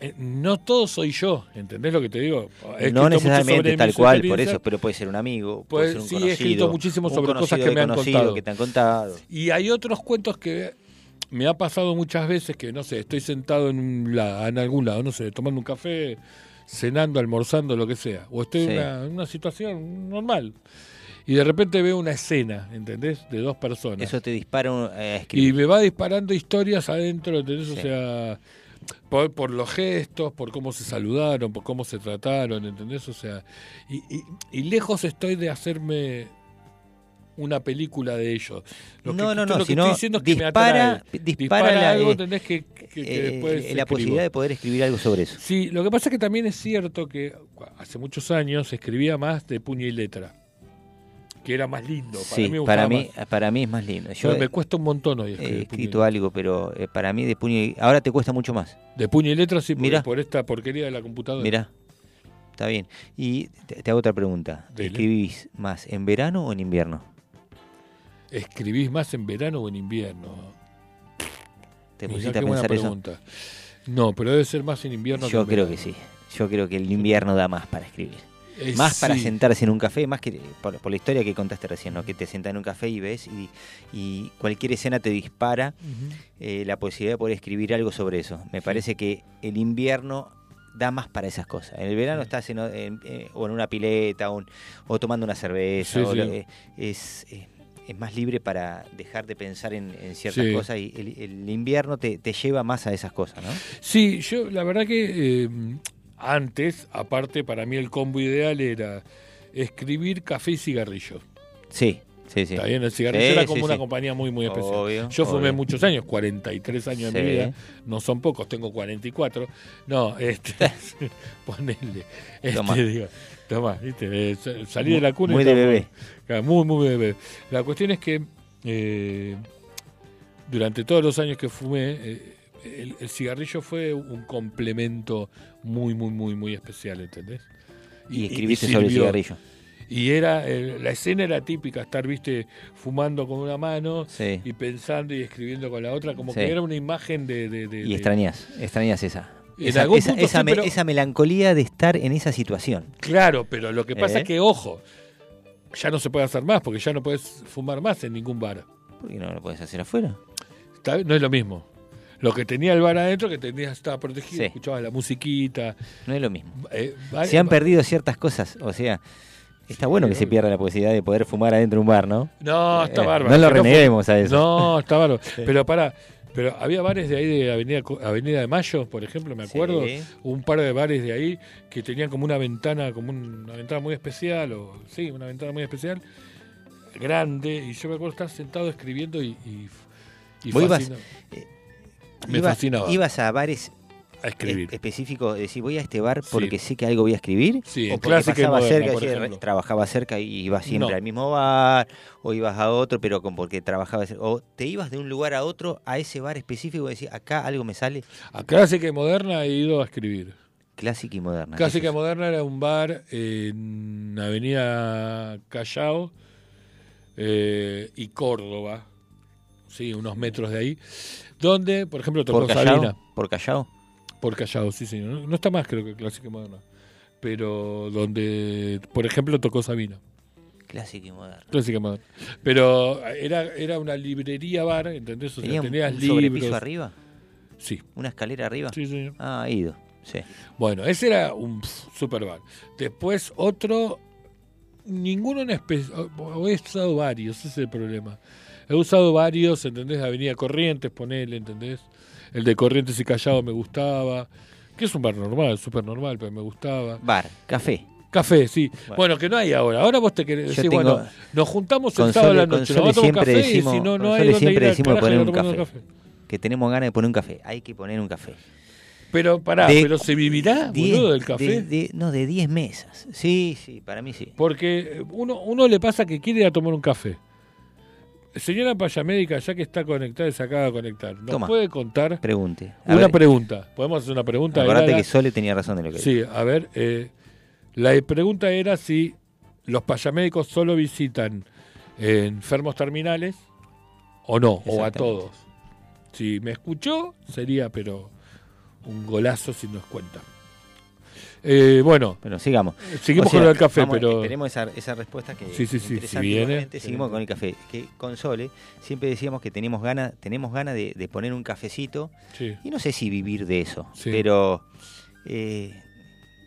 eh, no todos soy yo, ¿entendés lo que te digo? He escrito
no
mucho
necesariamente
sobre
tal
mis
cual, por
experiencias
eso, pero puede ser un amigo,
Pues
puede ser un
sí, he
conocido.
escrito muchísimo
un
sobre cosas
conocido
que
de
me han
conocido,
contado.
que te han contado.
Y hay otros cuentos que me ha pasado muchas veces que, no sé, estoy sentado en, un la- en algún lado, no sé, tomando un café, cenando, almorzando, lo que sea. O estoy
Sí.
en, una, en una situación normal. Y de repente veo una escena, ¿entendés? De dos personas.
Eso te dispara un- eh, a
Y
escribir.
me va disparando historias adentro, ¿entendés? O
Sí.
sea, por, por los gestos, por cómo se saludaron, por cómo se trataron, ¿entendés? O sea, y, y- y lejos estoy de hacerme una película de ellos. Lo que-
No, no,
esto-
no,
Lo que
sino
estoy diciendo es que
dispara-
me atrae.
dispara la,
algo,
eh,
¿entendés? Que, que- que
Eh,
después
eh, la
escribo.
posibilidad de poder escribir algo sobre eso.
Sí, lo que pasa es que también es cierto que hace muchos años escribía más de puño y letra, que era más lindo. Para
sí,
mí me
para
gustaba
mí,
más.
para mí es más lindo. Yo
Pero me
he-
cuesta un montón hoy escribir.
he
puño y
escrito algo, pero eh, para mí de puño y... Ahora te cuesta mucho más.
De puño y letra, sí, porque
Mirá.
por, esta porquería de la computadora.
Mirá. Está bien. Y te, te hago otra pregunta.
Dele.
¿Escribís más en verano o en invierno?
¿Escribís más en verano o en invierno?
¿Te
Mirá
pusiste
qué
a
buena
pensar eso?
pregunta. No, pero debe ser más en invierno
Yo
en
creo
verano.
que sí. Yo creo que el invierno da más para escribir.
Eh,
Más para
sí.
sentarse en un café, más que por, por la historia que contaste recién, ¿no? Que te sentás en un café y ves y, y cualquier escena te dispara eh, la posibilidad de poder escribir algo sobre eso. Me parece que el invierno da más para esas cosas. En el verano estás en, o- en- eh, o en una pileta o, en- o tomando una
Sí,
cerveza. o
sí.
lo- eh, es, eh, es más libre para dejar de pensar en, en ciertas
Sí.
cosas y el, el invierno te, te lleva más a esas cosas, ¿no?
Sí, yo la verdad que eh, antes, aparte, para mí el combo ideal era escribir café y cigarrillo.
Sí, sí, sí.
Está bien, el cigarrillo
Sí,
era
sí,
como una
sí.
compañía muy, muy especial.
Obvio,
Yo fumé
obvio.
muchos años, 43 años de
Sí.
mi vida, no son pocos, tengo 44. No, este,
<laughs>
<laughs> ponele, este,
Tomá.
digo, tomá, viste, eh, sa- salí de la cuna. y
Muy de
estaba-
bebé.
Claro, Muy, muy bebé. La cuestión es que eh, durante todos los años que fumé, eh, el, el cigarrillo fue un complemento muy, muy, muy, muy especial, ¿entendés?
Y escribiste sobre el
sirvió.
cigarrillo.
Y era eh, la escena era típica, estar, viste, fumando con una mano
Sí.
y pensando y escribiendo con la otra, como
Sí.
que era una imagen de... de- de-
Y
de-
extrañas, extrañas esa.
En
Esa,
algún
esa-
punto
esa
sí,
me-
pero-
esa melancolía de estar en esa situación.
Claro, pero lo que pasa
¿Eh?
es que, ojo, ya no se puede hacer más, porque ya no puedes fumar más en ningún bar.
¿Por qué no lo puedes hacer afuera?
Está- No es lo mismo. Lo que tenía el bar adentro, que tenías, estaba protegido,
Sí.
escuchabas la musiquita.
No es lo mismo.
eh, bar-
Se han
bar-
perdido ciertas cosas. O sea, está bueno que se pierda la posibilidad de poder fumar adentro de un bar, ¿no?
No, está
Eh,
bárbaro.
No lo
que fue-
reneguemos a eso.
No, está bárbaro. Pero para, pero había bares de ahí de Avenida, Co- Avenida de Mayo, por ejemplo, me acuerdo,
Sí.
un par de bares de ahí que tenían como una ventana, como un- una ventana muy especial, o sí, una ventana muy especial, grande, y yo me acuerdo estar sentado escribiendo y, y, y
Vos ibas- eh,
fascina- me
Ibas-
fascinaba
Ibas a bares
a escribir.
es- específicos, decir, voy a este bar
Sí.
porque sé que algo voy a escribir.
Sí,
o
en
porque
clásica y
pasaba
moderna,
cerca,
por
yo re-
ejemplo.
trabajaba cerca y ibas siempre
No.
al mismo bar, o ibas a otro, pero con, porque trabajabas. O te ibas de un lugar a otro a ese bar específico y decís, acá algo me sale.
A Clásica y Moderna he ido a escribir.
Clásica y moderna.
Clásica
Eso
y Moderna era un bar en Avenida Callao eh, y Córdoba, sí, unos metros de ahí, donde, por ejemplo,
es.
tocó
por Callao.
Sabina.
Por Callao.
Por Callao, sí, señor. No, no está más, creo que Clásica y Moderna. Pero donde, por ejemplo, tocó Sabina.
Clásica y moderna.
Clásica y Moderna. Pero era, era una librería bar, ¿entendés? O sea,
Tenía un,
tenías
un
libros.
sobrepiso arriba,
Sí,
una escalera arriba.
sí, señor.
Ah, ido. Sí.
Bueno, ese era un pf, super bar. Después otro, ninguno en especial, he usado varios, ese es el problema. He usado varios, ¿entendés? Avenida Corrientes, ponele, ¿entendés? El de Corrientes y Callao me gustaba, que es un bar normal, súper normal, pero me gustaba.
Bar, café.
Café, sí.
Bueno.
Bueno, que no hay ahora. Ahora vos te querés
Yo
decir,
tengo-
bueno, nos juntamos el
Con
sábado a la
Sole- con
noche, nos
Sole
vamos a tomar un
siempre
café
decimos-
y si no,
con
no hay
Sole
dónde
siempre
ir al
decimos
carajo,
poner
nos
un
tomamos
café. Que tenemos ganas de poner un café. Hay que poner un café.
Pero pará,
De-
pero ¿se vivirá,
Diez-
boludo, del café?
de- de- no, de 10 mesas. Sí, sí, para mí sí.
Porque eh, uno, uno le pasa que quiere ir a tomar un café. Señora Payamédica, ya que está conectada y se acaba de conectar, ¿nos
Toma.
puede contar
Pregunte. A
una
ver,
pregunta? ¿Podemos hacer una pregunta?
acordate
Era la-
que Sole tenía razón de lo que dijo.
Sí, a ver. eh, la pregunta era si los payamédicos solo visitan eh, enfermos terminales o no, o a
Exactamente.
todos. Si me escuchó, sería, pero un golazo si nos cuenta. Eh, bueno, Eh,
Pero sigamos.
seguimos
O sea,
con el café,
vamos,
pero.
Esperemos esa, esa respuesta que.
Sí, sí, sí,
interesante
si viene.
igualmente. Seguimos con el café. Que con Sole siempre decíamos que teníamos ganas tenemos ganas de, de poner un cafecito.
Sí.
Y no sé si vivir de eso.
Sí.
Pero. eh,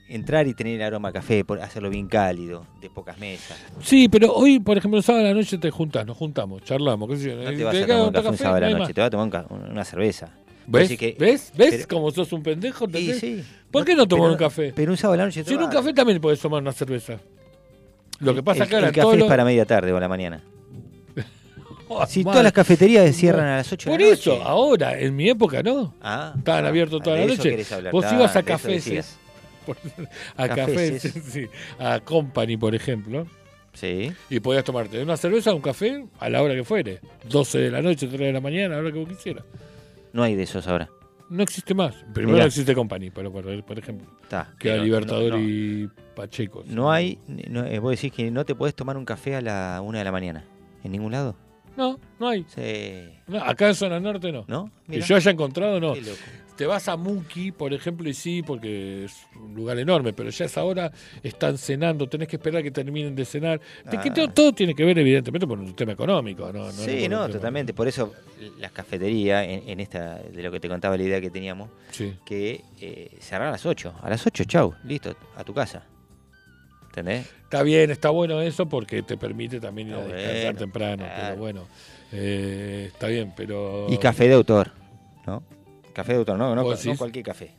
entrar y tener el aroma a café, por- hacerlo bien cálido, de pocas mesas.
Sí, pero hoy, por ejemplo, el sábado a la noche te juntas, nos juntamos, charlamos, qué sé yo.
No
Eh,
te vas a
quedas
tomar
un
un café un
café,
sábado
no
a
hay
la
más.
noche, te vas a tomar un ca- una cerveza.
¿Ves?
Así que-
¿Ves? ¿Ves
pero-
como sos un pendejo?
Y
¿entendés?
sí.
¿Por
No,
qué no tomar
pero-
un café?
Pero un sábado a la noche. te
Si en un
vas.
café también podés tomar una cerveza. Lo que pasa
el,
que ahora
el café
todos
es
los-
para media tarde o a la mañana.
Oh,
Si
mal.
todas las cafeterías cierran a las 8 de
Por
la noche.
eso, ahora, en mi época no.
Ah,
Estaban abiertos toda la
de eso
noche.
querés hablar,
Vos
está,
ibas a
de eso
cafés. ¿eh?
decías.
<laughs> Por- a café,
Cafés.
sí, a Company, por ejemplo.
Sí.
Y podías tomarte una cerveza, un café, a la hora que fuere. 12 de la noche, 3 de la mañana, a la hora que vos quisieras.
No hay de esos ahora.
No existe más. Primero
Mirá.
no existe Company, pero por, por ejemplo,
Está.
que a
Pero
Libertador
no, no.
y Pacheco.
No hay. no, eh, vos decís que no te podés tomar un café a la 1 de la mañana. ¿En ningún lado?
No, no hay.
Sí.
No, acá en Zona Norte no.
¿No?
Que
Mirá.
yo haya encontrado, no.
Qué loco.
Te vas a Muki, por ejemplo, y sí, porque es un lugar enorme, pero ya es ahora, están cenando, tenés que esperar que terminen de cenar. Te- que
Ah.
todo, todo tiene que ver, evidentemente, por un tema económico, ¿no?
sí,
por
no,
un tema-
totalmente. Por eso las cafeterías, en, en esta, de lo que te contaba la idea que teníamos,
Sí.
que eh, cerrar a las 8. A las 8, chau, listo, a tu casa. ¿Entendés?
Está bien, está bueno eso porque te permite también ir a
Está
descansar
bueno,
temprano,
claro.
pero bueno, eh, está Oh, bien, pero...
Y café de autor, ¿no? Café de autor, no, no,
¿Vos
no
decís?
cualquier café.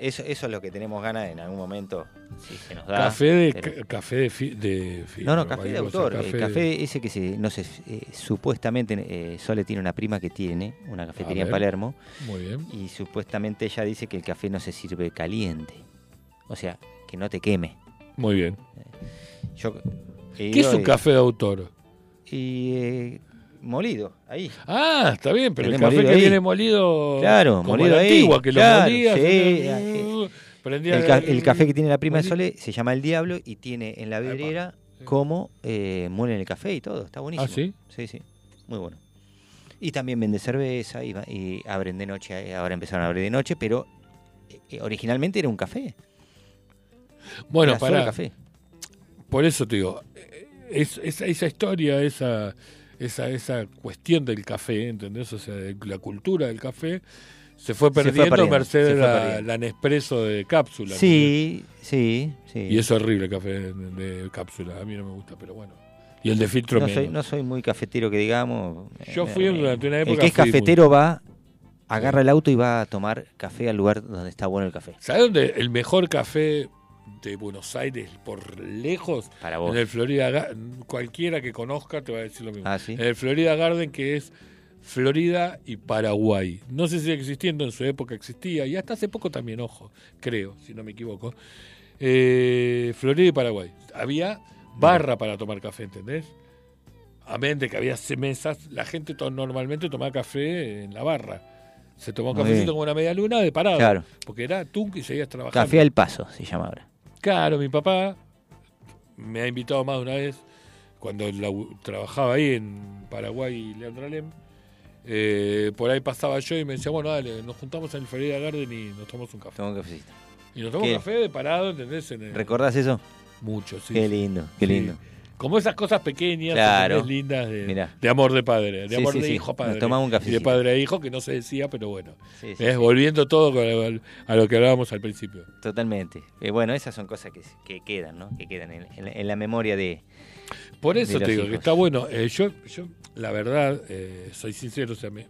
Eso, eso es lo que tenemos ganas en algún momento, si se nos da.
Café de...
pero-
ca- Café de... fi- de fi-
No, no,
bueno,
café de
cualquier cosa,
autor. eh, Café,
de-
ese que se, no sé, eh, supuestamente eh, Sole tiene una prima que tiene una cafetería en
ver.
Palermo
Muy bien.
y supuestamente ella dice que el café no se sirve caliente. O sea, que no te queme.
Muy bien.
Eh, Yo,
¿Qué es un café de autor?
Y eh, molido, ahí.
Ah, está bien, pero el
Viene
café
molido
que
ahí.
viene molido.
Claro,
como
molido
la
ahí,
antigua, que
claro,
lo molías.
sí,
eh, Prendía
El, ca- el café que tiene la prima de Sole se llama El Diablo y tiene en la vidriera cómo eh, muelen el café y todo. Está buenísimo.
Ah, ¿sí?
Sí, sí. Muy bueno. Y también vende cerveza y, va- y abren de noche. eh, Ahora empezaron a abrir de noche, pero eh, originalmente era un café.
Bueno,
era solo
para
café.
Por eso te digo, eh, es- esa, esa historia, esa, esa, esa cuestión del café, ¿entendés? O sea, de la cultura del café se fue
Se fue
perdiendo,
perdiendo,
merced
se
a
fue
la,
perdiendo.
la Nespresso de cápsula.
Sí, sí, sí.
Y es horrible el café de, de cápsula, a mí no me gusta, pero bueno. Y el de filtro
no
menos.
soy, no soy muy cafetero que digamos.
Yo fui durante una época
El que es
fui muy-
cafetero va, agarra el auto y va a tomar café al lugar donde está bueno el café.
¿Sabés dónde? El mejor café de Buenos Aires, por lejos,
Para vos.
en el Florida Ga- Cualquiera que conozca te va a decir lo mismo.
Ah, ¿sí?
En el Florida Garden, que es Florida y Paraguay. No sé si sigue existiendo, en su época existía, y hasta hace poco también, ojo, creo, si no me equivoco. Eh, Florida y Paraguay. Había barra para tomar café, ¿entendés? Amén de que había se- mesas, la gente to- normalmente tomaba café en la barra. Se tomó un
Muy
cafecito
bien.
como una media luna de parado.
Claro.
Porque era tú y seguías trabajando.
Café al paso se llama ahora.
Claro, mi papá me ha invitado más de una vez, cuando lau- trabajaba ahí en Paraguay y Leandro Alem, eh, por ahí pasaba yo y me decía, bueno, dale, nos juntamos en el Florida Garden y nos tomamos un café.
Toma un cafecito.
Y nos tomamos un
¿Qué?
café de parado, ¿entendés? En el-
¿Recordás eso?
Mucho, sí.
qué lindo, qué
Sí.
lindo.
Como esas cosas pequeñas,
Claro.
¿entendés? lindas, de,
Mirá.
de amor de padre, de
Sí,
amor
sí,
de
sí.
hijo a
Nos
padre.
tomamos
y
un
de
cafecito.
padre a hijo que no se decía, pero bueno.
Sí, sí,
¿Ves?
sí.
Volviendo todo con- al- a lo que hablábamos al principio.
Totalmente. Eh, bueno, esas son cosas que, que quedan, ¿no? Que quedan en, en la- en la memoria de...
Por
de
eso
los
te digo que
hijos.
está bueno. Eh, yo, yo, la verdad, eh, soy sincero, o sea, me-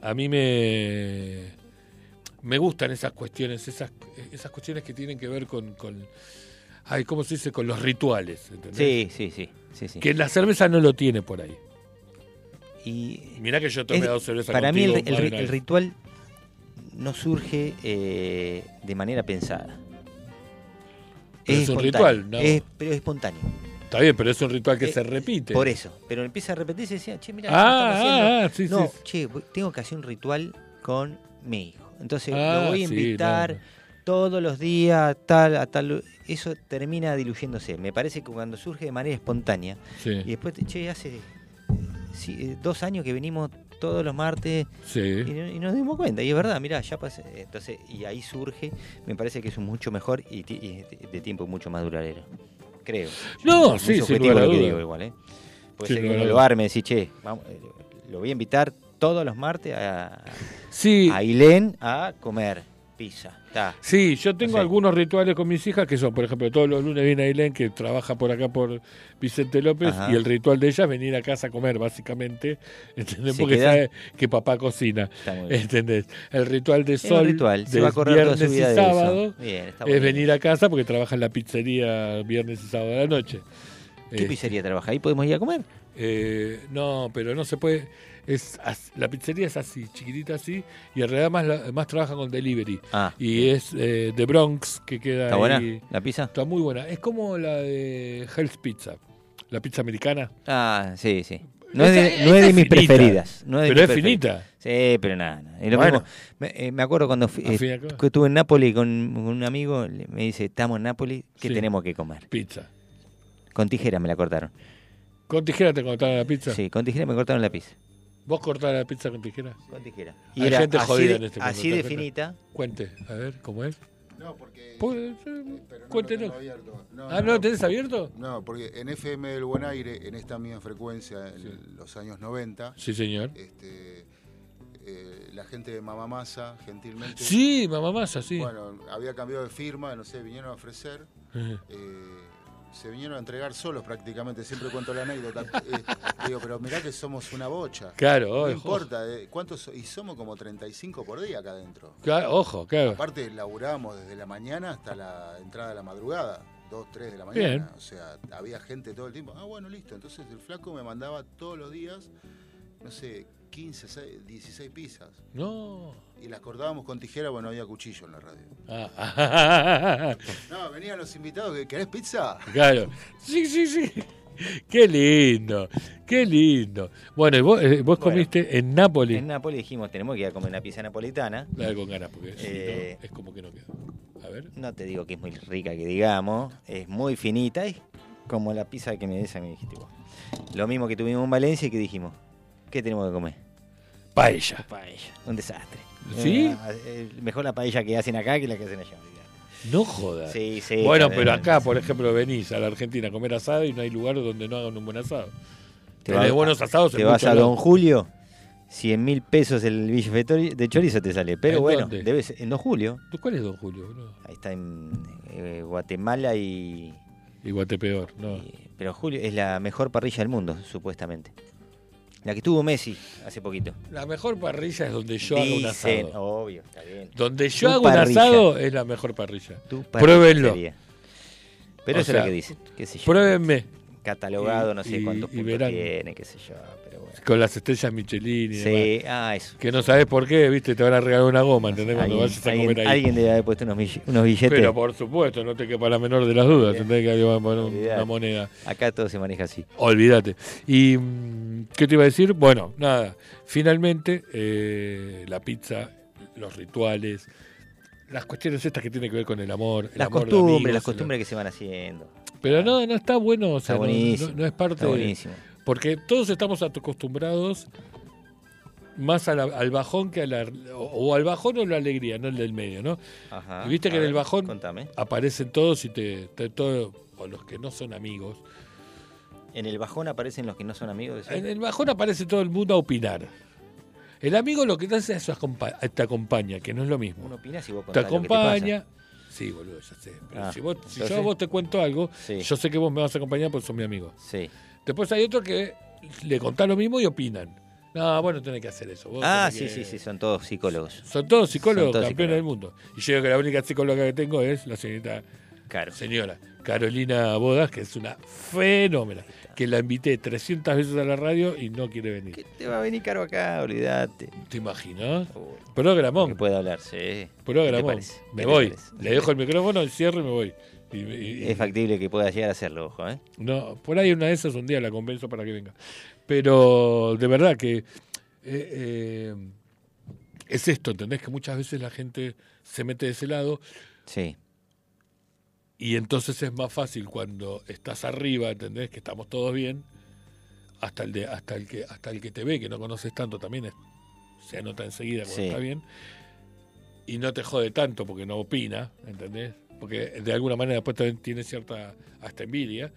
a mí me, me gustan esas cuestiones, esas, esas cuestiones que tienen que ver con, con ay, ¿cómo se dice? Con los rituales, ¿entendés?
Sí, sí, sí. sí, sí.
Que la cerveza no lo tiene por ahí.
Y
Mirá que yo tomé
es-
dos cervezas
para mí el,
contigo,
el-
más de una
el
vez.
ritual no surge eh, de manera pensada.
Pero es un
espontáneo,
ritual, ¿no?
es- pero es espontáneo.
Está bien, pero es un ritual que
Eh,
se repite.
Por eso. Pero empieza a repetirse y decía, che, mira,
Ah, ah, ah, sí,
no,
sí, sí.
che, voy- tengo que hacer un ritual con mi hijo. Entonces
Ah,
lo voy a
sí,
invitar
no, no.
todos los días, tal, a tal. lu- Eso termina diluyéndose. Me parece que cuando surge de manera espontánea,
Sí,
y después, che, hace eh, sí, eh, dos años que venimos todos los martes
sí.
y, no- y nos dimos cuenta. Y es verdad, mirá, ya pasé. Entonces, y ahí surge, me parece que es un mucho mejor y, ti- y de- de tiempo mucho más duradero. Creo.
No,
Muy
sí, sin
subjetivo
lugar a
lo que
duda.
digo igual, ¿eh? Puede
Sin
ser que
lugar a
uno lo
duda.
arme y decís, che, vamos, eh, lo voy a invitar todos los martes a,
Sí,
a Ailén a comer pizza. Ta.
Sí, yo tengo
sé.
algunos rituales con mis hijas que son, por ejemplo, todos los lunes viene Ailén que trabaja por acá por Vicente López
Ajá.
y el ritual de ella es venir a casa a comer, básicamente, <laughs> ¿entendés?
Se
Porque
queda-
sabe que papá cocina,
Está muy bien.
¿entendés? El ritual de
Es un
sol,
ritual, se
de
va a correr toda
viernes
su vida
y
de eso.
sábado,
Bien, está
es
bueno.
venir a casa porque trabaja en la pizzería viernes y sábado de la noche.
¿Qué
Eh,
pizzería trabaja? Ahí podemos ir a comer.
eh, no, pero no se puede. Es as- la pizzería es así, chiquitita así, y en realidad más, la- más trabaja con delivery.
Ah,
Y es eh, de Bronx que queda
¿Está buena
ahí.
la pizza?
Está muy buena. Es como la de Hell's Pizza, la pizza americana.
Ah, sí, sí. No
Esa-
es de, no
esa
es de
es
mis
finita,
preferidas. No es de
pero
mis
es
preferidas.
finita.
Sí, pero nada. nada. Es lo
Bueno.
mismo. Me, eh, me acuerdo cuando fui-
Al fin y
eh,
al cabo.
que estuve en Nápoles con, con un amigo, le- me dice, estamos en Nápoles, ¿qué
Sí.
tenemos que comer?
Pizza.
Con tijera me la cortaron.
¿Con tijera te cortaron la pizza?
Sí, con tijera me cortaron la pizza.
¿Vos cortás la pizza con tijera?
Con tijera.
Hay gente
así
jodida
de-
en este
Así
mundo, ¿te
de
das
finita.
Cuente, a ver, ¿cómo es?
No, porque.
Pues, eh,
pero no lo
Cuéntenos.
tengo abierto. No,
Ah, ¿no lo tenés abierto?
No, porque en FM del Buen Aire, en esta misma frecuencia, en los años 90,
Sí, señor.
este, eh, la gente de Mamamasa, gentilmente.
Sí, mamá masa, sí.
Bueno, había cambiado de firma, no sé, vinieron a ofrecer.
Ujú.
eh, se vinieron a entregar solos prácticamente, siempre cuento la anécdota. <laughs> Eh, digo, pero mirá que somos una bocha.
Claro,
No
ojo.
importa, eh, ¿cuántos? so- Y somos como 35 por día acá adentro.
Claro, ojo, claro.
Aparte, laburábamos desde la mañana hasta la entrada de la madrugada, 2, 3 de la mañana.
Bien.
O sea, había gente todo el tiempo. Ah, bueno, listo. Entonces el flaco me mandaba todos los días, no sé, 15, se- 16 pizzas.
No.
Y las cortábamos con tijera, bueno, había cuchillo en la radio.
Ah, ah, <laughs>
No, venían los invitados, que ¿querés pizza?
claro. Sí, sí, sí. Qué lindo, qué lindo. Bueno, y vos, eh, vos
Bueno.
comiste en Nápoles.
En Nápoles dijimos, tenemos que ir a comer una pizza napolitana.
La de con ganas, porque si
Eh,
no, es como que no queda. A ver.
No te digo que es muy rica, que digamos. Es muy finita. Es como la pizza que me des a mí, dijiste vos. Lo mismo que tuvimos en Valencia y que dijimos, ¿qué tenemos que comer?
Paella.
Paella. Un desastre.
¿Sí?
Eh, mejor la paella que hacen acá que la que hacen allá.
No jodas.
Sí, sí.
bueno,
también.
pero acá, por ejemplo, venís a la Argentina a comer asado y no hay lugar donde no hagan un buen asado.
Te
Tenés
vas-
buenos asados
Te
en
vas
muchos
a
lados.
Don Julio, 100 mil pesos el bife de tori- de chorizo te sale. Pero
¿En
bueno,
dónde?
debes, en Don Julio.
¿Tú ¿Cuál es Don Julio? boludo?
Ahí está en eh, Guatemala y.
Y Guatepeor, no.
Pero Julio es la mejor parrilla del mundo, supuestamente. La que tuvo Messi hace poquito.
La mejor parrilla es donde yo hago un
Dicen,
asado.
obvio, está bien.
Donde yo
Tu
hago un
parrilla.
asado es la mejor parrilla.
Tu
Pruébenlo.
parrilla. Pero
O
eso
sea,
es lo que dicen. qué sé yo.
Pruébenme
Catalogado,
Y-
no sé
y-
cuántos
y
puntos
verán.
tiene, qué sé yo. Pero bueno.
con las estrellas Michelin y demás.
Sí, ah, eso.
Que no sabes por qué, viste, te van a regalar una goma, ¿entendés? Cuando
Alguien-
vayas a
alguien-
comer ahí.
alguien debe haber puesto unos, mill- unos billetes.
Pero por supuesto, no te quepa la menor de las dudas, ¿entendés? Que había bueno, una
Olvidate.
moneda.
Acá todo se maneja así.
Olvídate. ¿Y mm, qué te iba a decir? Bueno, nada. Finalmente, eh, la pizza, los rituales, las cuestiones estas que tienen que ver con el amor. el
Las
amor de
costumbres,
amigos,
las costumbres que se van haciendo.
la- Pero no, no está bueno, o sea,
Está
no- no-
buenísimo.
No, es parte
Está
de.
buenísimo.
Porque todos estamos acostumbrados más a la- al bajón que a la. O, o al bajón o la alegría, no el del medio, ¿no?
Ajá.
Y viste
A
que en
ver,
el bajón
Contame.
aparecen todos y te, te- todo- o los que no son amigos.
En el bajón aparecen los que no son amigos. decís?
En el bajón aparece todo el mundo a opinar. El amigo lo que te hace es acompa- te acompaña, que no es lo
Uno
mismo.
opina si vos
Te
contás lo que te pasa.
acompaña. Sí, boludo, ya sé. Pero
Ah,
si, vos, si yo a
entonces-
vos te cuento algo,
Sí.
yo sé que vos me vas a acompañar porque sos mi amigo.
Sí.
Después hay otro que le contás lo mismo y opinan. No, vos no tenés que hacer eso. vos
Ah, sí,
tenés
sí,
que-
sí, son todos psicólogos.
Son todos psicólogos,
Son todos
campeones
psicólogos.
del mundo. Y yo digo que la única psicóloga que tengo es la señorita
Claro.
señora Carolina Bodas, que es una fenómena, que la invité 300 veces a la radio y no quiere
¿Qué
venir.
te va a venir caro acá? Olvídate.
¿Te imaginas?
Uy, Que
Programón,
pueda hablar, sí. ¿Qué te
programón.
parece? ¿Qué
Me
te
voy.
parece?
Le dejo el micrófono, cierro y me voy. Y- y- y-
Es factible que pueda llegar a hacerlo, ojo, ¿eh?
no, por ahí una de esas un día la convenzo para que venga. Pero de verdad que eh, eh, es esto, ¿entendés? Que muchas veces la gente se mete de ese lado
Sí.
Y entonces es más fácil cuando estás arriba, ¿entendés? Que estamos todos bien. Hasta el, de, hasta el, que, hasta el que te ve, que no conoces tanto, también es- se anota enseguida cuando
Sí.
está bien. Y no te jode tanto porque no opina, ¿entendés? Porque de alguna manera después también tiene cierta hasta envidia.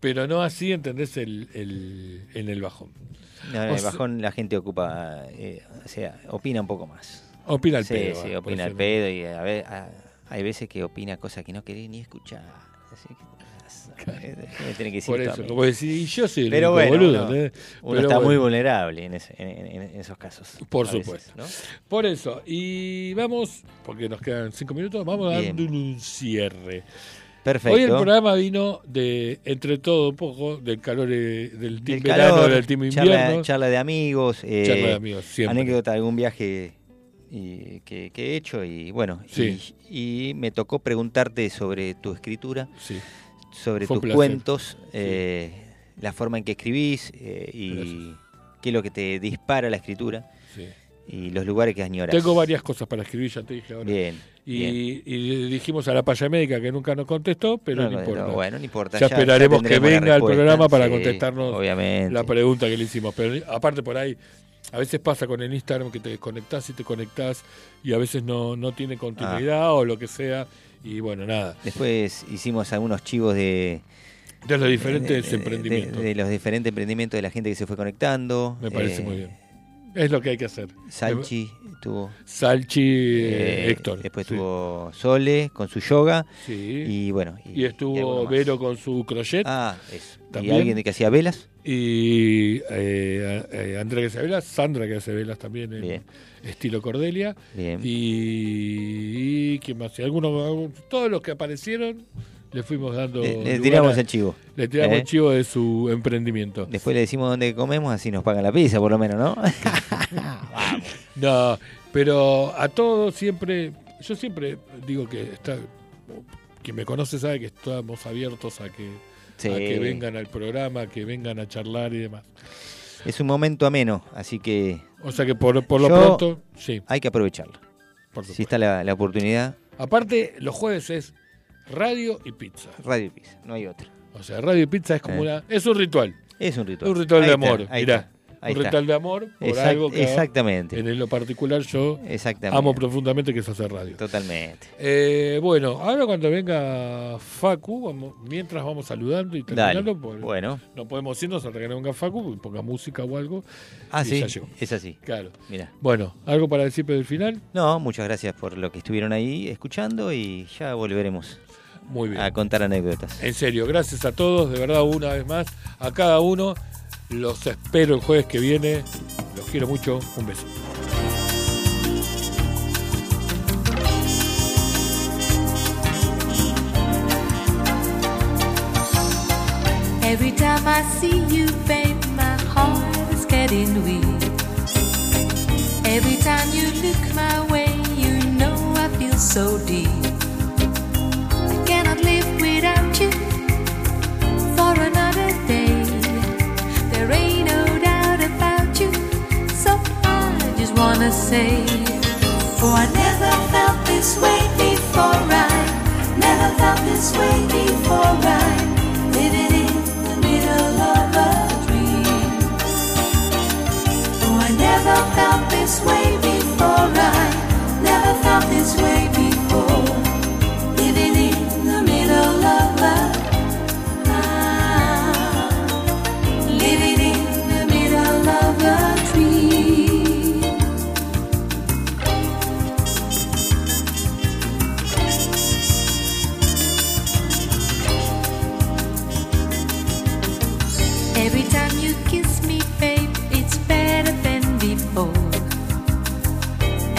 Pero no así, ¿entendés? El, el- en el bajón.
No, en
O
el
sea-
bajón la gente ocupa, eh, o sea, opina un poco más.
Opina el
sí,
pedo.
sí,
ah, por
opina al
ejemplo.
pedo y a ve- a- hay veces que opina cosas que no querés ni escuchar. Así que, me tiene que decir
Por
esto a
eso,
mí.
como decís, y yo soy el
Pero
único
bueno,
boludo,
uno,
¿entendés?
uno
Pero
está muy
bueno.
vulnerable en, ese- en- en- en esos casos.
Por
a veces,
supuesto.
¿no?
Por eso, y vamos, porque nos quedan cinco minutos, vamos
Bien.
dando un cierre.
Perfecto.
Hoy el programa vino de, entre todo un poco, del calor eh, del team
Del
verano,
calor,
del team invierno,
charla,
charla,
charla de amigos, eh,
de amigos, siempre.
anécdota de algún viaje y- que, que he hecho y bueno,
Sí.
y, y me tocó preguntarte sobre tu escritura,
Sí.
sobre
Fue un
tus
placer.
cuentos, eh, la forma en que escribís eh, y qué es lo que te dispara la escritura
sí.
y los lugares que añoras.
Tengo varias cosas para escribir, ya te dije ahora.
Bien,
Y,
bien.
y dijimos a la paya médica que nunca nos contestó, pero no,
No, no,
importa.
no, bueno, no importa.
Ya esperaremos que
tendremos la
venga al
respuesta.
programa para contestarnos
Obviamente.
la pregunta que le hicimos. Pero aparte por ahí, a veces pasa con el Instagram que te desconectás y te conectás y a veces no, no tiene continuidad o lo que sea. Y bueno, nada.
Ah. Después hicimos algunos chivos de,
De los diferentes
de- de-
emprendimientos.
De, los diferentes emprendimientos de la gente que se fue conectando.
me parece
Eh,
muy bien. Es lo que hay que hacer.
Salchi tuvo.
Salchi eh,
eh,
Héctor.
Después
sí.
tuvo Sole con su yoga.
Sí.
Y bueno.
Y, estuvo
alguno más.
Vero con su crochet.
Ah, eso.
También.
Y alguien que hacía velas.
Y eh, a- eh, Andrea que se velas, Sandra que se velas también en
Bien.
estilo Cordelia.
Bien.
Y, y quién más, Y algunos, algún- todos los que aparecieron, le fuimos dando.
Le, le
lugar
tiramos
a-
el chivo.
le tiramos
¿eh?
el chivo de su emprendimiento.
Después le decimos dónde comemos, así nos pagan la pizza, por lo
<laughs>
menos, ¿no?
No, pero a todos siempre, yo siempre digo que está, quien me conoce sabe que estamos abiertos a que,
Sí.
a que vengan al programa, que vengan a charlar y demás.
Es un momento ameno, así que
O sea que por, por lo
Yo-
pronto, sí,
hay que aprovecharlo.
por
Si
supuesto.
está la, la oportunidad,
Aparte, los jueves es radio y pizza.
Radio Pizza, no hay otra.
O sea, radio y pizza es como
Eh.
una. Es un ritual.
Es un
Es
ritual.
un ritual
Ahí
de
está,
amor.
ahí
mirá.
está, ahí
un
está.
ritual de amor por
Exact-
algo que.
Exactamente.
En lo particular, yo
Exactamente.
amo profundamente que es hacer radio.
Totalmente.
Eh, bueno, ahora cuando venga Facu, vamos- mientras vamos saludando y
Dale.
terminando, pues,
Bueno.
no podemos irnos hasta que no venga Facu, ponga música o algo.
Ah,
y
sí.
ya llegó.
Es así.
Claro.
Mira.
Bueno, ¿algo para decir del final?
No, muchas gracias por lo que estuvieron ahí escuchando y ya volveremos
Muy bien.
a contar anécdotas.
En serio, gracias a todos, de verdad, una vez más, a cada uno. Los espero el jueves que viene. Los quiero mucho. Un beso.
Every time I see you, babe, my heart is getting weak. Every time you look my way, you know I feel so deep. I cannot live without you for another day. There ain't no doubt about you, so I just wanna say, oh, I never felt this way before. I never felt this way before. I living in the middle of a dream. Oh, I never felt this way before. I never felt this way before. Living in the middle of a ah, living in the middle of a dream. Every time you kiss me, babe, it's better than before.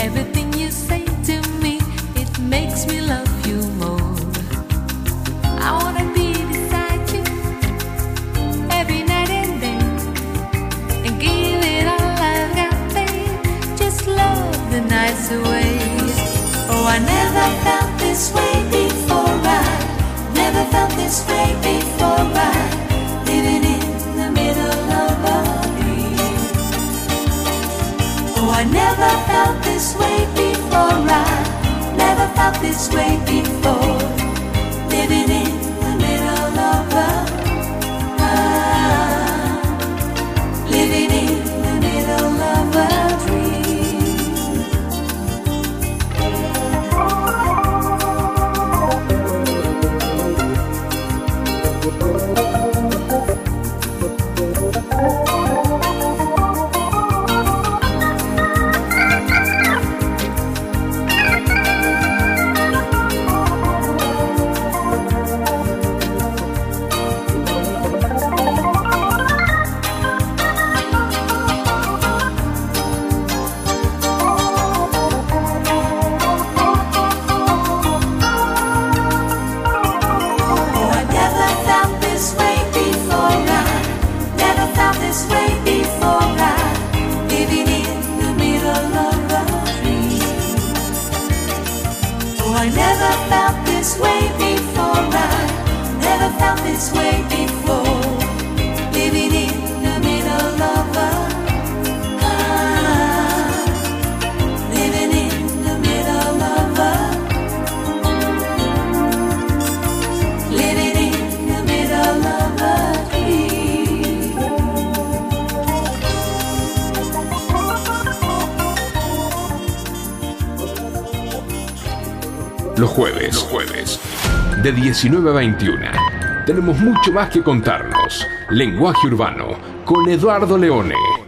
Everything you say to me, it makes me love you more. I wanna be beside you every night and day and give it all I've got, babe. Just love the nights away. Oh, I never felt this way before. I never felt this way before. I living in the middle of a dream. Oh, I never felt this way before. I never felt this way before. Living in the middle of a ah, living in the middle of a dream. Oh, I never felt this way before. I never felt this way before. I living in the middle of a dream. Oh, I never felt this way before. I never felt this way before. Living in the middle of a ah, living in the middle of a living in the middle of a dream.
Los jueves, los jueves, de 19 a 21. Tenemos mucho más que contarnos. Lenguaje Urbano, con Eduardo Leone.